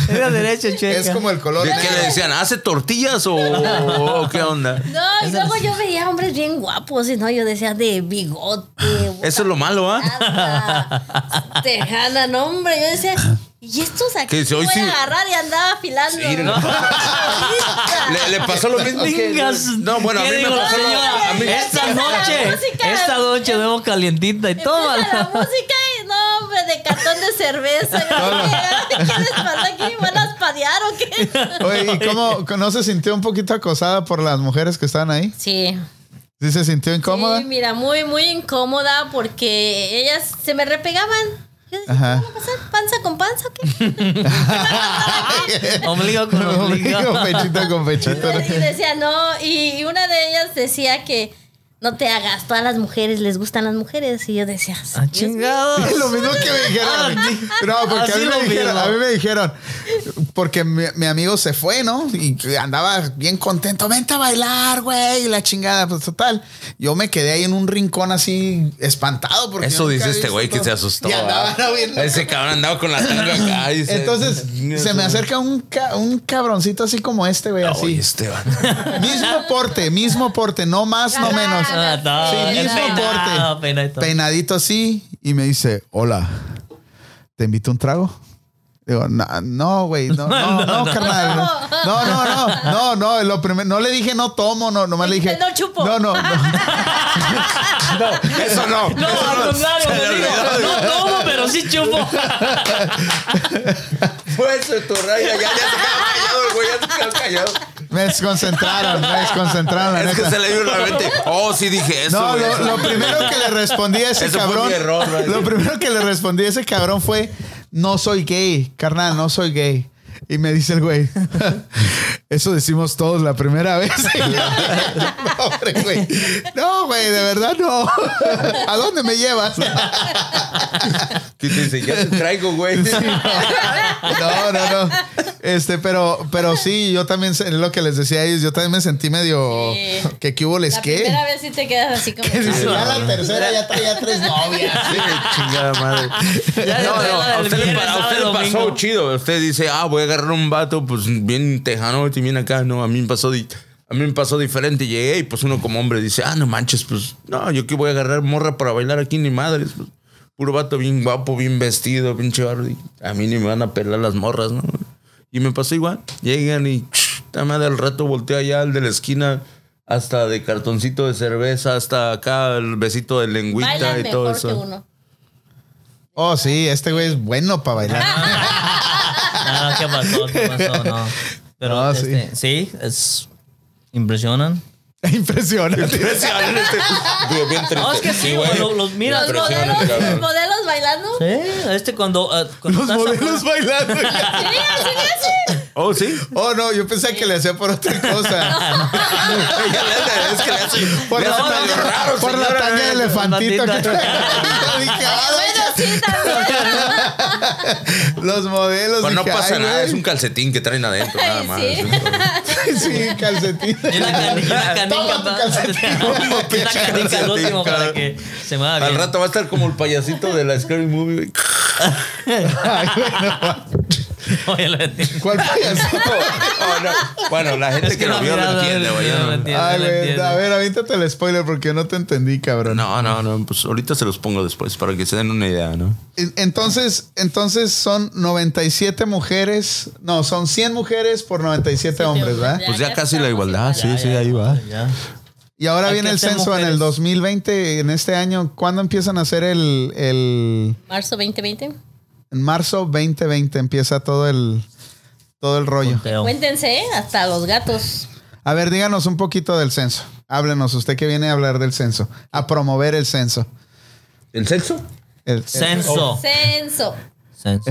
D: Era derecha, checa.
A: Es como el color.
C: ¿De qué le decían? ¿Hace tortillas o, o qué onda?
B: No,
D: *laughs*
B: y luego yo veía hombres bien guapos, y no, yo decía de bigote. bota
C: *laughs* Eso es lo malo, ¿ah?
B: plata, *laughs* Tejana, no, hombre. Yo decía, ¿y estos aquí?
C: Que dice, hoy
B: voy
C: sí.
B: a agarrar y andaba afilando.
C: Sí, no. *laughs* Le, le pasó lo mismo. que-
D: Chingas.
C: No, bueno, a
D: ¿Qué
C: mí me
D: digo la
C: pasó lo
D: señora?
C: a mí-
D: Esta
B: Empieza la
D: noche,
B: música.
D: esta noche vemos calientita y Ah,
B: Toma la
D: toma.
B: música y no, hombre, de cartón de cerveza. Yo dije, ¿Qué les pasa aquí? ¿Van a espadear o qué?
A: Oye, ¿y cómo no se sintió un poquito acosada por las mujeres que estaban ahí?
B: Sí.
A: *laughs* ¿Sí se sintió incómoda?
B: Sí, mira, muy, muy incómoda porque ellas se me repegaban. Yo decía,
A: Ajá.
B: ¿qué va a pasar? ¿Panza con panza
D: *laughs*
B: o qué?
A: *laughs*
D: Ombligo con ombligo.
A: Ombligo, pechito con pechito.
B: Y decía, no, y y una de ellas decía que no te hagas, todas las mujeres les gustan las mujeres. Y yo decía,
D: Ah,
B: "Dios mío".
A: *laughs*
D: chingados.
A: Es lo mismo que me dijeron.
C: *laughs*
D: Ah, sí.
A: No, porque a
D: Así
A: mí,
D: lo
A: me dijeron,
D: mismo.
A: a mí me dijeron, porque mi, mi amigo se fue, ¿no? Y andaba bien contento, vente a bailar, güey, y la chingada, pues total. Yo me quedé ahí en un rincón así espantado. Porque
C: Eso
A: yo nunca
C: dice
A: había
C: este
A: visto
C: güey que
A: todo.
C: se asustó.
A: Y andaba
C: ¿ah?
A: ¿no? bien loco.
C: Ese cabrón andaba con la tanga acá. dice,
A: Entonces se me acerca un, ca- un cabroncito así como este, güey,
C: Ay,
A: así.
C: Esteban.
A: Mismo porte, mismo porte, no más, no menos.
D: Ah, no,
A: Sí,
D: el
A: mismo
D: peinado,
A: porte.
D: peinado y todo.
A: Peinadito así y me dice, hola, ¿te invito un trago? Digo, no, no, güey, no, no, no, carnal. No, no, no, no, no, lo primero, no le dije no tomo, no, nomás le dije.
B: No chupo.
A: No, no,
B: *laughs*
A: no.
C: *laughs* Eso no.
D: No,
C: eso
D: al contrario,
C: Se
D: te
C: le
D: digo,
C: olvidó.
D: no tomo, pero sí chupo.
C: *laughs* Fue eso, tu raya. Ya, ya se quedó callado, el güey. Ya se quedó callado.
A: Me desconcentraron, me desconcentraron, la
C: Es que
A: neta.
C: se le dio la mente. Oh, sí dije eso.
A: No,
C: güey.
A: lo, lo primero que le
C: *laughs*
A: respondí a ese
C: Eso fue
A: cabrón.
C: mi error, güey.
A: lo primero que le respondí a ese cabrón fue: No soy gay, carnal, no soy gay. Y me dice el güey, *laughs* eso decimos todos la primera vez. *laughs* Y yo, Pobre güey. No, güey, de verdad no. *laughs* ¿A dónde me llevas? *laughs*
C: Que te dice, ya te traigo, güey.
A: No, no, no. Este, pero, pero sí, yo también sé- es lo que les decía a ellos, yo también me sentí medio
B: Sí.
A: que que hubo les
B: La
A: que.
B: primera vez sí te quedas así
D: *laughs*
B: como.
A: *laughs* Ya la tercera ya traía tres novias.
C: Chingada madre.
D: Ya
C: No,
D: después
C: no,
D: la
C: a
D: del
C: usted, le,
D: viernes,
C: pa- a usted
D: sábado,
C: le pasó
D: domingo.
C: chido. Usted dice, ah, voy a agarrar un vato, pues bien tejano, y bien acá. No, a mí me pasó, di- a mí me pasó diferente. Llegué y pues uno como hombre dice, ah, no manches, pues no, yo que voy a agarrar morra para bailar aquí, ni madres. Pues, puro vato bien guapo, bien vestido, pinche barro. y A mí ni me van a pelar las morras, ¿no? Y me pasó igual. Llegan y, esta madre, al rato volteé allá al de la esquina. Hasta de cartoncito de cerveza, hasta acá el besito de lengüita
B: Bailan
C: y todo
B: mejor
C: eso.
B: que uno.
A: Oh, sí, este güey es bueno para bailar.
D: Ah, ¿qué pasó? ¿Qué pasó? No. Pero
A: No, sí.
D: este, sí. es impresionan.
A: Impresionante.
C: *laughs* Impresionante. Digo, bien triste.
D: No, es que sí, güey, lo- los miras.
B: Los modelos, los modelos bailando.
D: Sí, este cuando, ah, cuando
A: Los
D: estás
A: modelos
D: afuera-
A: bailando.
B: Sí, así le hacen.
C: Oh, sí.
A: *laughs* Oh, no, yo pensé que le hacía por otra
C: *laughs*
A: cosa.
C: Ella le hace- *laughs* es que le hace.
A: Por
C: le
A: la,
C: hace
D: no,
C: medio raro,
A: por la
C: señora, eh,
A: tanga de
C: güey.
A: elefantito que
D: Elefantito.
C: *laughs*
A: trae. Dije, "Ay,
B: Bueno, sí, también.
A: Los modelos.
C: Pues no
A: dije,
C: pasa
A: "Ay,
C: nada,
A: güey".
C: es un calcetín que traen adentro, nada
B: Ay, *laughs*
C: más.
B: sí.
A: *laughs* Sí, calcetín.
C: *laughs*
D: Y una can- y una
A: Toma
D: canica
A: tu
D: pa-
A: calcetín.
D: y *laughs* una canica al último para que se mueva bien.
C: Al
D: *laughs*
C: rato va a estar como el payasito de la Scary Movie. *laughs* güey.
A: Ay, güey, no.
D: Oye, lo entiendo.
A: ¿Cuál payaso?
C: Oh, no. Bueno, la gente
D: Es
C: que lo vio lo
D: mirada,
C: entiende,
D: no,
C: güey.
D: no lo entiende,
A: Ay,
D: no lo
A: güey,
D: entiende.
A: a ver, avíntate el spoiler porque no te entendí, cabrón.
C: No, no, no, pues ahorita se los pongo después para que se den una idea, ¿no?
A: En- Entonces, entonces son 97 mujeres. No, son 100 mujeres por 97 hombres, Este ¿verdad?
C: Pues ya casi la
B: estamos
C: igualdad, sí,
B: igual.
C: sí, ahí va.
D: Ya.
A: Y ahora
D: Hay
A: viene
D: que
A: el
D: hacer
A: censo en el
D: mujeres.
A: 2020, en este año. ¿Cuándo empiezan a hacer el, el-
B: Marzo 2020.
A: En marzo 2020 empieza todo el, todo el rollo.
D: Conteo.
B: Cuéntense ¿eh? hasta los gatos.
A: A ver, díganos un poquito del censo. Háblenos, usted que viene a hablar del censo, a promover el censo.
C: ¿El sexo?
A: El- el-
D: Censo.
B: Oh. Censo.
C: *laughs*
D: Censo.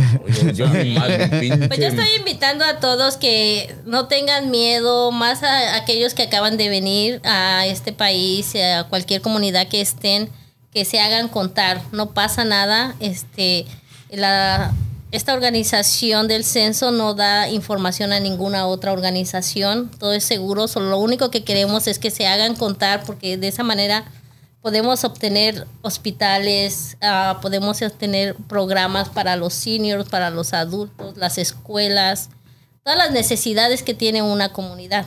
C: Yo, yo *laughs* mal, pinche-
B: Pues yo estoy invitando a todos que no tengan miedo, más a aquellos que acaban de venir a este país, a cualquier comunidad que estén, que se hagan contar, no pasa nada. Este, la, esta organización del censo no da información a ninguna otra organización, todo es seguro, solo lo único que queremos es que se hagan contar porque de esa manera podemos obtener hospitales, ah, podemos obtener programas para los seniors, para los adultos, las escuelas, todas las necesidades que tiene una comunidad,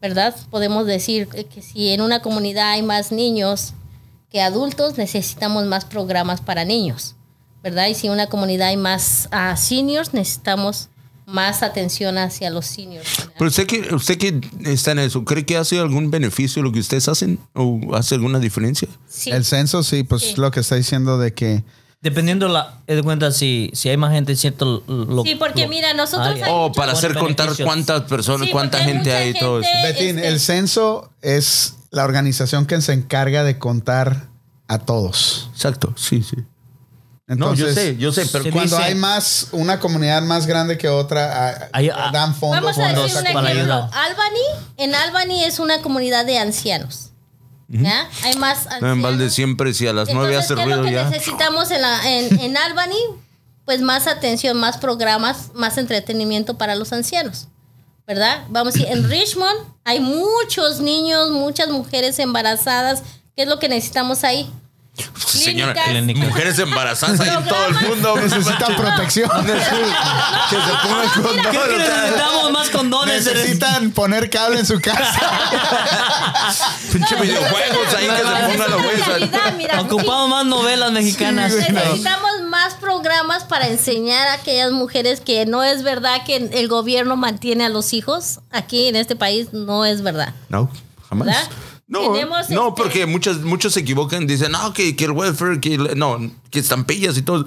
B: ¿verdad? Podemos decir que que si en una comunidad hay más niños que adultos, necesitamos más programas para niños, ¿verdad? Y si en una comunidad hay más ah, seniors, necesitamos más atención hacia los seniors. ¿verdad?
C: Pero usted que, usted que está en eso, ¿cree que hace algún beneficio lo que ustedes hacen? ¿O hace alguna diferencia?
B: Sí.
A: el censo, sí, pues
B: Sí.
A: lo que está diciendo de que...
D: Dependiendo la eh, de cuenta si si hay más gente siento lo
B: Sí, porque
D: lo-
B: mira, nosotros
D: área.
B: hay-
C: O
B: muchos
C: Oh, para hacer
D: buenos
C: contar
D: beneficios.
C: cuántas personas,
B: Sí,
C: cuánta
B: porque hay
C: gente
B: mucha
C: hay y todo eso.
B: gente- Eh,
A: Betín,
B: este-
A: el censo es la organización que se encarga de contar a todos.
C: Exacto, sí, sí. no, yo
A: Entonces,
C: sé, yo sé, pero
D: se
A: Cuando
C: cuando
D: dice-
A: hay más, una comunidad más grande que otra, ah,
D: Ay, ah,
A: dan fondos.
B: Vamos a
A: fondos
B: decir un
A: a
D: para
B: ejemplo.
D: ayudar.
B: Albany, en Albany es una comunidad de ancianos. ¿Ya? Hay más ancianos.
C: No, en balde siempre, si a las nueve hace
B: Entonces, ¿qué es lo
C: ruido
B: que
C: ya.
B: necesitamos en, la- en- en Albany? Pues más atención, más programas, más entretenimiento para los ancianos. ¿Verdad? Vamos a decir, en Richmond hay muchos niños, muchas mujeres embarazadas. ¿Qué es lo que necesitamos ahí?
C: Pues, Señora,
B: clínicas.
C: mujeres embarazadas hay en todo el mundo. pues,
A: Necesitan protección.
C: Que se ponga el condón,
D: ¿Qué
C: o
D: crees?
C: sea,
D: necesitamos más condones.
A: Necesitan poner cable en su casa.
C: Pinche videojuegos ahí que se
B: Esa
C: pongan
B: es
C: los
B: la
C: güeyes.
B: realidad, mira,
D: Ocupamos más novelas mexicanas.
B: Necesitamos más más programas para enseñar a aquellas mujeres que no es verdad que el gobierno mantiene a los hijos aquí en este país, no es verdad.
C: No, jamás.
B: ¿Verdad?
C: No,
B: Tenemos,
C: no,
B: este-
C: porque muchas, muchos se equivocan, dicen, no, que, que el welfare, que el- no, que estampillas y todo.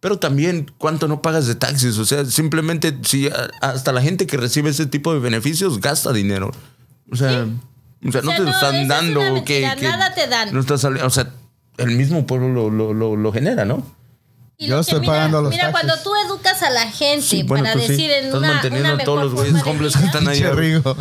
C: Pero también, ¿cuánto no pagas de taxis? O sea, simplemente, si a- hasta la gente que recibe ese tipo de beneficios gasta dinero. O sea, o sea,
B: O
C: no
B: sea,
C: te
B: no, esa
C: están
B: es
C: dando.
B: una
C: que,
B: mentira,
C: que
B: nada te dan.
C: No estás sali- o sea, el mismo pueblo lo, lo, lo, lo genera, ¿no?
B: Y
A: Yo
B: lo que
A: estoy
B: mira-
A: pagando los
B: Mira,
A: taxes.
B: cuando tú educas a la gente
C: Sí, bueno,
B: para
C: tú sí.
B: decir en
C: Estás
B: una,
C: manteniendo
B: una
C: a todos
B: mejor
C: los güeyes
B: forma de
C: homeless que
B: vida,
C: están ahí.
A: Pinche Rigo.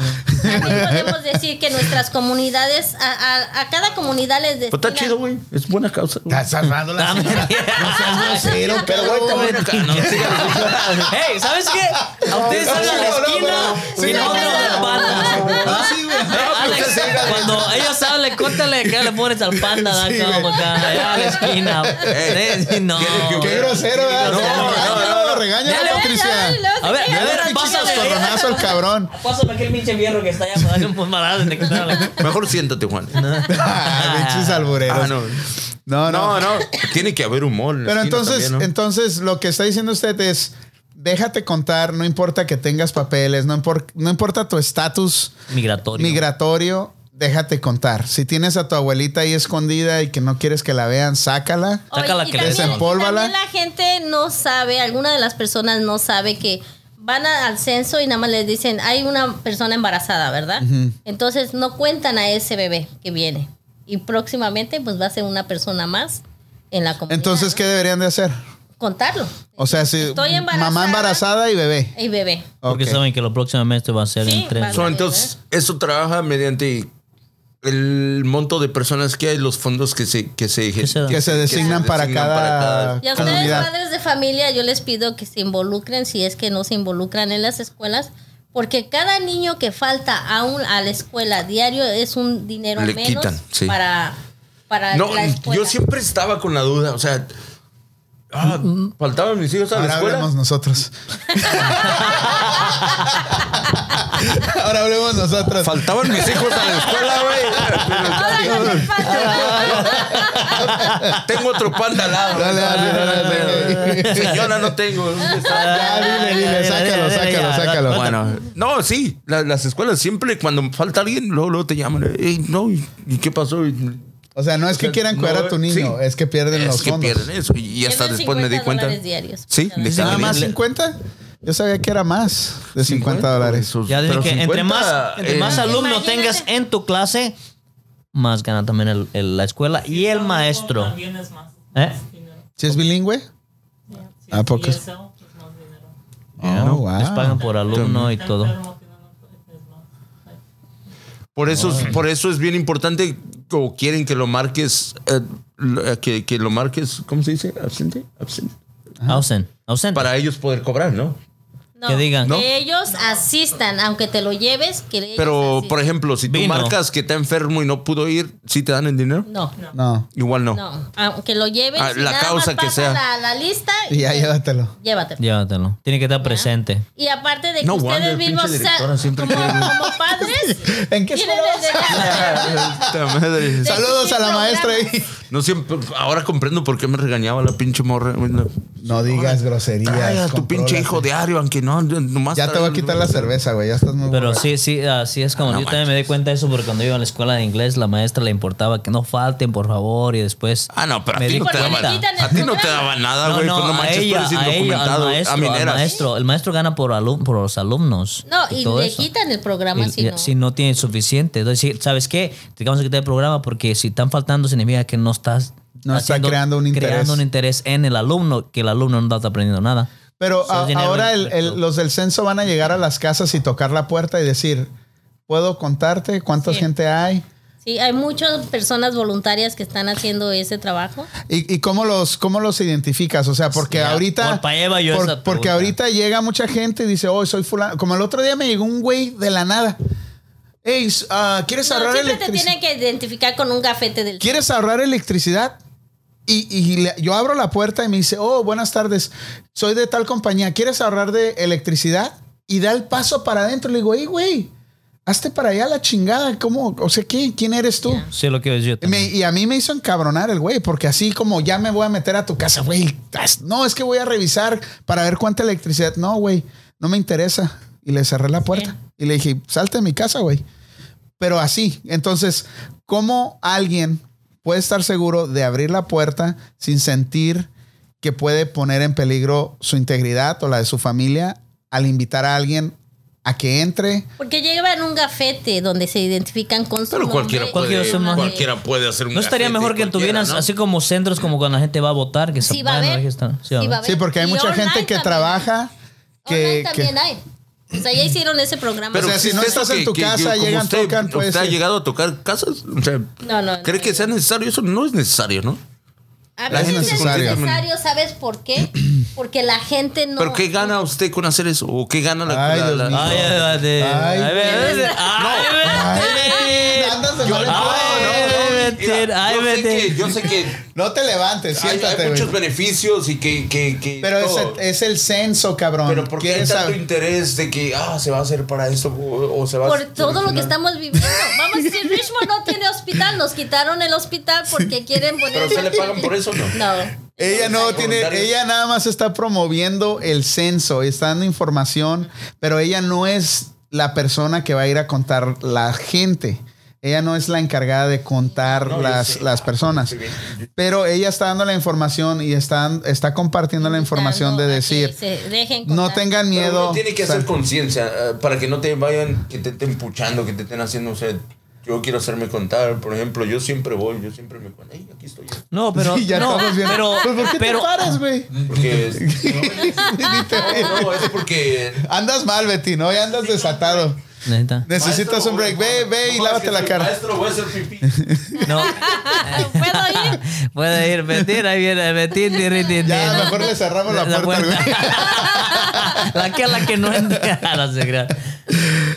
B: También podemos decir que nuestras comunidades, a, a- a cada comunidad les
C: Pero Pues está
B: destina-
C: chido, güey. Es buena causa. güey.
A: Estás salvando la
D: Dame-
A: señal. No seas grosero,
C: Pero, güey,
A: perro.
C: también acá, no,
D: *laughs* Hey, ¿sabes qué? A ustedes salen a la
A: no, no,
D: esquina
A: pero-
D: y
A: sí,
D: no
A: no,
D: te
A: no,
D: dan panda.
A: Ah, sí, güey.
D: Alex,
A: Sí, güey.
D: cuando ellos hablen, córtale acá, le pones al panda, da
A: Sí,
D: acá,
A: güey.
D: acá, allá a la esquina.
C: Eh,
D: Sí, No.
A: Qué grosero, ¿verdad?
C: No, no,
A: Regáñalo,
C: no.
A: regáñalo,
D: Dale,
A: Patricia.
B: dale, dale.
D: A ver,
B: Dale,
D: a ver,
A: Pinche
D: pásale.
A: coscorronazo al cabrón.
D: Pásame aquel pinche hierro que está allá para darle un puñalada desde que estaba la-
C: Mejor siéntate, Juan.
A: Ah, Pinches albureros.
C: Ah, no.
A: No, no.
C: No, no. Tiene que haber humor. en la
A: Pero
C: esquina
A: entonces,
C: también, Mm, ¿no?
A: entonces lo que está diciendo usted es, déjate contar, no importa que tengas papeles, no, impor- no importa tu estatus
D: *laughs* Migratorio.
A: migratorio, déjate contar. Si tienes a tu abuelita ahí escondida y que no quieres que la vean, sácala.
B: Oye,
D: Sácala
B: y
D: que
B: también-
A: desempólvala.
B: también la gente no sabe, alguna de las personas no sabe que van a- al censo y nada más les dicen, hay una persona embarazada, ¿verdad? Entonces no cuentan a ese bebé que viene. Y próximamente pues va a ser una persona más en la comunidad.
A: Entonces,
B: ¿no?
A: ¿qué deberían de hacer?
B: Contarlo.
A: O sea, si
B: Estoy embarazada.
A: mamá embarazada y bebé.
B: Y bebé.
D: Porque
A: Ok.
D: saben que lo próximo mes va a ser
B: Sí,
D: en tres.
B: va a
C: So, entonces, eso trabaja mediante el monto de personas que hay, los fondos que se, que se,
D: Que se dan.
A: que se designan para cada
B: Y a ustedes,
A: comunidad.
B: padres de familia, yo les pido que se involucren, si es que no se involucran en las escuelas, porque cada niño que falta aún a la escuela diario es un dinero
C: Le
B: menos
C: quitan, sí.
B: para, para
C: No,
B: la escuela. *laughs*
C: yo siempre estaba con la duda, o sea, ah, faltaban mis hijos a la
A: Mm, Ahora
C: escuela.
A: hablemos
C: *laughs*
A: nosotros. Ahora hablemos nosotros.
C: Faltaban mis hijos a la escuela, güey.
B: Ahora no me falta.
C: Pero Tengo otro panda al lado.
A: Dale, dale, dale, dale.
C: Señora, no tengo. ¿dónde está?
A: *laughs* Ya, dile, dile, sácalo, sácalo, sácalo.
C: Bueno, no, sí, la- las escuelas siempre cuando falta alguien, luego, luego te llaman. "Ey, no, ¿y y qué pasó? Y-
A: O sea, no es que
C: sea,
A: quieran
C: no,
A: cuidar a tu niño,
C: sí.
A: es que pierden
C: es
A: los
C: que
A: fondos.
C: pierden eso. Y y hasta
B: Pierden
C: después me di
B: 50
C: cuenta.
B: dólares diarios.
C: Sí,
B: Cada
C: de
B: vez.
C: cada
A: ¿Nada
C: día.
A: más 50? Yo sabía que era más de 50, dólares.
C: esos-
D: Ya dije
C: pero
D: que entre
C: 50,
D: más, entre
C: eh,
D: más alumnos
B: Imagínate.
D: tengas en tu clase, más gana también el- el- la escuela y el maestro.
F: También es más.
D: ¿Eh?
F: más dinero.
A: ¿Si es bilingüe?
F: Sí,
A: ¿A poco?
F: ESL es más dinero.
A: Oh, wow. ah.
D: Les pagan por alumno y
F: Está
D: todo.
F: enfermo, tiene una- es más.
C: Por eso, es- por eso es bien importante o quieren que lo marques, eh, lo- eh, que, que lo marques, ¿cómo se dice? Absente, absente.
D: Ausent. Ausente.
C: Para ellos poder cobrar, ¿no?
B: No,
D: Que digan. ¿No?
B: ellos asistan, aunque te lo lleves, que ellos
C: Pero,
B: asistan.
C: por ejemplo, si tú
D: Vino.
C: marcas que está enfermo y no pudo ir, ¿sí te dan el dinero?
B: No,
A: No.
C: Igual no.
B: no. Aunque lo lleves,
C: Ah,
B: y
C: la
B: nada más
C: causa que
B: pasa
C: sea.
B: La, la lista
A: Y ya llévatelo.
B: llévatelo.
D: Llévatelo. Tiene que estar presente.
B: Y aparte de que
C: No wonder,
B: ustedes
C: pinche
B: mismos sa-
C: directora siempre
B: como,
C: quiere-
B: como
C: *laughs*
B: padres
A: ¿En qué
B: tienen
A: escuela
B: el derecho-
C: Puta
B: *laughs*
C: madre.
B: Sí.
A: Saludos a la
B: programas.
A: maestra ahí.
C: No siempre, ahora comprendo por qué me regañaba la pinche morra.
A: No digas groserías.
C: Ay, a tu
A: contrólate.
C: pinche hijo diario, aunque no, nomás.
A: Ya te voy a quitar la cerveza, güey. Ya estás muy
D: Pero
A: borracho.
D: sí, sí, así es como
C: Ah, no
D: yo también me di cuenta de eso porque cuando iba a la escuela de inglés la maestra le importaba que no falten, por favor, y después
C: Ah, no, pero a
D: Me
C: ti
D: di
C: no te
B: cuenta.
C: daba
B: Porque le quitan
C: nada.
B: el
C: A ti no te
B: programa.
C: daba nada, güey. pues no manches, tú Ah, eres
D: a ella, al
C: indocumentado,
D: maestro,
C: a
D: al
C: mineras.
D: maestro. El maestro gana por, alum- por los alumnos.
B: No, y
D: todo
B: le
D: eso.
B: quitan el programa
D: Y-
B: si
D: y-
B: no.
D: si no tiene suficiente. Entonces, sí, ¿sabes qué? Digamos que te el programa porque si están faltando significa que no estás...
A: No está creando un interés.
D: Creando un interés en el alumno, que el alumno no está aprendiendo nada.
A: Pero
D: Eso es
A: a-
D: dinero
A: ahora el- el-
D: invertido.
A: los del censo van a llegar a las casas y tocar la puerta y decir, ¿puedo contarte cuánta
B: Sí.
A: gente hay?
B: Sí, hay muchas personas voluntarias que están haciendo ese trabajo.
A: ¿Y, y cómo, los, cómo los identificas? O sea, porque
D: Ya,
A: ahorita...
D: por pa' Eva yo esa
A: porque
D: pregunta.
A: ahorita llega mucha gente y dice, oh, soy fulano. Como el otro día me llegó un güey de la nada. Hey, s- ah, ¿quieres
B: No,
A: ahorrar
B: siempre te
A: electricidad?
B: tienen que identificar con un gafete del
A: ¿Quieres ahorrar electricidad? Y, y le- yo abro la puerta y me dice, oh, buenas tardes, soy de tal compañía, ¿quieres ahorrar de electricidad? Y da el paso para adentro. Le digo, hey, güey, hazte para allá la chingada, ¿cómo? O sea, ¿qué? ¿quién eres tú?
B: Ya.
D: Sí, lo que yo
A: Me-
D: también.
A: y a mí me hizo encabronar el güey, porque así como ya me voy a meter a tu casa, güey. as- No, es que voy a revisar para ver cuánta electricidad. No, güey, no me interesa. Y le cerré la puerta y le dije, salte de mi casa, güey. Pero así, entonces, ¿cómo alguien puede estar seguro de abrir la puerta sin sentir que puede poner en peligro su integridad o la de su familia al invitar a alguien a que entre?
B: Porque llevan un gafete donde se identifican con su
C: Pero
B: nombre.
C: cualquiera puede,
D: Cualquiera se-
C: cualquiera puede hacer un
D: ¿No estaría
C: gafete,
D: mejor que
C: cualquiera,
D: tuvieran
C: ¿no?
D: así como centros como cuando la gente va a votar? Que
B: Sí
D: se-
B: va a
D: bueno,
B: haber.
D: ahí está. Sí va a
B: Sí
D: haber.
B: va a haber.
A: Sí, porque hay
B: Y
A: mucha
B: online
A: gente que
B: también.
A: trabaja
B: Online
A: que... que-
B: también hay. O sea, ya hicieron ese programa.
C: Pero
A: O sea, si no
C: existe
A: estás
C: eso
A: en tu casa,
C: como
A: llegan,
C: usted,
A: tocan, puede
C: ¿Usted ha
A: ser.
C: llegado a tocar casas? O sea,
B: no, no.
C: ¿Cree
B: no.
C: que sea necesario? Eso no es necesario, ¿no?
B: A
A: la
B: veces
A: gente
B: es
A: necesaria.
B: necesario. ¿sabes por qué? Porque la gente no.
C: ¿Pero qué gana usted con hacer eso? ¿O qué gana la...
A: Ay,
C: la-
A: Dios
C: la-
A: mío.
D: Ay, ay, ay, de-
A: Ay,
D: ay, ve-
B: güey.
D: ve- ay, ve-
A: Ay,
D: ve-
A: andas de mal
D: Ay,
A: humor.
D: ve-
C: Mira,
D: ay,
C: yo, sé
D: vete.
C: que, yo sé que hay-
A: No te levantes,
C: hay,
A: siéntate. güey.
C: muchos beneficios y que... que, que
A: Pero es
C: todo.
A: el, es el censo, cabrón.
C: Pero ¿por qué hay
A: ¿Quieres
C: tanto
A: saber?
C: interés de que ah, se va a hacer para esto o, o se va a
B: Por
C: hacer
B: todo lo que
C: original?
A: *laughs*
B: estamos viviendo. Vamos, si Richmond no tiene hospital, nos quitaron el hospital porque quieren poner.
C: ¿Pero se le pagan por eso o no?
B: *laughs* No.
A: Ella no tiene,
C: Voluntario.
A: ella nada más está promoviendo el censo, está dando información, pero ella no es la persona que va a ir a contar la gente. Ella no es la encargada de contar
C: No, yo
A: las,
C: sé.
A: las personas.
C: Estoy bien.
A: Pero ella está dando la información y está, está compartiendo la información de
B: Dando a que
A: decir,
B: se dejen
A: no
B: contar.
A: tengan
C: Pero
A: miedo.
C: uno tiene que
A: o sea,
C: hacer conciencia eh, para que no te vayan, que te estén puchando, que te estén haciendo, o sea, yo quiero hacerme contar, por ejemplo, yo siempre voy, yo siempre me cuento, "Ey, aquí estoy yo".
D: No, pero.
A: sí, *laughs* ya
D: no,
A: estamos bien.
D: pero.
A: Pues, ¿por qué
D: pero-
A: te paras, güey? *laughs*
C: Porque es- no, no, es porque
A: Andas mal, Betty, ¿no? Ya andas desatado.
D: Neta.
A: Necesitas
C: Maestro,
A: un break.
C: voy,
A: Ve,
C: voy.
A: ve y
C: No, es
A: lávate
C: que
A: la
C: soy
A: cara.
C: Maestro, voy a hacer pipí.
D: No.
B: *laughs* ¿Puedo ir?
D: Puede ir, Betín, ahí viene Betín. tiri, tiri,
A: Ya,
D: no.
A: mejor le cerramos la,
D: La
A: puerta,
D: puerta.
A: güey.
D: la que la que no
A: *laughs*
D: entra. No, se crean.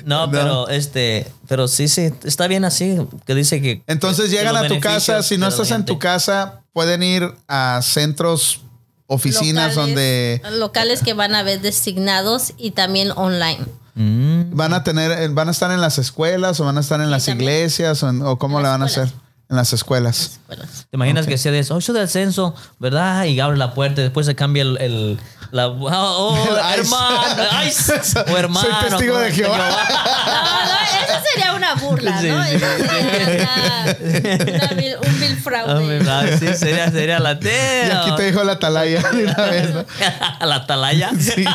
D: No, pero este, pero sí, sí, está bien así, que dice que...
A: Entonces
D: que
A: llegan
D: los
A: a tu casa.
D: beneficios
A: Si no
D: para la
A: estás en tu
D: gente.
A: casa, pueden ir a centros, *laughs* oficinas
B: Locales-
A: donde
B: Locales que van a ver designados y también online.
D: Mm.
A: van a tener, eh, van a estar en las escuelas o van a estar en las
B: también.
A: iglesias o, en- o cómo
B: En
A: le
B: las
A: van
B: escuelas.
A: a hacer en las escuelas.
B: Escuelas.
D: ¿Te imaginas que sea de eso? Oh, eso del censo, ¿verdad? Y abre la puerta y después se cambia el... el- la, oh, oh,
A: *laughs* El ice.
D: hermano, ice. o hermano.
A: Soy testigo
D: *laughs*
A: de Jehová.
B: No, no, eso sería una burla, ¿no?
D: Sí, sí,
B: Eso sería una- una vil- un vil
D: Ah, mi
B: fraude.
D: madre, sí, sería, sería la
A: Y aquí te dijo la atalaya de una vez, ¿no?
D: *laughs* la atalaya.
A: *laughs*
D: *laughs*
A: Sí.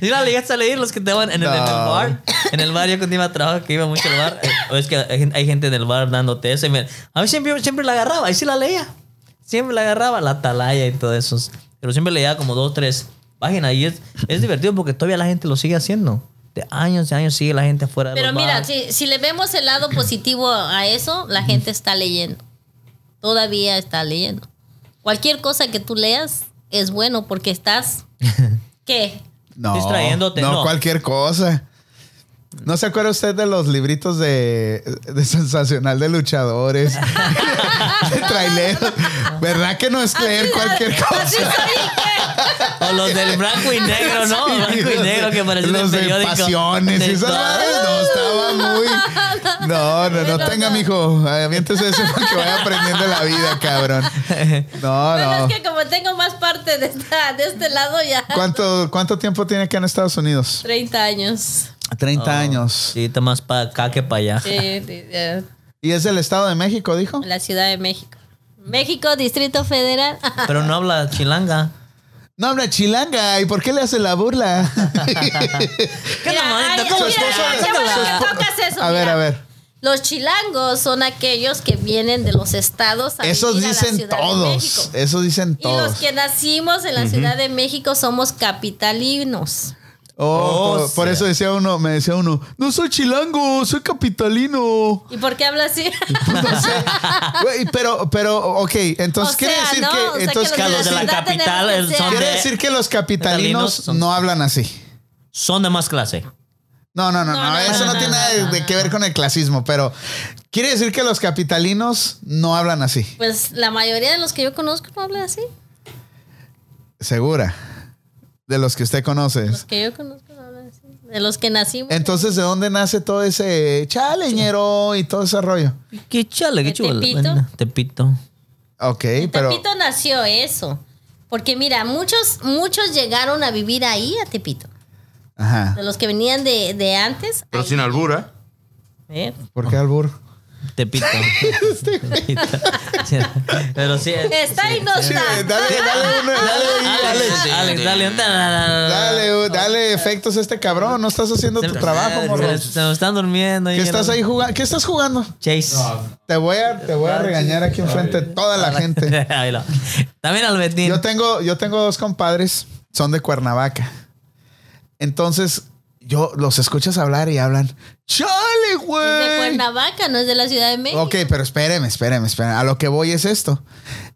D: ¿Y la llegaste a leer los que estaban en, el- en el
A: No.
D: bar? En el bar, yo cuando iba a trabajar, que iba mucho al bar. eh, o es que hay, gen- hay gente en el bar dándote eso. y me- a mí siempre, siempre la agarraba, ahí sí la leía. Siempre la agarraba, la atalaya y todo eso. Pero siempre leía como dos, tres páginas. Y es, es divertido porque todavía la gente lo sigue haciendo. De años y años sigue la gente afuera de
B: Pero
D: los
B: mira,
D: bares.
B: si, si le vemos el lado positivo a eso, la gente está leyendo. Todavía está leyendo. Cualquier cosa que tú leas es bueno
A: *laughs*
B: porque estás... ¿Qué?
A: No,
D: Distrayéndote,
A: no,
D: no.
A: cualquier cosa. ¿No se acuerda usted de los libritos de, de sensacional de
D: *laughs*
A: luchadores? de traileros. ¿Verdad que no es leer cualquier
B: Así
A: cosa?
B: soy.
D: O los del blanco y negro, ¿no?
A: Sí,
D: blanco
A: *laughs*
D: y
A: los de-
D: negro que parecen
A: Los de pasiones y esas madres, No, estaba
D: *laughs*
A: muy. No, no, no
B: Bueno,
A: tenga,
B: no.
A: mijo. Aviéntese eso para que vaya aprendiendo la vida,
D: *laughs*
A: cabrón. No,
B: Bueno,
A: Ah, no.
B: es que como tengo más parte de, esta- de este lado ya...
A: ¿Cuánto, ¿Cuánto tiempo tiene que en Estados Unidos?
B: 30 años.
D: Oh.
A: 30 años.
D: Sí, está más para acá que para allá.
B: Sí, sí, ya.
A: ¿Y es del Estado de México, dijo?
B: la Ciudad de México. México, Distrito Federal.
D: Pero no habla chilanga.
A: No habla chilanga, ¿y por qué le hace la
B: *laughs*
A: burla?
D: *laughs* ¿Qué
B: Mira,
D: nomás?
B: ay,
D: ¿Cómo
B: mira,
D: que-
B: qué bueno
D: cómo
B: que
D: la-
B: tocas eso,
A: a ver,
B: mira.
A: a ver.
B: Los chilangos son aquellos que vienen de los estados. a
A: Esos
B: vivir a la
A: dicen
B: Ciudad de México.
A: todos. Esos dicen
B: Y los
A: todos.
B: que nacimos en la Ciudad de México somos capitalinos.
A: Oh,
D: Oh,
A: por, por
D: sea.
A: eso decía uno, me decía uno, no soy chilango, soy
B: *laughs*
A: capitalino.
B: ¿Y por qué habla así?
A: No sé. Güey, pero, pero, ok, Pues, entonces
B: *laughs* O
A: quiere
B: sea,
A: decir
B: ¿no? O sea,
A: que. Entonces,
B: que
D: los
A: quiere,
D: de la
A: decir,
B: ciudad tenemos
D: capital,
B: que
D: el
B: ser-
D: son
A: quiere
D: de-
A: decir que los
D: Capitalinos
A: capitalinos
D: son-
A: no hablan así.
D: Son de más clase.
A: No, no, no, no,
B: No, no,
A: eso
B: no,
A: no,
B: no,
A: tiene
B: no,
A: nada de-
B: no,
A: de
B: no,
A: que ver con el clasismo, pero quiere decir que los capitalinos no hablan así,
B: Pues la mayoría de los que yo conozco no hablan así.
A: segura, de los que usted conoce.
B: Los que yo conozco no hablan así. de los que nacimos.
A: Entonces, ¿de dónde nace todo ese chaleñero y todo ese rollo?
D: Qué chale, qué
B: ¿De
D: chulo.
B: Tepito?
D: Tepito.
A: Ok,
B: En
A: pero.
B: Tepito nació eso. Porque mira, muchos, muchos llegaron a vivir ahí a Tepito.
A: Ajá.
B: De los que venían de, de antes.
C: Pero sin albura.
B: ¿eh?
A: ¿Por qué albur? *laughs*
D: Tepito.
A: Este
D: *laughs* Pero sí. eh,
B: Está y no está.
A: Eh, dale, dale,
B: *laughs*
A: uno, dale,
D: Alex,
C: Sí,
D: Alex,
C: sí.
D: dale.
A: dale, u- dale efectos a este cabrón. No estás haciendo tu
D: Se-
A: trabajo,
D: se-
A: morro.
D: Se me están durmiendo.
A: ¿Qué estás ahí jugando? ¿Qué estás jugando?
D: Chase.
E: No,
A: Te voy a, te voy a regañar aquí enfrente de toda la gente.
D: *laughs* Ahí lo- También al Betín.
A: Yo tengo, yo tengo dos compadres, son de Cuernavaca. Entonces, yo los escuchas hablar y hablan. ¡Chale,
B: Es de
A: güey!
B: Cuernavaca, no es de la Ciudad de México.
A: Ok, pero espéreme, espéreme, espéreme. A lo que voy es esto.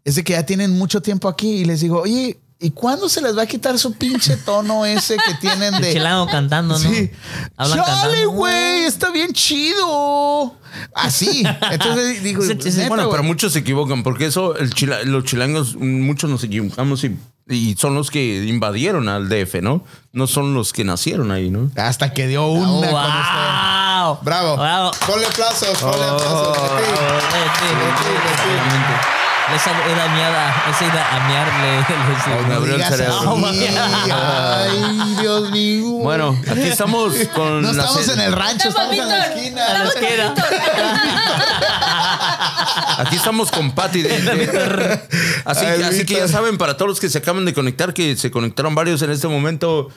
A: Es de que ya tienen mucho tiempo aquí y les digo, oye, ¿y cuándo se les va a quitar su pinche tono ese que tienen
D: El *laughs*
A: de...
D: chilango cantando, ¿no?
A: Sí.
D: Hablan
A: ¡Chale,
D: cantando.
A: güey! Está bien chido. Así. Entonces digo,
D: Sí, sí, sí.
A: "Neta,
C: Bueno,
A: güey".
C: pero muchos se equivocan, porque eso, el chila- los chilangos, muchos nos equivocamos y, y son los que invadieron al DF, ¿no? No son los que nacieron ahí, ¿no?
A: hasta que dio una
D: Oh,
A: con usted.
D: wow.
A: Bravo.
D: Bravo.
A: Ponle aplausos, ponle
C: Oh,
A: aplausos. Sí.
D: Eh, sí, exactamente. Esa era miada, esa era a miar, le- le-
C: Me abrió el
A: Digas
C: cerebro.
A: así. Ay, Dios mío.
C: Bueno,
A: *laughs*
C: aquí estamos con.
A: no
C: la
A: estamos
C: se-
A: en el rancho,
B: Estamos,
A: estamos en la
B: Víctor.
A: esquina.
D: le- le- le-
C: Aquí estamos con Patty.
A: *laughs*
C: de- de- así,
A: Ay,
C: que, así que ya
A: Víctor.
C: saben, para todos los que se acaban de conectar, que se conectaron varios en este momento,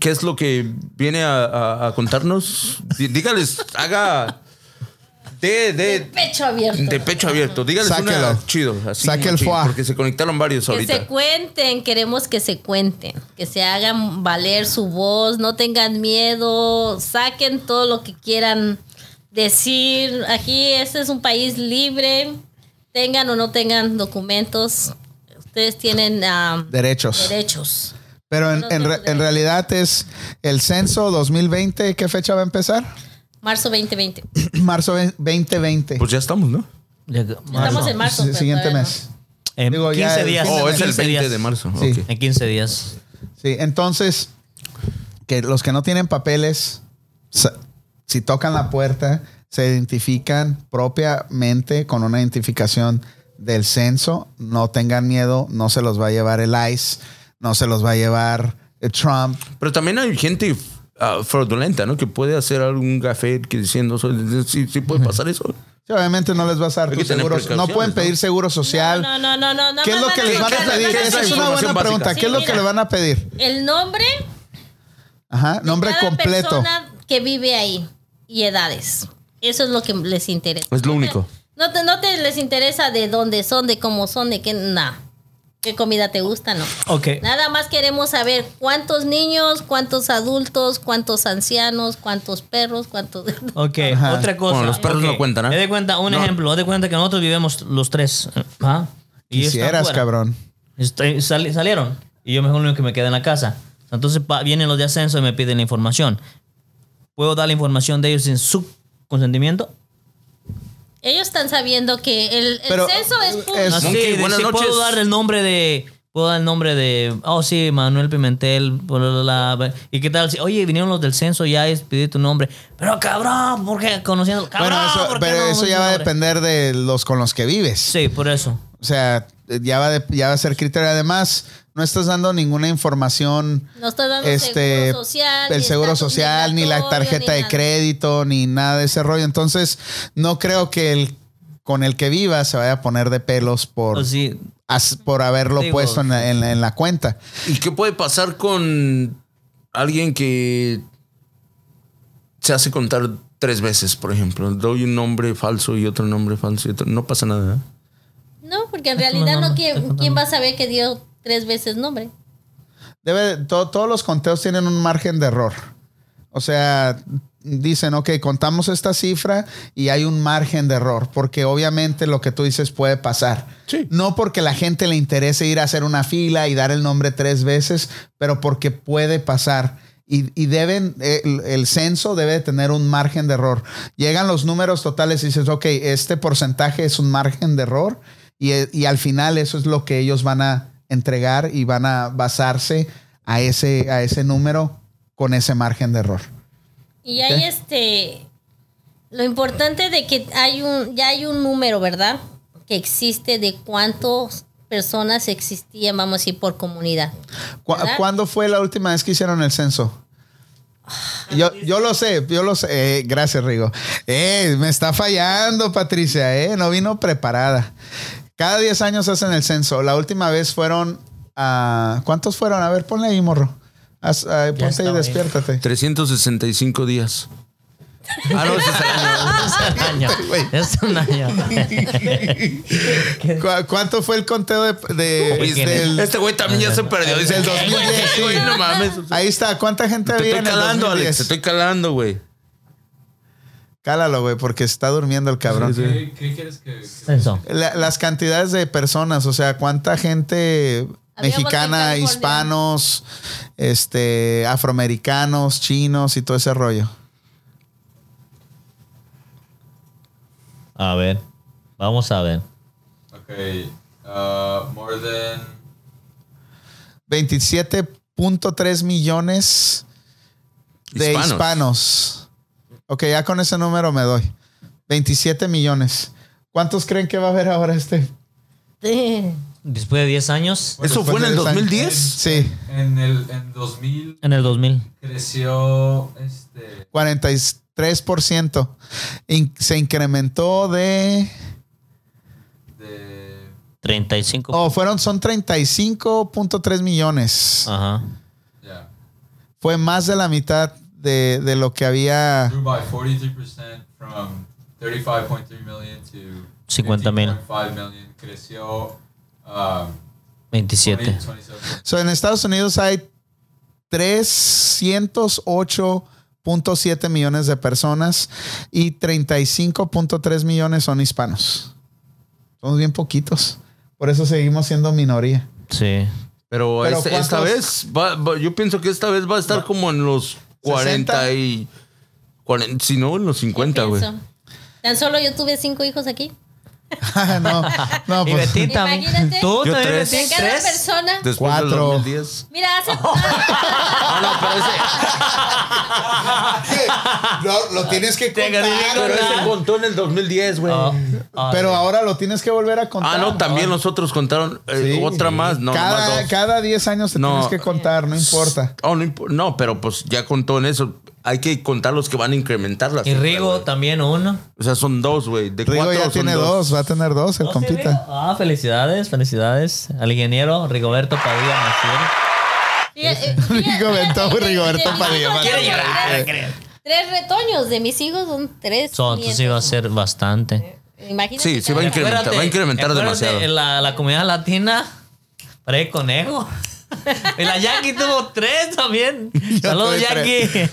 C: ¿qué es lo que viene a, a- a contarnos? Dí- Dígales, haga de, de,
B: Pecho abierto.
C: de pecho abierto. Dígales
A: Sáquelo.
C: una chido. Así
A: Saque
C: como
A: el
C: chido,
A: foie.
C: Porque se conectaron varios
B: Que se
C: ahorita.
B: cuenten, queremos que se cuenten, que se hagan valer su voz, no tengan miedo, saquen todo lo que quieran decir. Aquí este es un país libre, tengan o no tengan documentos, ustedes tienen ah,
A: Derechos.
B: derechos.
A: Pero en,
B: No
A: en,
B: tengo
A: re-
B: derecho.
A: en realidad es el censo 2020. ¿Qué fecha va a empezar? *clears throat*
B: Marzo 2020.
A: Marzo ve- 2020.
C: Pues ya estamos, ¿no?
B: Estamos en marzo.
A: Sí,
B: pero
A: Siguiente
B: todavía
A: mes.
D: En
A: Digo, ya
D: 15
A: el-
D: días.
A: Oh,
C: Oh, es el
D: 15 días.
C: 20 de marzo.
A: Sí.
C: ok.
D: En 15 días.
A: Sí, entonces, que los que no tienen papeles, sa- si tocan la puerta, se identifican propiamente con una identificación del censo. No tengan miedo, no se los va a llevar el ICE, no se los va a llevar eh, Trump.
C: Pero también hay gente ah, fraudulenta, ¿no? Que puede hacer algún café que diciendo, soy- sí, sí puede pasar eso.
A: Sí, obviamente no les va a dar
C: Hay
A: tus
C: que tener
A: seguros. No pueden
C: precauciones,
A: pedir
C: ¿no?
A: seguro social.
B: No, no, no, no. no,
A: ¿Qué es
B: no,
A: lo
B: no,
A: que
B: no,
A: les
B: no,
A: van a
B: no,
A: pedir?
B: no, no,
A: Esa es
B: no,
A: una
B: no.
A: buena
C: información básica.
A: pregunta. ¿Qué es lo
B: Sí,
A: que le
B: mira.
A: van a pedir?
B: El nombre,
A: Ajá, nombre
B: cada
A: completo.
B: persona que vive ahí y edades. Eso es lo que les interesa.
A: Pues
C: Es lo único.
B: No te, no te les interesa de dónde son, de cómo son, de qué, nada. ¿Qué comida te gusta? No.
D: Ok.
B: Nada más queremos saber cuántos niños, cuántos adultos, cuántos ancianos, cuántos perros, cuántos... *laughs*
D: Ok,
A: Ajá.
D: otra cosa.
C: Bueno, los perros
D: Ok.
C: no cuentan, ¿eh?
D: Haz de cuenta, un
C: No.
D: ejemplo, haz de cuenta que nosotros vivimos los tres. ¿ah? Y yo estaba
A: Quisieras,
D: fuera.
A: cabrón.
D: Estoy- sali- salieron. Y yo mejor lo único que me quedé en la casa. Entonces pa- vienen los de ascenso y me piden la información. ¿Puedo dar la información de ellos sin su consentimiento?
B: Ellos están sabiendo que el, el
A: Pero,
B: censo es público.
A: es-
D: No, sí,
C: Monkey,
D: de-
C: buenas
D: sí,
C: noches.
D: Puedo dar el nombre de. Puedo dar el nombre de. Oh, sí, Manuel Pimentel. bla, bla, bla. ¿Y qué tal? si, Oye, vinieron los del censo ya es pedí tu nombre. Pero cabrón, ¿por qué? Conociendo. Cabrón,
A: Bueno, eso-
D: ¿por qué
A: pero
D: no
A: eso
D: dices
A: ya va a
D: nombre?
A: depender de los con los que vives.
D: Sí, por eso.
A: O sea, ya va, de- ya va a ser criterio. Además, no estás dando ninguna información.
B: no está dando
A: Este,
B: seguro social.
A: el
B: ni
A: seguro
B: estatus
A: social, ni la
B: migratorio,
A: tarjeta
B: ni
A: de
B: nada.
A: crédito, ni nada de ese rollo. Entonces, no creo que el con el que viva se vaya a poner de pelos por,
D: O Pues
A: *laughs*
D: sí,
A: as- por haberlo
D: Digo,
A: puesto en la, en la- en la cuenta.
C: ¿Y qué puede pasar con alguien que se hace contar tres veces, por ejemplo? Doy un nombre falso y otro nombre falso y otro. No pasa nada. ¿eh?
B: No, porque en
D: Está
B: realidad
D: tomando,
B: no,
D: está
B: ¿quién,
D: tomando.
B: quién va a saber que dio tres veces nombre?
A: Debe, to- todos los conteos tienen un margen de error. O sea, dicen, ok, contamos esta cifra y hay un margen de error, porque obviamente lo que tú dices puede pasar.
C: Sí.
A: No porque la gente le interese ir a hacer una fila y dar el nombre tres veces, pero porque puede pasar. Y, y deben, el, el censo debe de tener un margen de error. Llegan los números totales y dices, ok, este porcentaje es un margen de error y, y al final eso es lo que ellos van a entregar y van a basarse a ese, a ese número con ese margen de error.
B: Y hay
A: Ok.
B: este. Lo importante de que hay un, ya hay un número, ¿verdad? Que existe de cuántas personas existían, vamos a decir, por comunidad.
A: ¿Cu-
B: ¿Verdad?
A: ¿Cuándo fue la última vez que hicieron el censo? Yo, yo lo sé, yo lo sé. Eh, gracias, Rigo. Eh, me está fallando, Patricia, eh, no vino preparada. Cada 10 años hacen el censo. La última vez fueron. ah, ¿Cuántos fueron? A ver, ponle ahí, morro. Haz- ah, ponte
D: estaba
A: y
C: *laughs*
D: ahí.
A: despiértate.
C: 365 días. Ah,
B: *laughs*
C: no, ese es el año.
D: Es
A: *laughs*
D: un año. Es un año.
A: ¿Cu- ¿Cuánto fue el conteo de, de-
D: Oye,
A: Pues del-
C: Este güey también ya se perdió. Dice el
A: Del
C: 2010.
A: 2010, sí.
C: Güey, no mames.
A: Ahí está, ¿cuánta gente
C: Te
A: había
C: estoy
A: en el
C: calando, Alex. Te
A: 2010?
C: estoy calando, güey.
A: Cálalo, güey, porque está durmiendo el cabrón.
E: ¿Qué, qué quieres que.? que-
D: Eso.
A: La- las cantidades de personas, o sea, cuánta gente
B: Había
A: mexicana,
B: bastante en California.
A: hispanos, este, afroamericanos, chinos y todo ese rollo.
D: A ver. Vamos a ver.
E: Okay. Uh, more than.
A: 27.3 millones de
C: Hispanos.
A: hispanos. Ok, ya con ese número me doy. 27 millones. ¿Cuántos creen que va a haber ahora este?
D: Después de 10 años,
C: ¿Eso fue en el
A: Después de
C: 2010?
A: Sí,
E: En el en 2000
D: en el 2000.
E: creció este
A: 43%. In- se incrementó de...
E: de
D: 35.
A: Oh, fueron, son 35.3 millones.
C: Ah.
D: Ajá.
E: yeah
A: Fue más de la mitad de, de lo que había.
E: grew by 43% from 35.3 million to
D: 50 mil.
E: 50.5 million creció um,
D: 27.
E: 27
A: So, en Estados Unidos hay 308.7 millones de personas y 35.3 millones son hispanos. Somos bien poquitos. Por eso seguimos siendo minoría. *laughs*
D: Sí.
C: Pero,
A: Pero
C: este- esta
A: ¿cuántos?
C: vez, va- va- yo pienso que esta vez va a estar como en los 40 y... 40, si no, en los 50, güey.
B: Pienso. Tan solo yo tuve cinco hijos aquí.
A: Ah, no,
C: *laughs*
A: no,
D: Y
A: pues. *laughs*
D: Betín también.
B: Imagínate.
D: Tú
C: Yo
D: también,
C: tres.
D: Betín,
B: De cada
D: tres.
B: persona.
C: Después del
A: Cuatro.
C: 2010.
B: Mira, *laughs* hace.
C: Ah, no, pero ese,
A: Lo, lo tienes que
C: pero ese contó en el 2010, güey.
A: Ah.
D: Oh, oh,
A: Pero ahora lo tienes que volver a contar.
C: ah, no, también nosotros contaron eh,
A: Sí.
C: otra más. No, nomás
A: cada,
C: dos.
A: cada 10 años te
C: No.
A: tienes que contar, no importa.
C: Oh, no, impo- no, pero pues ya contó en eso. Hay que contar los que van a incrementar la
D: Y
C: cifra,
D: Rigo
C: güey.
D: también uno.
C: O sea, son dos, güey. De
A: Rigo
C: cuatro
A: ya
C: son
A: tiene dos. va a tener dos el
D: ¿No, sí, Rigo?
A: compita.
D: Ah, felicidades, felicidades al ingeniero Rigoberto Padilla Maciel.
A: Rigoberto- Rigoberto Padilla,
B: Quiere
A: Padilla.
B: Tres retoños de mis hijos son tres.
D: So, entonces iba a ser bastante.
B: Imagínate.
C: Sí, sí va a
B: cada-
C: incrementar, va a incrementar
D: acuérdate,
C: demasiado.
D: en La, la comunidad latina trae conejo.
C: *laughs*
D: Y la Yankee tuvo tres también. Saludos,
A: tuve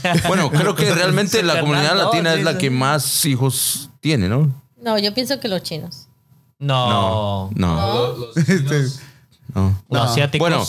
D: Yankee.
C: *laughs* *laughs* Bueno, creo que realmente
D: Sí,
C: la comunidad
D: Fernando,
C: latina
D: sí,
C: es la
D: sí.
C: que más hijos tiene, ¿no?
B: No, yo pienso que los chinos.
D: *laughs* No.
C: No.
E: Lo-
A: *laughs*
E: los
A: Este
E: chinos
C: no.
D: Los asiáticos.
C: Bueno,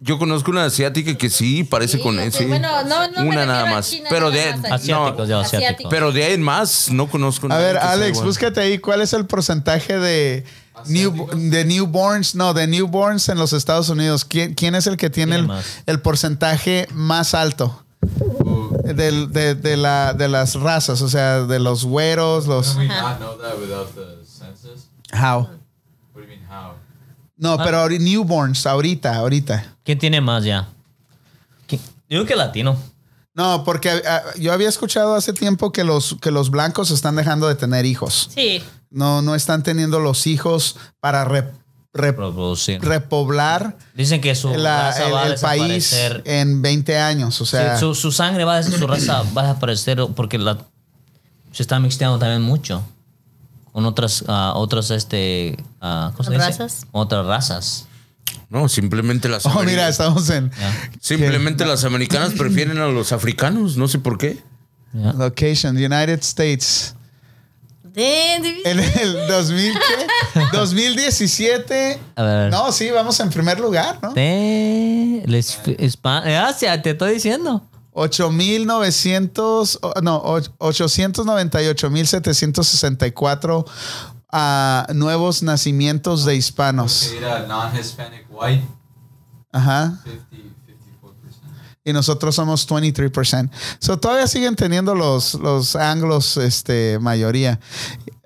C: yo conozco una asiática que sí parece
B: Sí,
C: con
B: pues,
C: sí.
B: Bueno, no, no me
C: una
B: refiero
C: nada
B: a
C: más.
B: China,
C: pero
B: nada más
C: de
B: a China.
D: asiáticos, ya asiáticos.
B: Asiáticos.
C: pero de ahí en más no conozco
A: A
C: nadie
A: ver,
C: que sea
A: Alex,
C: igual.
A: búscate ahí cuál es el porcentaje de, new,
E: ¿Asiáticos?
A: de newborns, no, de newborns en los Estados Unidos. ¿Quién, quién es el que tiene
D: ¿Quién
A: el,
D: más?
A: el porcentaje más alto
E: who-
A: del- de, de la, de las razas? O sea, de los güeros, los...
E: Wouldn't we not know that without the census?
A: How?
E: What do you mean how?
A: No, pero ahori- newborns, ahorita, ahorita.
D: ¿Quién tiene más ya? ¿Quién? Yo creo que latino.
A: No, porque ah, yo había escuchado hace tiempo que los, que los blancos están dejando de tener hijos.
B: Sí.
A: No, no están teniendo los hijos para re- re-
D: Reproducir.
A: repoblar
D: Dicen que su
A: la-
D: raza
A: el,
D: va a
A: el país
D: desaparecer.
A: en 20 años. O sea,
D: Sí, su, su sangre va a des- su raza va a desaparecer porque la, se está mixteando también mucho con otras ah, otras este ah, ¿cómo se dice?
B: ¿Razas?
D: otras razas
C: No, simplemente las
A: *laughs* oh,
C: ameri-
A: mira, estamos en
C: simplemente las americanas prefieren a los africanos, no sé por qué.
D: Ya.
A: location, United States.
B: De, de-
A: En el 2000,
D: *laughs*
A: ¿qué? 2017.
D: a ver
A: No, sí, vamos en primer lugar, ¿no?
D: Te- les- hispa- eh, Asia, te estoy diciendo
A: 8,900, o- no, och- 898,764 ah, nuevos nacimientos de hispanos.
E: Okay, non-Hispanic white
A: Ajá.
E: 50 54%.
A: y nosotros somos 23%. So, todavía siguen teniendo los, los anglos este, mayoría.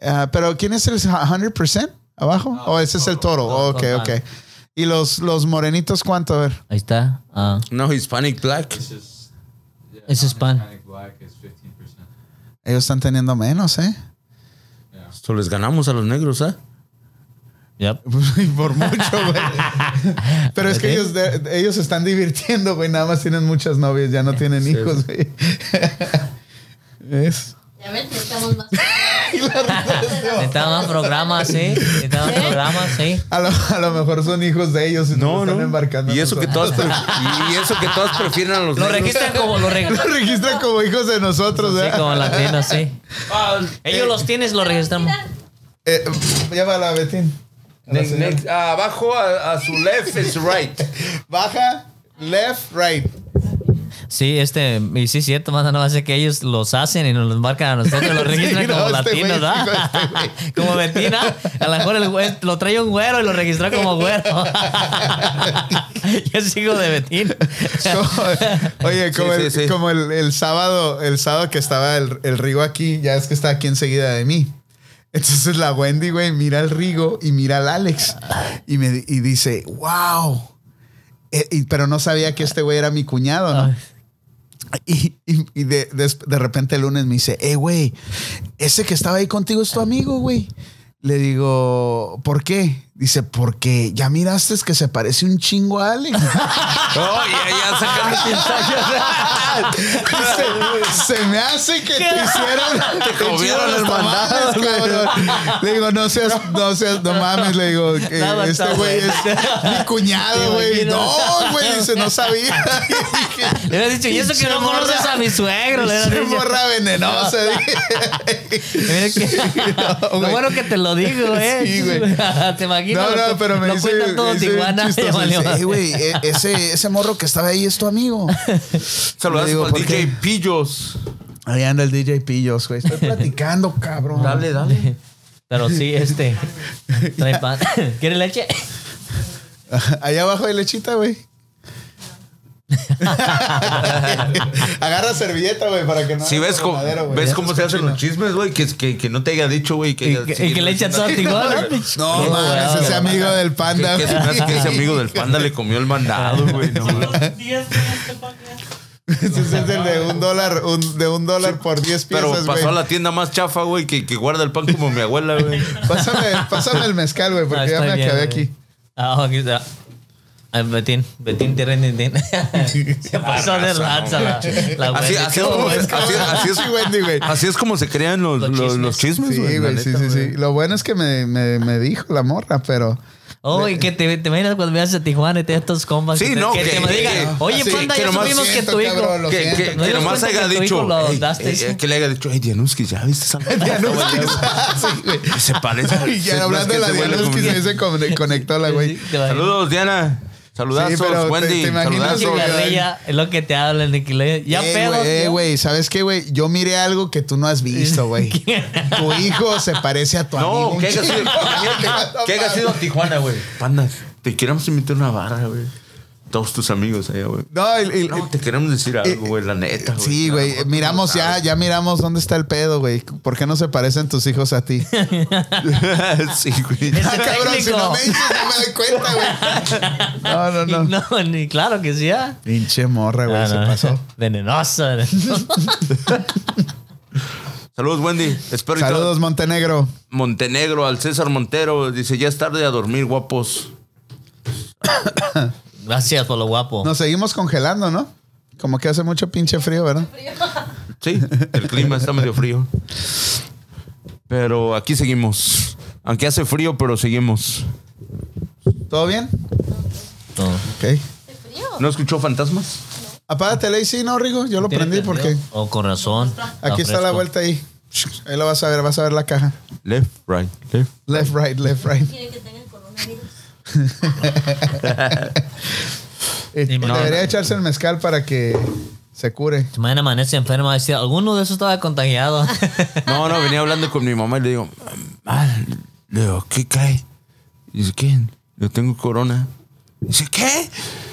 A: Ah, pero ¿quién es el 100% abajo? ¿O ese es el toro?
D: Toro,
A: ok,
D: total.
A: ok. ¿Y los, los morenitos cuánto? A ver.
D: Ahí está. Ah,
C: No, Hispanic Black.
E: This is, yeah,
D: This is fun.
E: non-Hispanic black is 15%.
A: Ellos están teniendo menos, ¿eh?
E: Yeah.
C: Esto les ganamos a los negros, ¿eh?
D: yep.
A: Pues, *laughs* Y Por mucho, güey. Pero es que
D: ¿Sí?
A: ellos, de- de- ellos se están divirtiendo, güey. Nada más tienen muchas novias, ya no tienen hijos, güey. *laughs* ¿Ves?
B: Ya ves, estamos más.
A: Y la risa es de-
D: Necesitamos más programas, sí. Necesitamos más programas, sí.
A: A lo, a lo mejor son hijos de ellos y no, están embarcando.
C: Y eso, que
A: *laughs*
C: todas
A: todos
C: pre- y eso que todas prefieren a los
D: Lo
C: negros.
D: registran como lo
A: Los
D: registran.
A: registran como hijos de nosotros,
D: Sí,
A: ¿verdad?
D: como latinos, sí. Ellos los tienes, los registramos.
A: Eh, llévala, Betín. A la
C: Next-
A: señora.
C: next, ah, abajo a, a su left is *laughs* right.
A: Baja, left, right.
D: Sí, este, y sí, cierto, más no va a ser que ellos los hacen y nos los marcan a nosotros, los
A: *laughs* Sí, este
D: registran
A: no,
D: como
A: este güey
D: latinos,
A: es hijo de
D: ¿verdad? *laughs* como Betina, a lo mejor el güey lo trae un güero y lo registró como güero. *laughs* Yo sigo de
A: *laughs*
D: Betina.
A: Como- oye,
C: Sí,
A: como, el,
C: sí, sí.
A: como el- el sábado, el sábado que estaba el, el Rigo aquí, ya es que está aquí enseguida de mí. Entonces la Wendy, güey, mira al Rigo y mira al Alex y me di- y dice, wow. Eh, y- pero no sabía que este güey era mi cuñado, ¿no? Y, y- y de, des- de repente el lunes me dice, hey, güey, ese que estaba ahí contigo es tu amigo, güey. Le digo, ¿por qué? Dice, porque ya miraste que se parece un chingo a Alex.
C: Oh, ya, ya
A: *laughs*
C: sacaron
A: se, se me hace que te hicieron. Te
C: comieron el mandado,
A: Le digo, no
D: *laughs*
A: seas, no seas, no mames. Le digo, eh,
D: Nada,
A: este
D: está
A: güey es
D: bueno. *laughs*
A: mi cuñado,
D: Te
A: güey.
D: imagino.
A: No, güey, dice, no
D: *laughs*
A: sabía. *laughs* Dije,
D: Le hubieras dicho, y eso que no
A: "Pinche
D: conoces
A: morra,
D: a mi suegro, le hubieras
A: pinche
D: dicho.
A: morra venenosa.
D: *laughs* Mira
A: *laughs*
D: que-
A: No,
D: lo
A: güey.
D: bueno que te lo digo,
A: *laughs*
D: ¿eh?
A: Sí, güey.
D: *laughs* Te imagino.
A: No, no, pero me
D: lo
A: dice.
D: cuentan todo
A: me dice
D: Tijuana. *laughs* ya
A: chistoso,
D: valió
A: dice,
D: madre.
A: "Eh, güey, e- ese, ese morro que estaba ahí es tu
D: *laughs*
A: amigo. Le digo,
C: Saludos al
A: ¿por qué?
C: DJ Pillos.
A: Ahí anda el DJ Pillos, güey.
D: *laughs*
A: Estoy platicando, cabrón.
C: Dale, dale.
D: Pero sí, este. Trae
A: *laughs*
D: pan. ¿Quieres leche?
A: Allá abajo hay lechita,
D: *laughs*
A: güey. Agarra servilleta, güey, para que no.
C: Si
A: haga
C: ves, cómo-
A: madera, güey.
C: ves
A: Ya
C: cómo
A: es
C: se hacen
A: cochino.
C: los chismes, güey, que, que, que no te haya dicho, güey. Que,
D: Y que- y que le echan todo a Tijuana.
A: No,
D: Sí,
A: mames,
D: güey,
A: ese
D: güey.
A: amigo del panda.
C: Que, que se me hace que ese amigo del panda le comió el mandado, güey. No,
F: Son
C: mames.
F: pues, los 10 de este podcast.
A: *laughs* Ese es el de un dólar, un- de un dólar por 10 piezas,
C: Pero
A: güey.
C: pasó a la tienda más chafa, güey, que, que guarda el pan como mi abuela,
A: *laughs*
C: güey.
A: pásame, pásame el mezcal, güey, porque
D: Ah,
A: ya
D: está
A: me
D: bien,
A: acabé
D: güey.
A: aquí.
D: Ah, aquí está. Ay, Betín, Betín, te renden.
A: *laughs*
D: Se pasó de lanza la, la
C: Así-
D: güey.
C: así
D: Qué
C: es como-
D: bueno.
C: Así- así es-
A: Sí, Wendy, güey.
C: Así es como se crean los,
D: Los
C: los, los
D: chismes.
A: Sí,
C: chismes, güey. la
A: güey, sí,
C: neta,
A: sí,
C: güey.
A: sí. Lo bueno es que me, me, me dijo la morra, pero.
D: Oh, y que te, te imaginas cuando veas a Tijuana y te estos compas.
C: Sí,
D: que, te-
C: no,
D: que,
C: que-
D: te me
C: que-
D: digan,
C: que-
D: oye,
C: sí,
D: panda,
C: que
D: ya
C: nomás
D: supimos que
A: siento,
D: tu hijo.
A: cabrón, lo
C: Que, que-
A: siento.
C: que
D: ¿No te das
C: nomás
D: cuenta
C: haya
D: que tu hijo
C: dicho.
D: lo
C: "Ey,
D: daste
C: eh,
D: eso?"
C: que le haya dicho, hey, Dianuski, ya
A: *laughs*
C: viste esa
A: Ya
C: *laughs*
A: no, sí, güey.
C: Se parece.
A: *laughs* Y
C: Se-
A: ya hablando de
C: es
A: la
C: que se
A: Diana,
C: huele
A: es que
C: como-
A: se con- conectó la güey.
D: Sí, te va a ir.
C: Saludos, Diana. Saludazos,
A: Sí, pero te-
C: Wendy.
A: te imaginas
D: Pinche
A: Saludos,
C: saludazos.
A: güey.
D: carrilla, es lo que te hablan de que le- ya
A: Eh,
D: pedos.
A: güey, eh,
D: ya.
A: güey, ¿sabes qué, güey? Yo miré algo que tú no has visto,
D: *laughs*
A: güey. tu hijo se parece a tu amigo.
C: No,
A: un *laughs*
C: que haya sido,
A: chingo.
C: que haya sido Tijuana, güey. Pandas, te queremos invitar a una barra, güey. Todos tus amigos allá, güey.
A: No, el- el-
C: No, te queremos decir algo, güey, la neta, güey.
A: sí, güey. eh, Miramos ya, ya miramos dónde está el pedo, güey. ¿Por qué no se parecen tus hijos
D: *laughs*
A: a ti?
C: *laughs* sí, güey.
D: Ese
A: Ah, cabrón, si
D: técnico.
A: no me dices, no me doy cuenta, güey. No, no,
D: *laughs* Y
A: no.
D: No, ni claro que sí, ¿ah?
A: Pinche morra, güey,
D: Ah,
A: se
D: no.
A: pasó.
D: *laughs* Venenoso. venenoso.
C: Saludos, Wendy. Espero que-
A: Saludos, Montenegro.
C: Montenegro, al César Montero. Dice, ya es tarde a dormir, guapos.
D: Gracias por lo guapo.
A: Nos seguimos congelando, ¿no? Como que hace mucho pinche frío, ¿verdad?
C: Sí, el clima está medio frío. Pero aquí seguimos. Aunque hace frío, pero seguimos.
A: ¿Todo bien?
D: No.
A: Ok.
C: ¿No escuchó fantasmas?
A: Apágate el AC, no, Rigo. Yo lo prendí porque
D: Oh, con razón.
A: aquí está la
D: Ah, fresco.
A: vuelta ahí. Ahí lo vas a ver, vas a ver la caja.
C: Left, right, left.
A: Left, right, left, right.
B: Quieren que tengan coronavirus.
A: Eh,
D: Ni modo.
A: debería echarse el mezcal para que se cure.
D: Si Mañana amanece enferma. va a decir, alguno de esos estaba contagiado.
C: No, no, venía hablando con mi mamá y le digo, mamá, le digo, ¿qué cae? Dice, ¿qué? Yo tengo corona. Dice, ¿qué?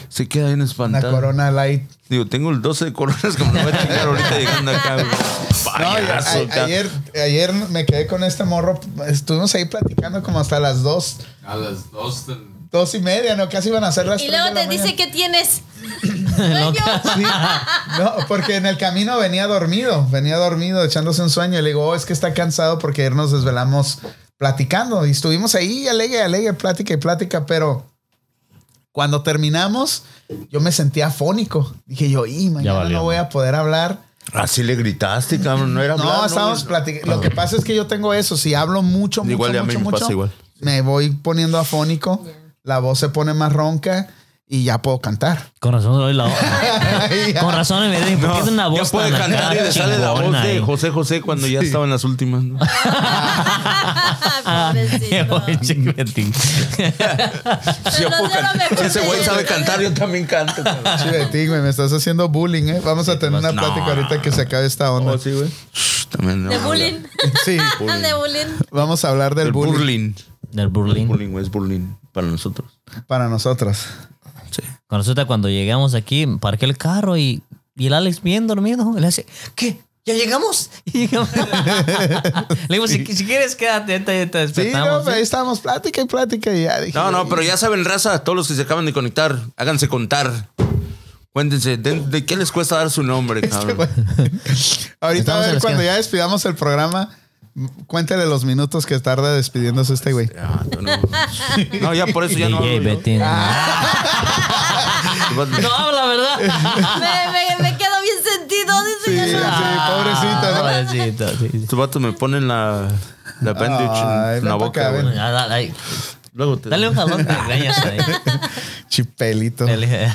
C: se queda bien
A: Una
C: espantado.
A: corona light.
C: Digo, tengo el 12 de coronas que me lo voy a chingar ahorita llegando acá, güey.
A: No,
C: Payaso,
A: a-
C: acá.
A: ayer, ayer me quedé con este morro. Estuvimos ahí platicando como hasta las dos,
E: A las dos. del-
A: dos y media, ¿no? Casi iban a ser las
B: Y
A: tres
B: luego
A: de la
B: te dice
A: mañana.
B: que tienes. sueño.
A: Sí. No, porque en el camino venía dormido, venía dormido, echándose un sueño. Y le digo, "Oh, es que está cansado porque ayer nos desvelamos platicando. Y estuvimos ahí, alegue, alegue, plática y plática, pero cuando terminamos, yo me sentía afónico. Dije yo, y mañana
D: valió,
A: no voy a poder hablar.
C: Así le gritaste, cabrón. No era
A: No,
C: hablar,
A: estábamos platicando. Lo que pasa es que yo tengo eso. Si hablo mucho, mucho,
C: Igual a mí
A: mucho,
C: me
A: mucho,
C: pasa igual.
A: me voy poniendo afónico. La voz se pone más ronca y ya puedo cantar.
D: *laughs* Con razón soy la Con razón me dicen, ¿por qué es una voz
C: ya puede
D: tan acá
C: cantar y le sale la voz
D: chingona eh.
C: de
D: y-
C: José José cuando ya estaba en las últimas. ¿no?
B: *laughs*
D: Ah,
B: Pobrecito.
D: *laughs* oye, chiquitín.
C: Sí, ya
B: Pero
C: puedo
B: no se lo
C: cantar.
B: mejor
C: Si *laughs* ese
B: de
C: güey
B: él,
C: sabe
B: ¿no?
C: cantar, yo también canto. cabrón.
A: Chivetín, güey, me estás haciendo bullying, ¿eh? Vamos a tener una
C: pues, No.
A: plática ahorita que se acabe esta onda.
C: Oh, sí, güey. También no,
B: De
C: no,
B: bullying.
A: *laughs* Sí,
B: De bullying.
A: vamos a hablar
C: El,
A: del bullying,
C: burling.
D: Del
C: El
D: burling.
C: burling, güey, es burling para nosotros.
A: para nosotros.
C: Sí.
D: Con resulta cuando llegamos aquí, parqué el carro y, y el Alex bien dormido. Le hace, ¿qué? ¿Ya llegamos? *laughs* Y llegamos. Le digo, si, si quieres quédate, ahorita ya te
A: Sí, no,
D: despertamos. ¿eh?"
A: pero ahí estábamos plática y plática y ya dije.
C: No, no,
A: "Ey".
C: pero ya saben, raza, todos los que se acaban de conectar, háganse contar. Cuéntense, ¿de, de qué les cuesta dar su nombre,
A: Este
C: cabrón?
A: güey. Ahorita a
D: Estamos en
A: ver,
D: la
A: cuando
D: esquina.
A: ya despidamos el programa, m- cuéntele los minutos que tarda despidiéndose este
C: *laughs*
A: güey.
C: Ah, yo no. No, ya por eso ya no.
D: *laughs* DJ
C: hablo yo. Ah.
D: Betín. *laughs* No habla, ¿verdad?
C: *laughs*
B: Me, me, me quedo bien sentido.
A: Sí,
B: Dice
A: sí,
B: ya.
A: pobrecito, ¿no?
D: Pobrecito, sí, sí.
C: Estos vatos me ponen la, la bandage
A: Ay,
C: en
A: ven
C: la
A: pa' acá,
C: boca. güey.
A: ven.
D: Ah, da- ay,
C: Luego te-
D: Dale un jalón de greñas ahí.
A: Chipelito.
D: Dale.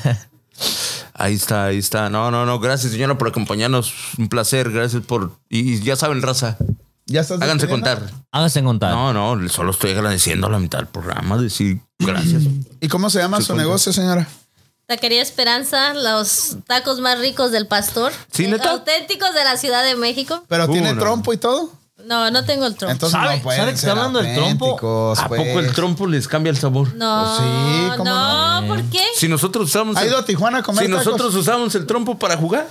C: Ahí está, ahí está. No, no, no. Gracias, señora, por acompañarnos. Un placer. Gracias por. Y, y ya saben, raza.
A: ¿Ya estás
C: Háganse
A: despidiendo?
C: contar.
D: Háganse contar.
C: No, no. Solo estoy agradeciendo a la mitad del programa. Decir gracias.
A: *clears throat* ¿Y cómo se llama
C: Sí,
A: su
C: cuenta.
A: negocio, señora?
B: Taquería Esperanza, los tacos más ricos del pastor. Eh,
C: Sí, ¿neta?
B: Auténticos de la Ciudad de México.
A: ¿Pero
C: Uh,
A: tiene
C: no.
A: trompo y todo?
B: No, no tengo el trompo.
A: Entonces
D: ¿Sabe-
A: no pueden
D: sabe que está
A: ser
D: hablando del trompo?
A: auténticos,
C: ¿A poco
A: pues.
C: el trompo les cambia el sabor?
B: No,
A: Pues sí, ¿cómo
B: no, ¿por qué?
C: Si nosotros usamos.
A: ¿Ha
C: el-
A: ido a Tijuana a comer
C: si
A: tacos?
C: nosotros usamos el trompo para jugar,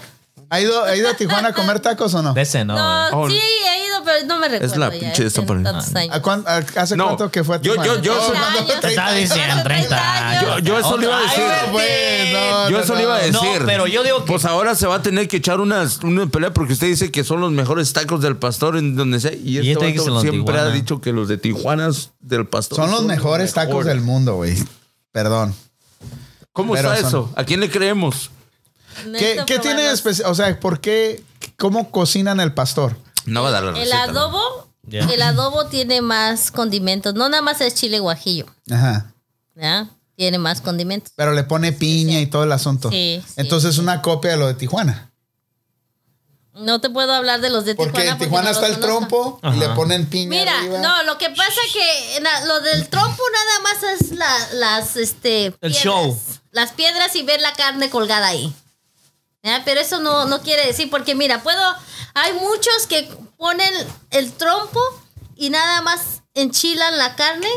A: ¿Ha ido, ha ido a Tijuana a comer tacos o no?
D: De ese no.
B: No,
C: güey.
B: sí, he ido, pero no me recuerdo.
C: la
B: ya,
C: pinche esta
B: tiene
C: por-
B: tantos años.
A: ¿A cuán- a- ¿Hace
C: No,
A: cuánto que fue a
C: yo-
A: Tijuana?
C: yo- yo-
A: Oh,
C: Treinta
A: cuando-
B: años.
D: Te estaba diciendo 30 años.
C: Yo- yo eso le iba a
D: Ay,
C: decir.
D: Betín.
A: Pues, no,
C: yo eso le iba a
D: No,
C: decir.
D: pero yo digo que-
C: Pues ahora se va a tener que echar unas, una pelea porque usted dice que son los mejores tacos del pastor en donde sea. Y este,
D: este dice
C: vato
D: los de
C: siempre ha
D: Tijuana.
C: dicho que los de Tijuana es del pastor
A: Son los mejores tacos del mundo, güey. Perdón.
C: ¿Cómo
A: Pero son-
C: está eso? ¿A quién le creemos?
A: ¿Qué,
B: Necesito
A: qué tiene de
B: probarlos.
A: especial? O sea, ¿por qué? ¿Cómo cocinan el pastor?
C: No va a dar la
B: El
C: receta, ¿no?
B: adobo,
D: Ya.
B: el adobo tiene más condimentos. No nada más es chile guajillo,
A: Ajá.
B: ¿ya? Tiene más condimentos.
A: Pero le pone piña y todo el asunto.
B: Sí, sí.
A: Entonces, una copia de lo de Tijuana.
B: No te puedo hablar de los de
A: Porque
B: Tijuana.
A: en Tijuana
B: no
A: está
B: los
A: el
B: conozco.
A: trompo y le ponen piña.
B: Mira,
A: arriba.
B: no, lo que pasa que na- lo del trompo nada más es la- las, este, piedras.
D: show.
B: Las piedras y ver la carne colgada ahí. ¿Ya? Pero eso no, no quiere decir, porque mira, puedo, hay muchos que ponen el trompo y nada más enchilan la carne.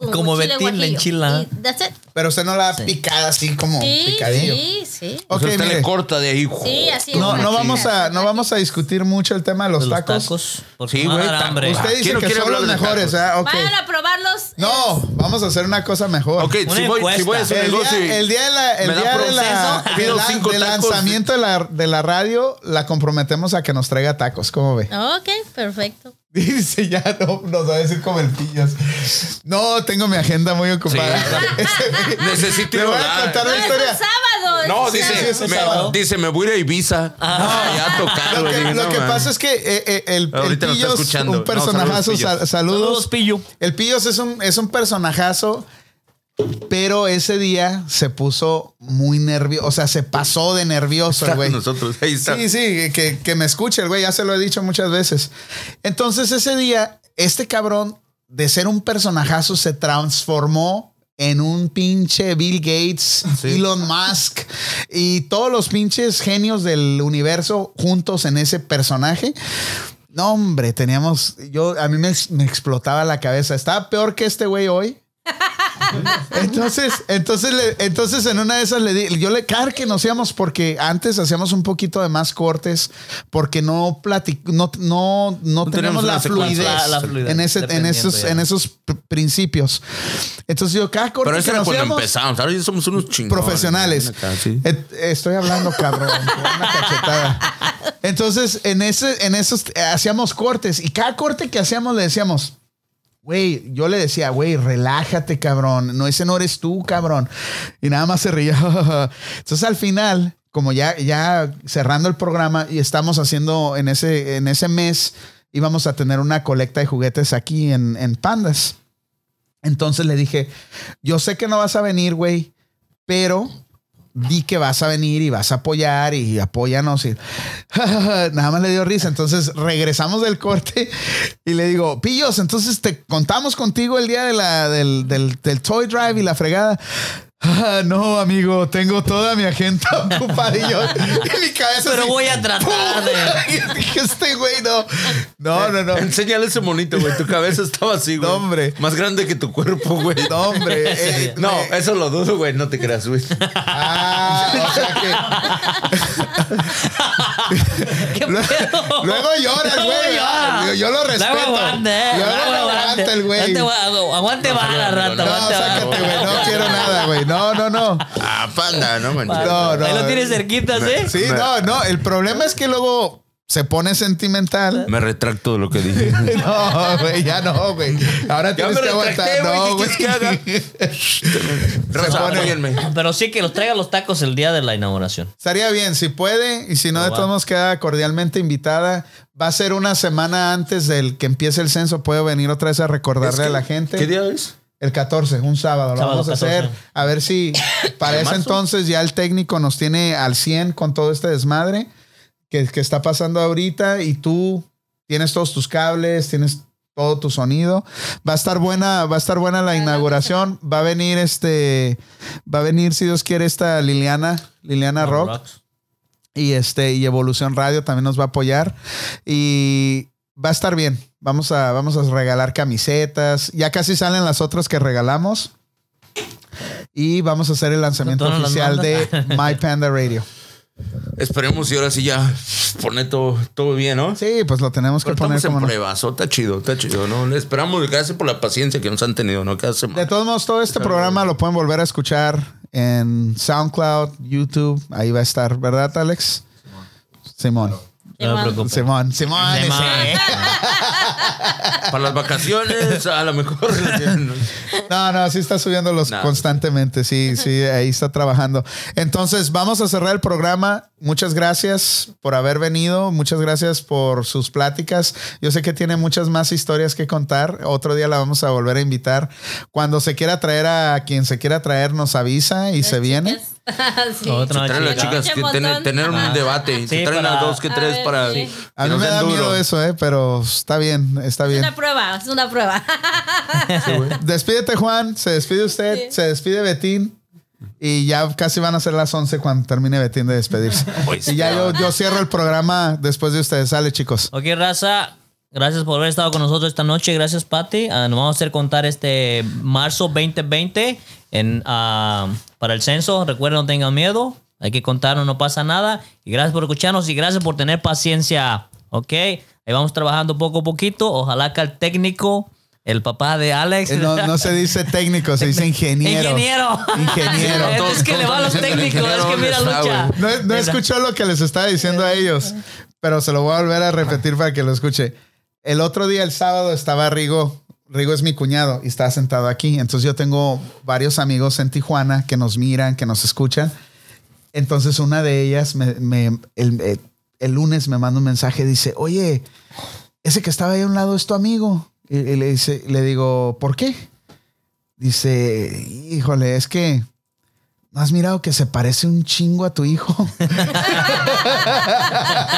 B: con
D: Como
B: chile
D: Betín la
B: guajillo.
D: enchila.
B: Y that's it.
A: Pero usted no la ha picada así como
B: Sí,
A: picadillo.
B: sí, sí.
C: O
A: Ok,
C: sea, Pues usted
A: mire.
C: le corta de ahí.
B: Sí, así
A: No,
B: es.
A: no vamos a, no vamos a discutir mucho el tema de los,
D: De los
A: tacos.
D: tacos. Porque
C: Sí,
D: me va a
C: güey,
D: dar
C: tacos.
D: hambre.
A: Usted dice
C: ¿Quién no
A: que
C: quiere
A: son los
C: hablar de
A: mejores,
C: tacos?
A: ¿ah? Ok.
B: Vayan a probarlos.
A: No, vamos a hacer una cosa mejor.
C: Ok,
D: Una
C: si voy, si
D: encuesta.
C: voy a su
A: El
C: negocio. y-
A: día, el día de la, el
C: ¿Me da
A: día de la-
C: proceso?
A: de
C: Pido
A: la-
C: cinco
A: del
C: tacos.
A: lanzamiento de la, de la radio, la comprometemos a que nos traiga tacos. ¿Cómo ve? *laughs*
B: Ok, perfecto.
A: Dice, ya no, nos va a decir cobertillas. No, tengo mi agenda muy ocupada. *laughs* Este
C: Necesito
A: Te
C: ir
A: voy
C: orar.
A: a contar
B: No,
A: la
B: Ah, es
A: historia.
B: un sábado.
C: No,
B: es un sábado.
A: sí,
C: dice,
A: es un
C: me,
A: sábado.
C: dice, me voy a ir a Ibiza. No, ya
A: Lo
C: tocado.
A: que,
C: dije,
A: lo
C: no,
A: que
C: man.
A: pasa es que eh, eh, el, el
C: Ahorita lo está
A: Pillos,
C: escuchando.
A: un
C: No,
A: personajazo,
C: saludos, Pillos.
A: sal- saludos.
D: Saludos, Pillo.
A: El Pillos es un, es un personajazo, pero ese día se puso muy nervioso, o sea, se pasó de nervioso, el
C: Está
A: güey.
C: con nosotros. Ahí está.
A: Sí, sí, que, que me escuche el güey, ya se lo he dicho muchas veces. Entonces ese día, este cabrón, de ser un personajazo, se transformó en un pinche Bill Gates,
C: Sí.
A: Elon Musk y todos los pinches genios del universo juntos en ese personaje. No, hombre, teníamos, yo, a mí me, me explotaba la cabeza. Estaba peor que este güey hoy. Entonces, entonces, le- entonces en una de esas le di, yo le claro que no hacíamos porque antes hacíamos un poquito de más cortes porque no platic, no, no, no teníamos
C: No teníamos
A: la
C: una
A: fluidez,
C: secuencia.
D: La- la fluidez,
A: en ese, en
D: dependiendo
A: esos,
D: ya.
A: en esos pr- principios. Entonces yo cada corte
C: Pero
A: que
C: eso era
A: nos
C: cuando
A: íbamos,
C: empezamos. Ahora ya somos unos chingones.
A: profesionales. Eh,
C: Acá, sí.
A: Et- Estoy hablando, cabrón. con una cachetada. Entonces, en ese, en esos eh, hacíamos cortes y cada corte que hacíamos le decíamos, güey, yo le decía, güey, relájate, cabrón. No, ese no eres tú, cabrón. Y nada más se reía. *laughs* Entonces, al final, como ya, ya cerrando el programa y estamos haciendo en ese, en ese mes, íbamos a tener una colecta de juguetes aquí en, en Pandas. Entonces le dije, yo sé que no vas a venir, güey, pero di que vas a venir y vas a apoyar y apóyanos. Y *laughs* nada más le dio risa. Entonces regresamos del corte y le digo, Pillos, entonces te contamos contigo el día de la, del, del- del Toy Drive y la fregada. *laughs* "Ah, no, amigo, tengo toda mi agenda *laughs* ocupada y yo y mi cabeza.
D: Pero
A: así,
D: voy a tratar de.
A: *laughs* y dije, este güey no. No, no,
D: *laughs*
A: no.
C: Enséñale ese monito, güey. Tu cabeza estaba así, güey.
A: No, hombre.
C: Más grande que tu cuerpo, güey.
A: No, hombre. eh,
C: No,
A: me-
C: eso lo dudo, güey. No te
A: *laughs*
C: creas, güey.
A: Ah, o sea que.
D: ¿Qué pedo?
A: Luego llora el
D: Luego
A: güey.
D: llora.
A: ah, yo- Yo lo respeto.
D: Luego aguante, eh.
A: Yo
D: Luego
A: lo aguante el güey.
D: Aguante, agu- Aguante vara, rata.
A: No,
D: Aguante vara.
A: sácate, güey. No quiero nada, güey. No, no, no.
C: Ah, panda, no manches.
A: No, no.
D: Ahí lo tienes cerquitas, ¿eh?
A: Sí, no, no. El problema es que luego se pone sentimental.
C: Me retracto de lo que
A: *laughs*
C: dije.
A: No, güey, ya no, güey. Ahora
C: Ya
A: tienes
C: me
A: que
C: retracté,
A: aguantar.
C: güey.
A: No,
C: ¿Qué
A: güey.
C: quieres que haga? Raza,
A: pone-
C: apóyenme.
D: Pero sí que los traiga los tacos el día de la inauguración.
A: *laughs* Estaría bien, si puede, y si no, de
D: va.
A: todos modos queda cordialmente invitada. Va a ser una semana antes del que empiece el censo. Puedo venir otra vez a recordarle a la gente.
C: ¿Qué día es?
A: El 14, un sábado, lo
D: Sábado
A: vamos a
D: 14.
A: hacer. A ver si para
C: ¿De
A: ese
C: marzo?
A: entonces ya el técnico nos tiene al 100 con todo este desmadre que, que está pasando ahorita y tú tienes todos tus cables, tienes todo tu sonido. Va a estar buena, va a estar buena la inauguración. Va a venir este, va a venir si Dios quiere esta Liliana, Liliana Rock. Y este, y Evolución Radio también nos va a apoyar. Y va a estar bien. Vamos a, vamos a regalar camisetas. Ya casi salen las otras que regalamos. Y vamos a hacer el lanzamiento
D: ¿Tú no las
A: oficial de
D: *laughs*
A: My Panda Radio.
C: Esperemos y ahora sí ya pone todo, todo bien, ¿no?
A: Sí, pues lo tenemos que
C: Pero
A: poner
C: estamos en
A: como no.
C: pruebas, oh, está chido, está chido, ¿no? Le esperamos, gracias por la paciencia que nos han tenido, ¿no? Cada semana.
A: De todos modos, todo este programa lo pueden volver a escuchar en SoundCloud, YouTube. Ahí va a estar, ¿verdad, Alex? Simón.
D: No me preocupes.
A: Simón. Simón.
D: Simón.
C: Para las vacaciones, a
A: *laughs*
C: lo mejor. *laughs*
A: No, no, sí está subiéndolos
C: No.
A: constantemente,
C: *laughs*
A: sí, sí, ahí está trabajando. Entonces, vamos a cerrar el programa. Muchas gracias por haber venido, muchas gracias por sus pláticas. Yo sé que tiene muchas más historias que contar. Otro día la vamos a volver a invitar. Cuando se quiera traer a quien se quiera traer, nos avisa y se viene.
B: Pues, *laughs* Sí.
A: Ah,
D: Otra
C: Traen a las chicas que
B: Pinche
C: tener,
B: montón.
C: tener un debate.
D: Sí,
C: se traen a
D: para-
C: dos que
B: A
C: tres
B: ver,
C: para.
B: sí.
C: que
A: A mí
C: nos
A: me
C: den
A: da
C: duro.
A: miedo eso, eh, pero está bien, está
B: Es
A: bien.
B: una prueba, es una prueba. *laughs*
A: Despídete, Juan. Se despide usted.
B: Sí.
A: Se despide Betín. Y ya casi van a ser las 11 cuando termine Betín de despedirse.
B: *laughs*
C: Pues,
A: y ya yo,
C: claro.
A: yo cierro el programa después de ustedes. Sale, chicos.
D: Ok, raza. Gracias por haber estado con nosotros esta noche. Gracias, Patti. Ah, nos vamos a hacer contar este marzo 2020 en, ah, para el censo. Recuerden, no tengan miedo. Hay que contarnos, no pasa nada. Y gracias por escucharnos y gracias por tener paciencia. Ok, ahí vamos trabajando poco a poquito. Ojalá que el técnico, el papá de Alex.
A: Eh, No, no se dice técnico, se
D: *laughs*
A: dice ingeniero.
D: Ingeniero.
A: Ingeniero.
D: Es- *laughs* es que le va a los
C: Todos dicen
D: técnicos. Es que
C: ingeniero,
D: mira,
C: ¿dónde está,
D: lucha.
C: güey?
A: No, no escuchó lo que les estaba diciendo a ellos, pero se lo voy a volver a repetir para que lo escuche. El otro día, el sábado, estaba Rigo. Rigo es mi cuñado y está sentado aquí. Entonces yo tengo varios amigos en Tijuana que nos miran, que nos escuchan. Entonces una de ellas, me, me- el, eh, el lunes me manda un mensaje, dice, oye, ese que estaba ahí a un lado es tu amigo. Y, y le, dice, le digo, ¿por qué? Dice, híjole, es que ¿No has mirado que se parece un chingo a tu hijo? *laughs*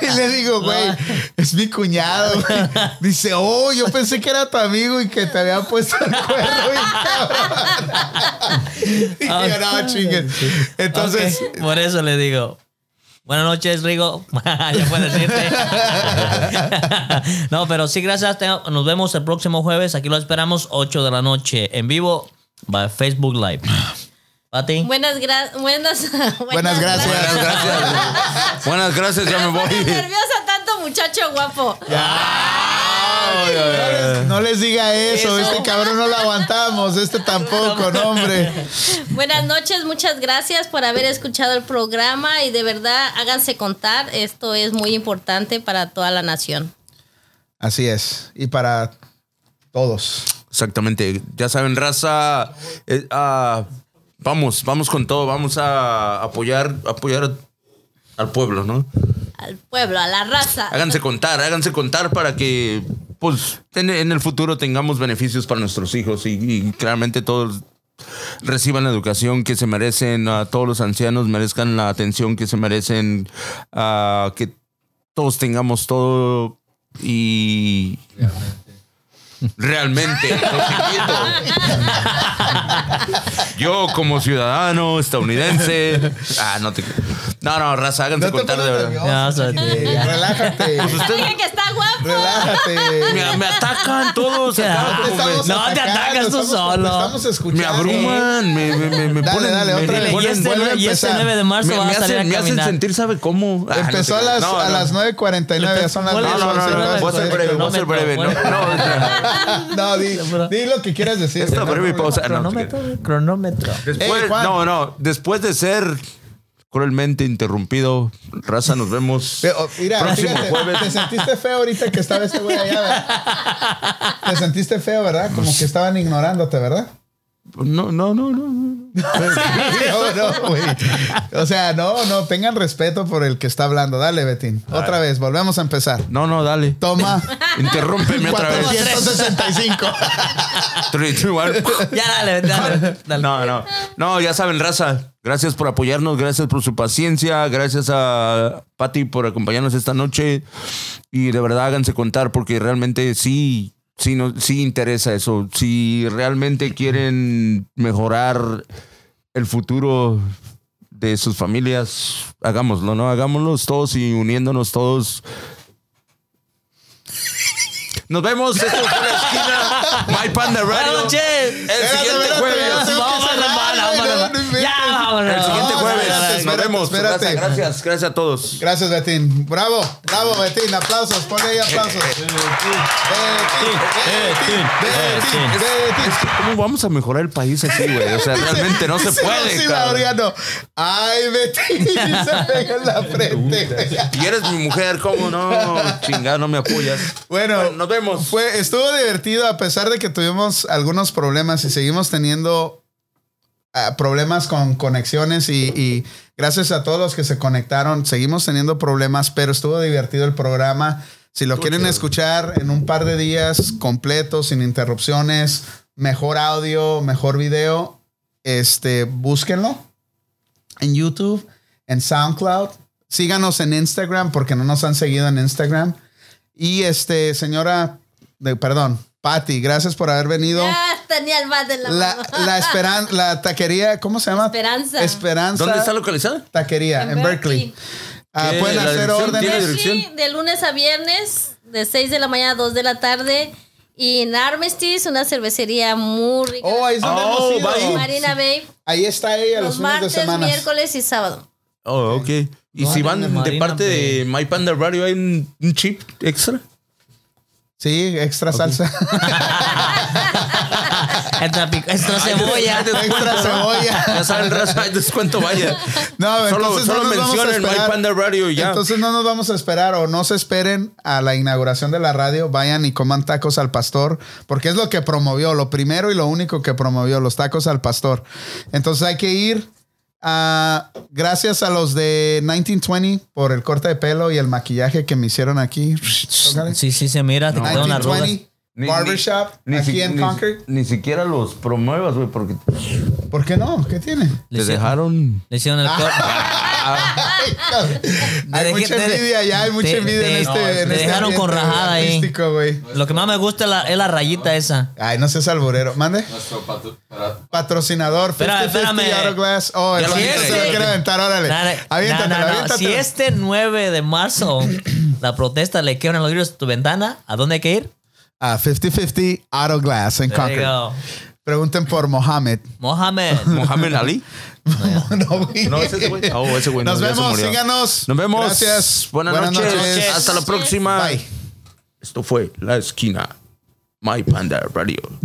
A: y le digo, güey, es mi cuñado. güey. Dice, oh, yo pensé que era tu amigo y que te había puesto el cuerno. bien *laughs* cabrón. y yo, no, chingue. Entonces,
D: Ok, Por eso le digo. Buenas noches, Rigo. *laughs* ya puedes irte. *laughs* no, pero sí, gracias. Te- Nos vemos el próximo jueves. Aquí lo esperamos, 8 de la noche, en vivo, by Facebook Live. Pati.
B: Buenas, gra- buenas, *laughs*
A: Buenas gracias. *laughs*
C: Buenas gracias. Buenas gracias, ya
B: *laughs*
C: me
B: Me pone
C: voy.
B: nerviosa tanto, muchacho guapo.
C: Ay, ay, ay.
A: No les diga eso,
B: Eso.
A: este cabrón no lo aguantamos, este tampoco, no hombre.
B: Buenas noches, muchas gracias por haber escuchado el programa y de verdad háganse contar. Esto es muy importante para toda la nación.
A: Así es, y para todos.
C: Exactamente. Ya saben, raza. eh, ah, vamos, vamos con todo. Vamos a apoyar, apoyar al pueblo, ¿no?
B: Al pueblo, a la raza.
C: Háganse contar, háganse contar para que, pues, en, en el futuro tengamos beneficios para nuestros hijos y, y claramente todos reciban la educación que se merecen, a todos los ancianos merezcan la atención que se merecen, a que todos tengamos todo y... Realmente. Josefito. Yo como ciudadano estadounidense... Ah, no te... No, no, raza, háganse
A: No te
C: contar de
A: pongas
C: verdad. Pues
A: nervioso,
D: Ya, o sea,
A: Chile,
C: *laughs*
D: ya.
A: Relájate.
B: *laughs* Dije que está guapo.
A: Relájate.
C: Me, me atacan todos. acá,
A: Te
C: como me-
A: estamos
D: No te
A: atacando,
D: atacas tú
A: estamos-
D: solo.
A: Estamos escuchando. Eh,
C: me abruman, me, me, me, me
A: Dale,
C: ponen.
A: dale,
C: me
A: otra vez.
D: Y
A: Vuelve-
D: este,
A: vuelve a
D: y este
A: empezar.
D: 9 de
C: me,
D: marzo vas
C: me
D: a salir
C: hacen,
D: a
C: me hacen
D: caminar.
C: sentir, ¿sabe cómo? Ah, no
A: Empezó
C: te
A: a las,
C: creas. No,
A: a
C: no.
A: las 9.49, ya son las
C: No,
D: Vuelve-
C: no, no, no, no, voy a ser breve, voy a ser breve. No,
A: *laughs*
C: no,
A: no, di, di lo que quieras decir.
C: esta
A: No,
C: breve
A: no,
C: pausa. no, te creas.
D: Cronómetro, cronómetro.
C: Después,
A: Ey, Juan.
C: no, no, después de ser cruelmente interrumpido, raza, nos vemos.
A: Ve- oh, Mira,
C: Próximo
A: fíjate,
C: jueves.
A: te sentiste feo ahorita que estaba ese güey allá.
D: *laughs*
A: ¿verdad? Te sentiste feo, ¿verdad? Como que estaban ignorándote, ¿verdad?
C: No, no, no, no.
A: No, no, güey. O sea, no, no, tengan respeto por el que está hablando. Dale, Betín. Otra vez, volvemos a empezar.
C: No,
A: *laughs*
C: no, dale.
A: Toma.
C: Interrúmpeme otra vez.
A: 465.
C: Three, two, one.
D: Ya dale, dale. dale.
C: No, no. No, ya saben, raza. Gracias por apoyarnos, gracias por su paciencia, gracias a Patti por acompañarnos esta noche. Y de verdad háganse contar porque realmente sí, sí, no, sí interesa eso. Si realmente quieren mejorar el futuro de sus familias, hagámoslo, ¿no? Hagámoslo todos y uniéndonos todos. Nos vemos. Esto fue la esquina. My Panda Radio.
D: Buenas noches.
C: El siguiente
A: Espérate,
C: jueves.
A: espérate,
D: Vámonos, vámonos, vámonos. Ya, vámonos.
C: El siguiente
A: No,
C: jueves.
A: espérate,
C: Nos
A: espérate,
C: vemos.
A: espérate.
C: Gracias, gracias, gracias a todos.
A: Gracias, Betín. Bravo, bravo, Betín. Aplausos, ponle ahí aplausos. Betín, Betín,
C: Eh,
A: Betín,
D: Betín.
A: Betín.
C: ¿Cómo vamos a mejorar el país así, güey?
A: *laughs*
C: O sea, realmente no se
A: Dice
C: puede,
A: Rosy
C: cabrón.
A: Laureano, Ay, Betín. *laughs* y Se pega en la frente.
C: Y eres mi mujer, ¿cómo no? Chingada, no me apoyas.
A: Bueno,
C: nos vemos.
A: Fue, estuvo divertido a pesar de que tuvimos algunos problemas y seguimos teniendo ah, problemas con conexiones y, y gracias a todos los que se conectaron, seguimos teniendo problemas, pero estuvo divertido el programa. Si lo quieren escuchar en un par de días completo, sin interrupciones, mejor audio, mejor video, este, búsquenlo en YouTube, en SoundCloud. Síganos en Instagram porque no nos han seguido en Instagram. Y este, señora, de- perdón, Patty, gracias por haber venido.
B: Ya tenía el bat en la,
A: La,
B: mano. *laughs*
A: la, esperan- la taquería, ¿cómo se llama?
B: Esperanza.
A: Esperanza.
C: ¿Dónde está localizada?
A: Taquería, en,
B: En
A: Berkeley.
B: Berkeley.
A: Ah,
C: ¿Qué?
A: pueden
C: ¿La
A: hacer
C: dirección
A: órdenes.
C: tiene?
B: Sí,
C: dirección?
B: de lunes a viernes, de 6 de la mañana a 2 de la tarde. Y en Armistice, una cervecería muy rica.
A: Oh, ahí es donde
C: Oh,
A: hemos ido.
C: vaya.
B: Marina Bay,
A: Ahí está ella los,
B: los
A: fines de
B: martes,
A: semana.
B: miércoles y sábado.
C: Oh, ok. ¿Y si
D: de
C: van de
D: Marina,
C: parte de My Panda Radio, hay un un chip extra?
A: Sí, extra salsa.
D: Esta, pic- esta cebolla.
A: extra
C: *laughs* Ya
A: cebolla.
C: saben, raza, hay descuento, vaya.
A: No,
C: Solo,
A: entonces
C: solo
A: no nos vamos a
C: mencionen My
A: esperar.
C: Panda Radio y ya.
A: Entonces no nos vamos a esperar o no se esperen a la inauguración de la radio. Vayan y coman tacos al pastor, porque es lo que promovió, lo primero y lo único que promovió, los tacos al pastor. Entonces hay que ir. a- gracias a los de 1920 por el corte de pelo y el maquillaje que me hicieron aquí. Tócale.
D: Sí, sí, se mira. Te quedaron arrugas.
A: 1920 Barbershop
C: ni
A: aquí
C: si-
A: en
C: ni-
A: Concord.
C: Ni siquiera los promuevas, güey, porque
A: ¿Por qué no? ¿Qué tiene?
D: Le
C: te
D: hicieron-
C: dejaron.
D: Le hicieron el corte.
A: Hay
D: dejé-
A: mucha
D: te-
A: envidia allá, hay mucha
D: te-
A: envidia en
D: te-
A: este.
D: no,
A: en
D: te
A: este
D: dejaron con
A: ambiente
D: rajada ahí.
A: artístico, güey.
D: Lo que más me gusta es la, es la rayita esa.
A: Ay, no seas alburero. Mande.
E: Nuestro patu- para-
A: Patrocinador,
D: Espera,
A: 50
D: espérame.
A: Autoglass. Oh, el
C: Ya lo
A: Juanito
C: dije.
A: se lo quiere aventar, órale.
D: Nah, nah,
A: aviéntatelo,
D: nah, nah,
A: aviéntatelo.
D: Si este 9 de marzo la protesta le quiebran los vidrios de tu ventana, ¿a dónde hay que ir?
A: A 50-50 Autoglass en
D: There you
A: Concord.
D: go.
A: Pregunten por Mohamed.
D: Mohamed.
C: Mohamed Ali.
A: *laughs* no, güey.
C: No, ese es güey. Oh, ese güey
A: Nos
C: no, ya se
A: vemos,
C: murió.
A: síganos.
C: Nos vemos.
A: Gracias.
C: Buenas, noches. Hasta la próxima.
A: Bye.
C: Esto fue La Esquina. My Panda Radio.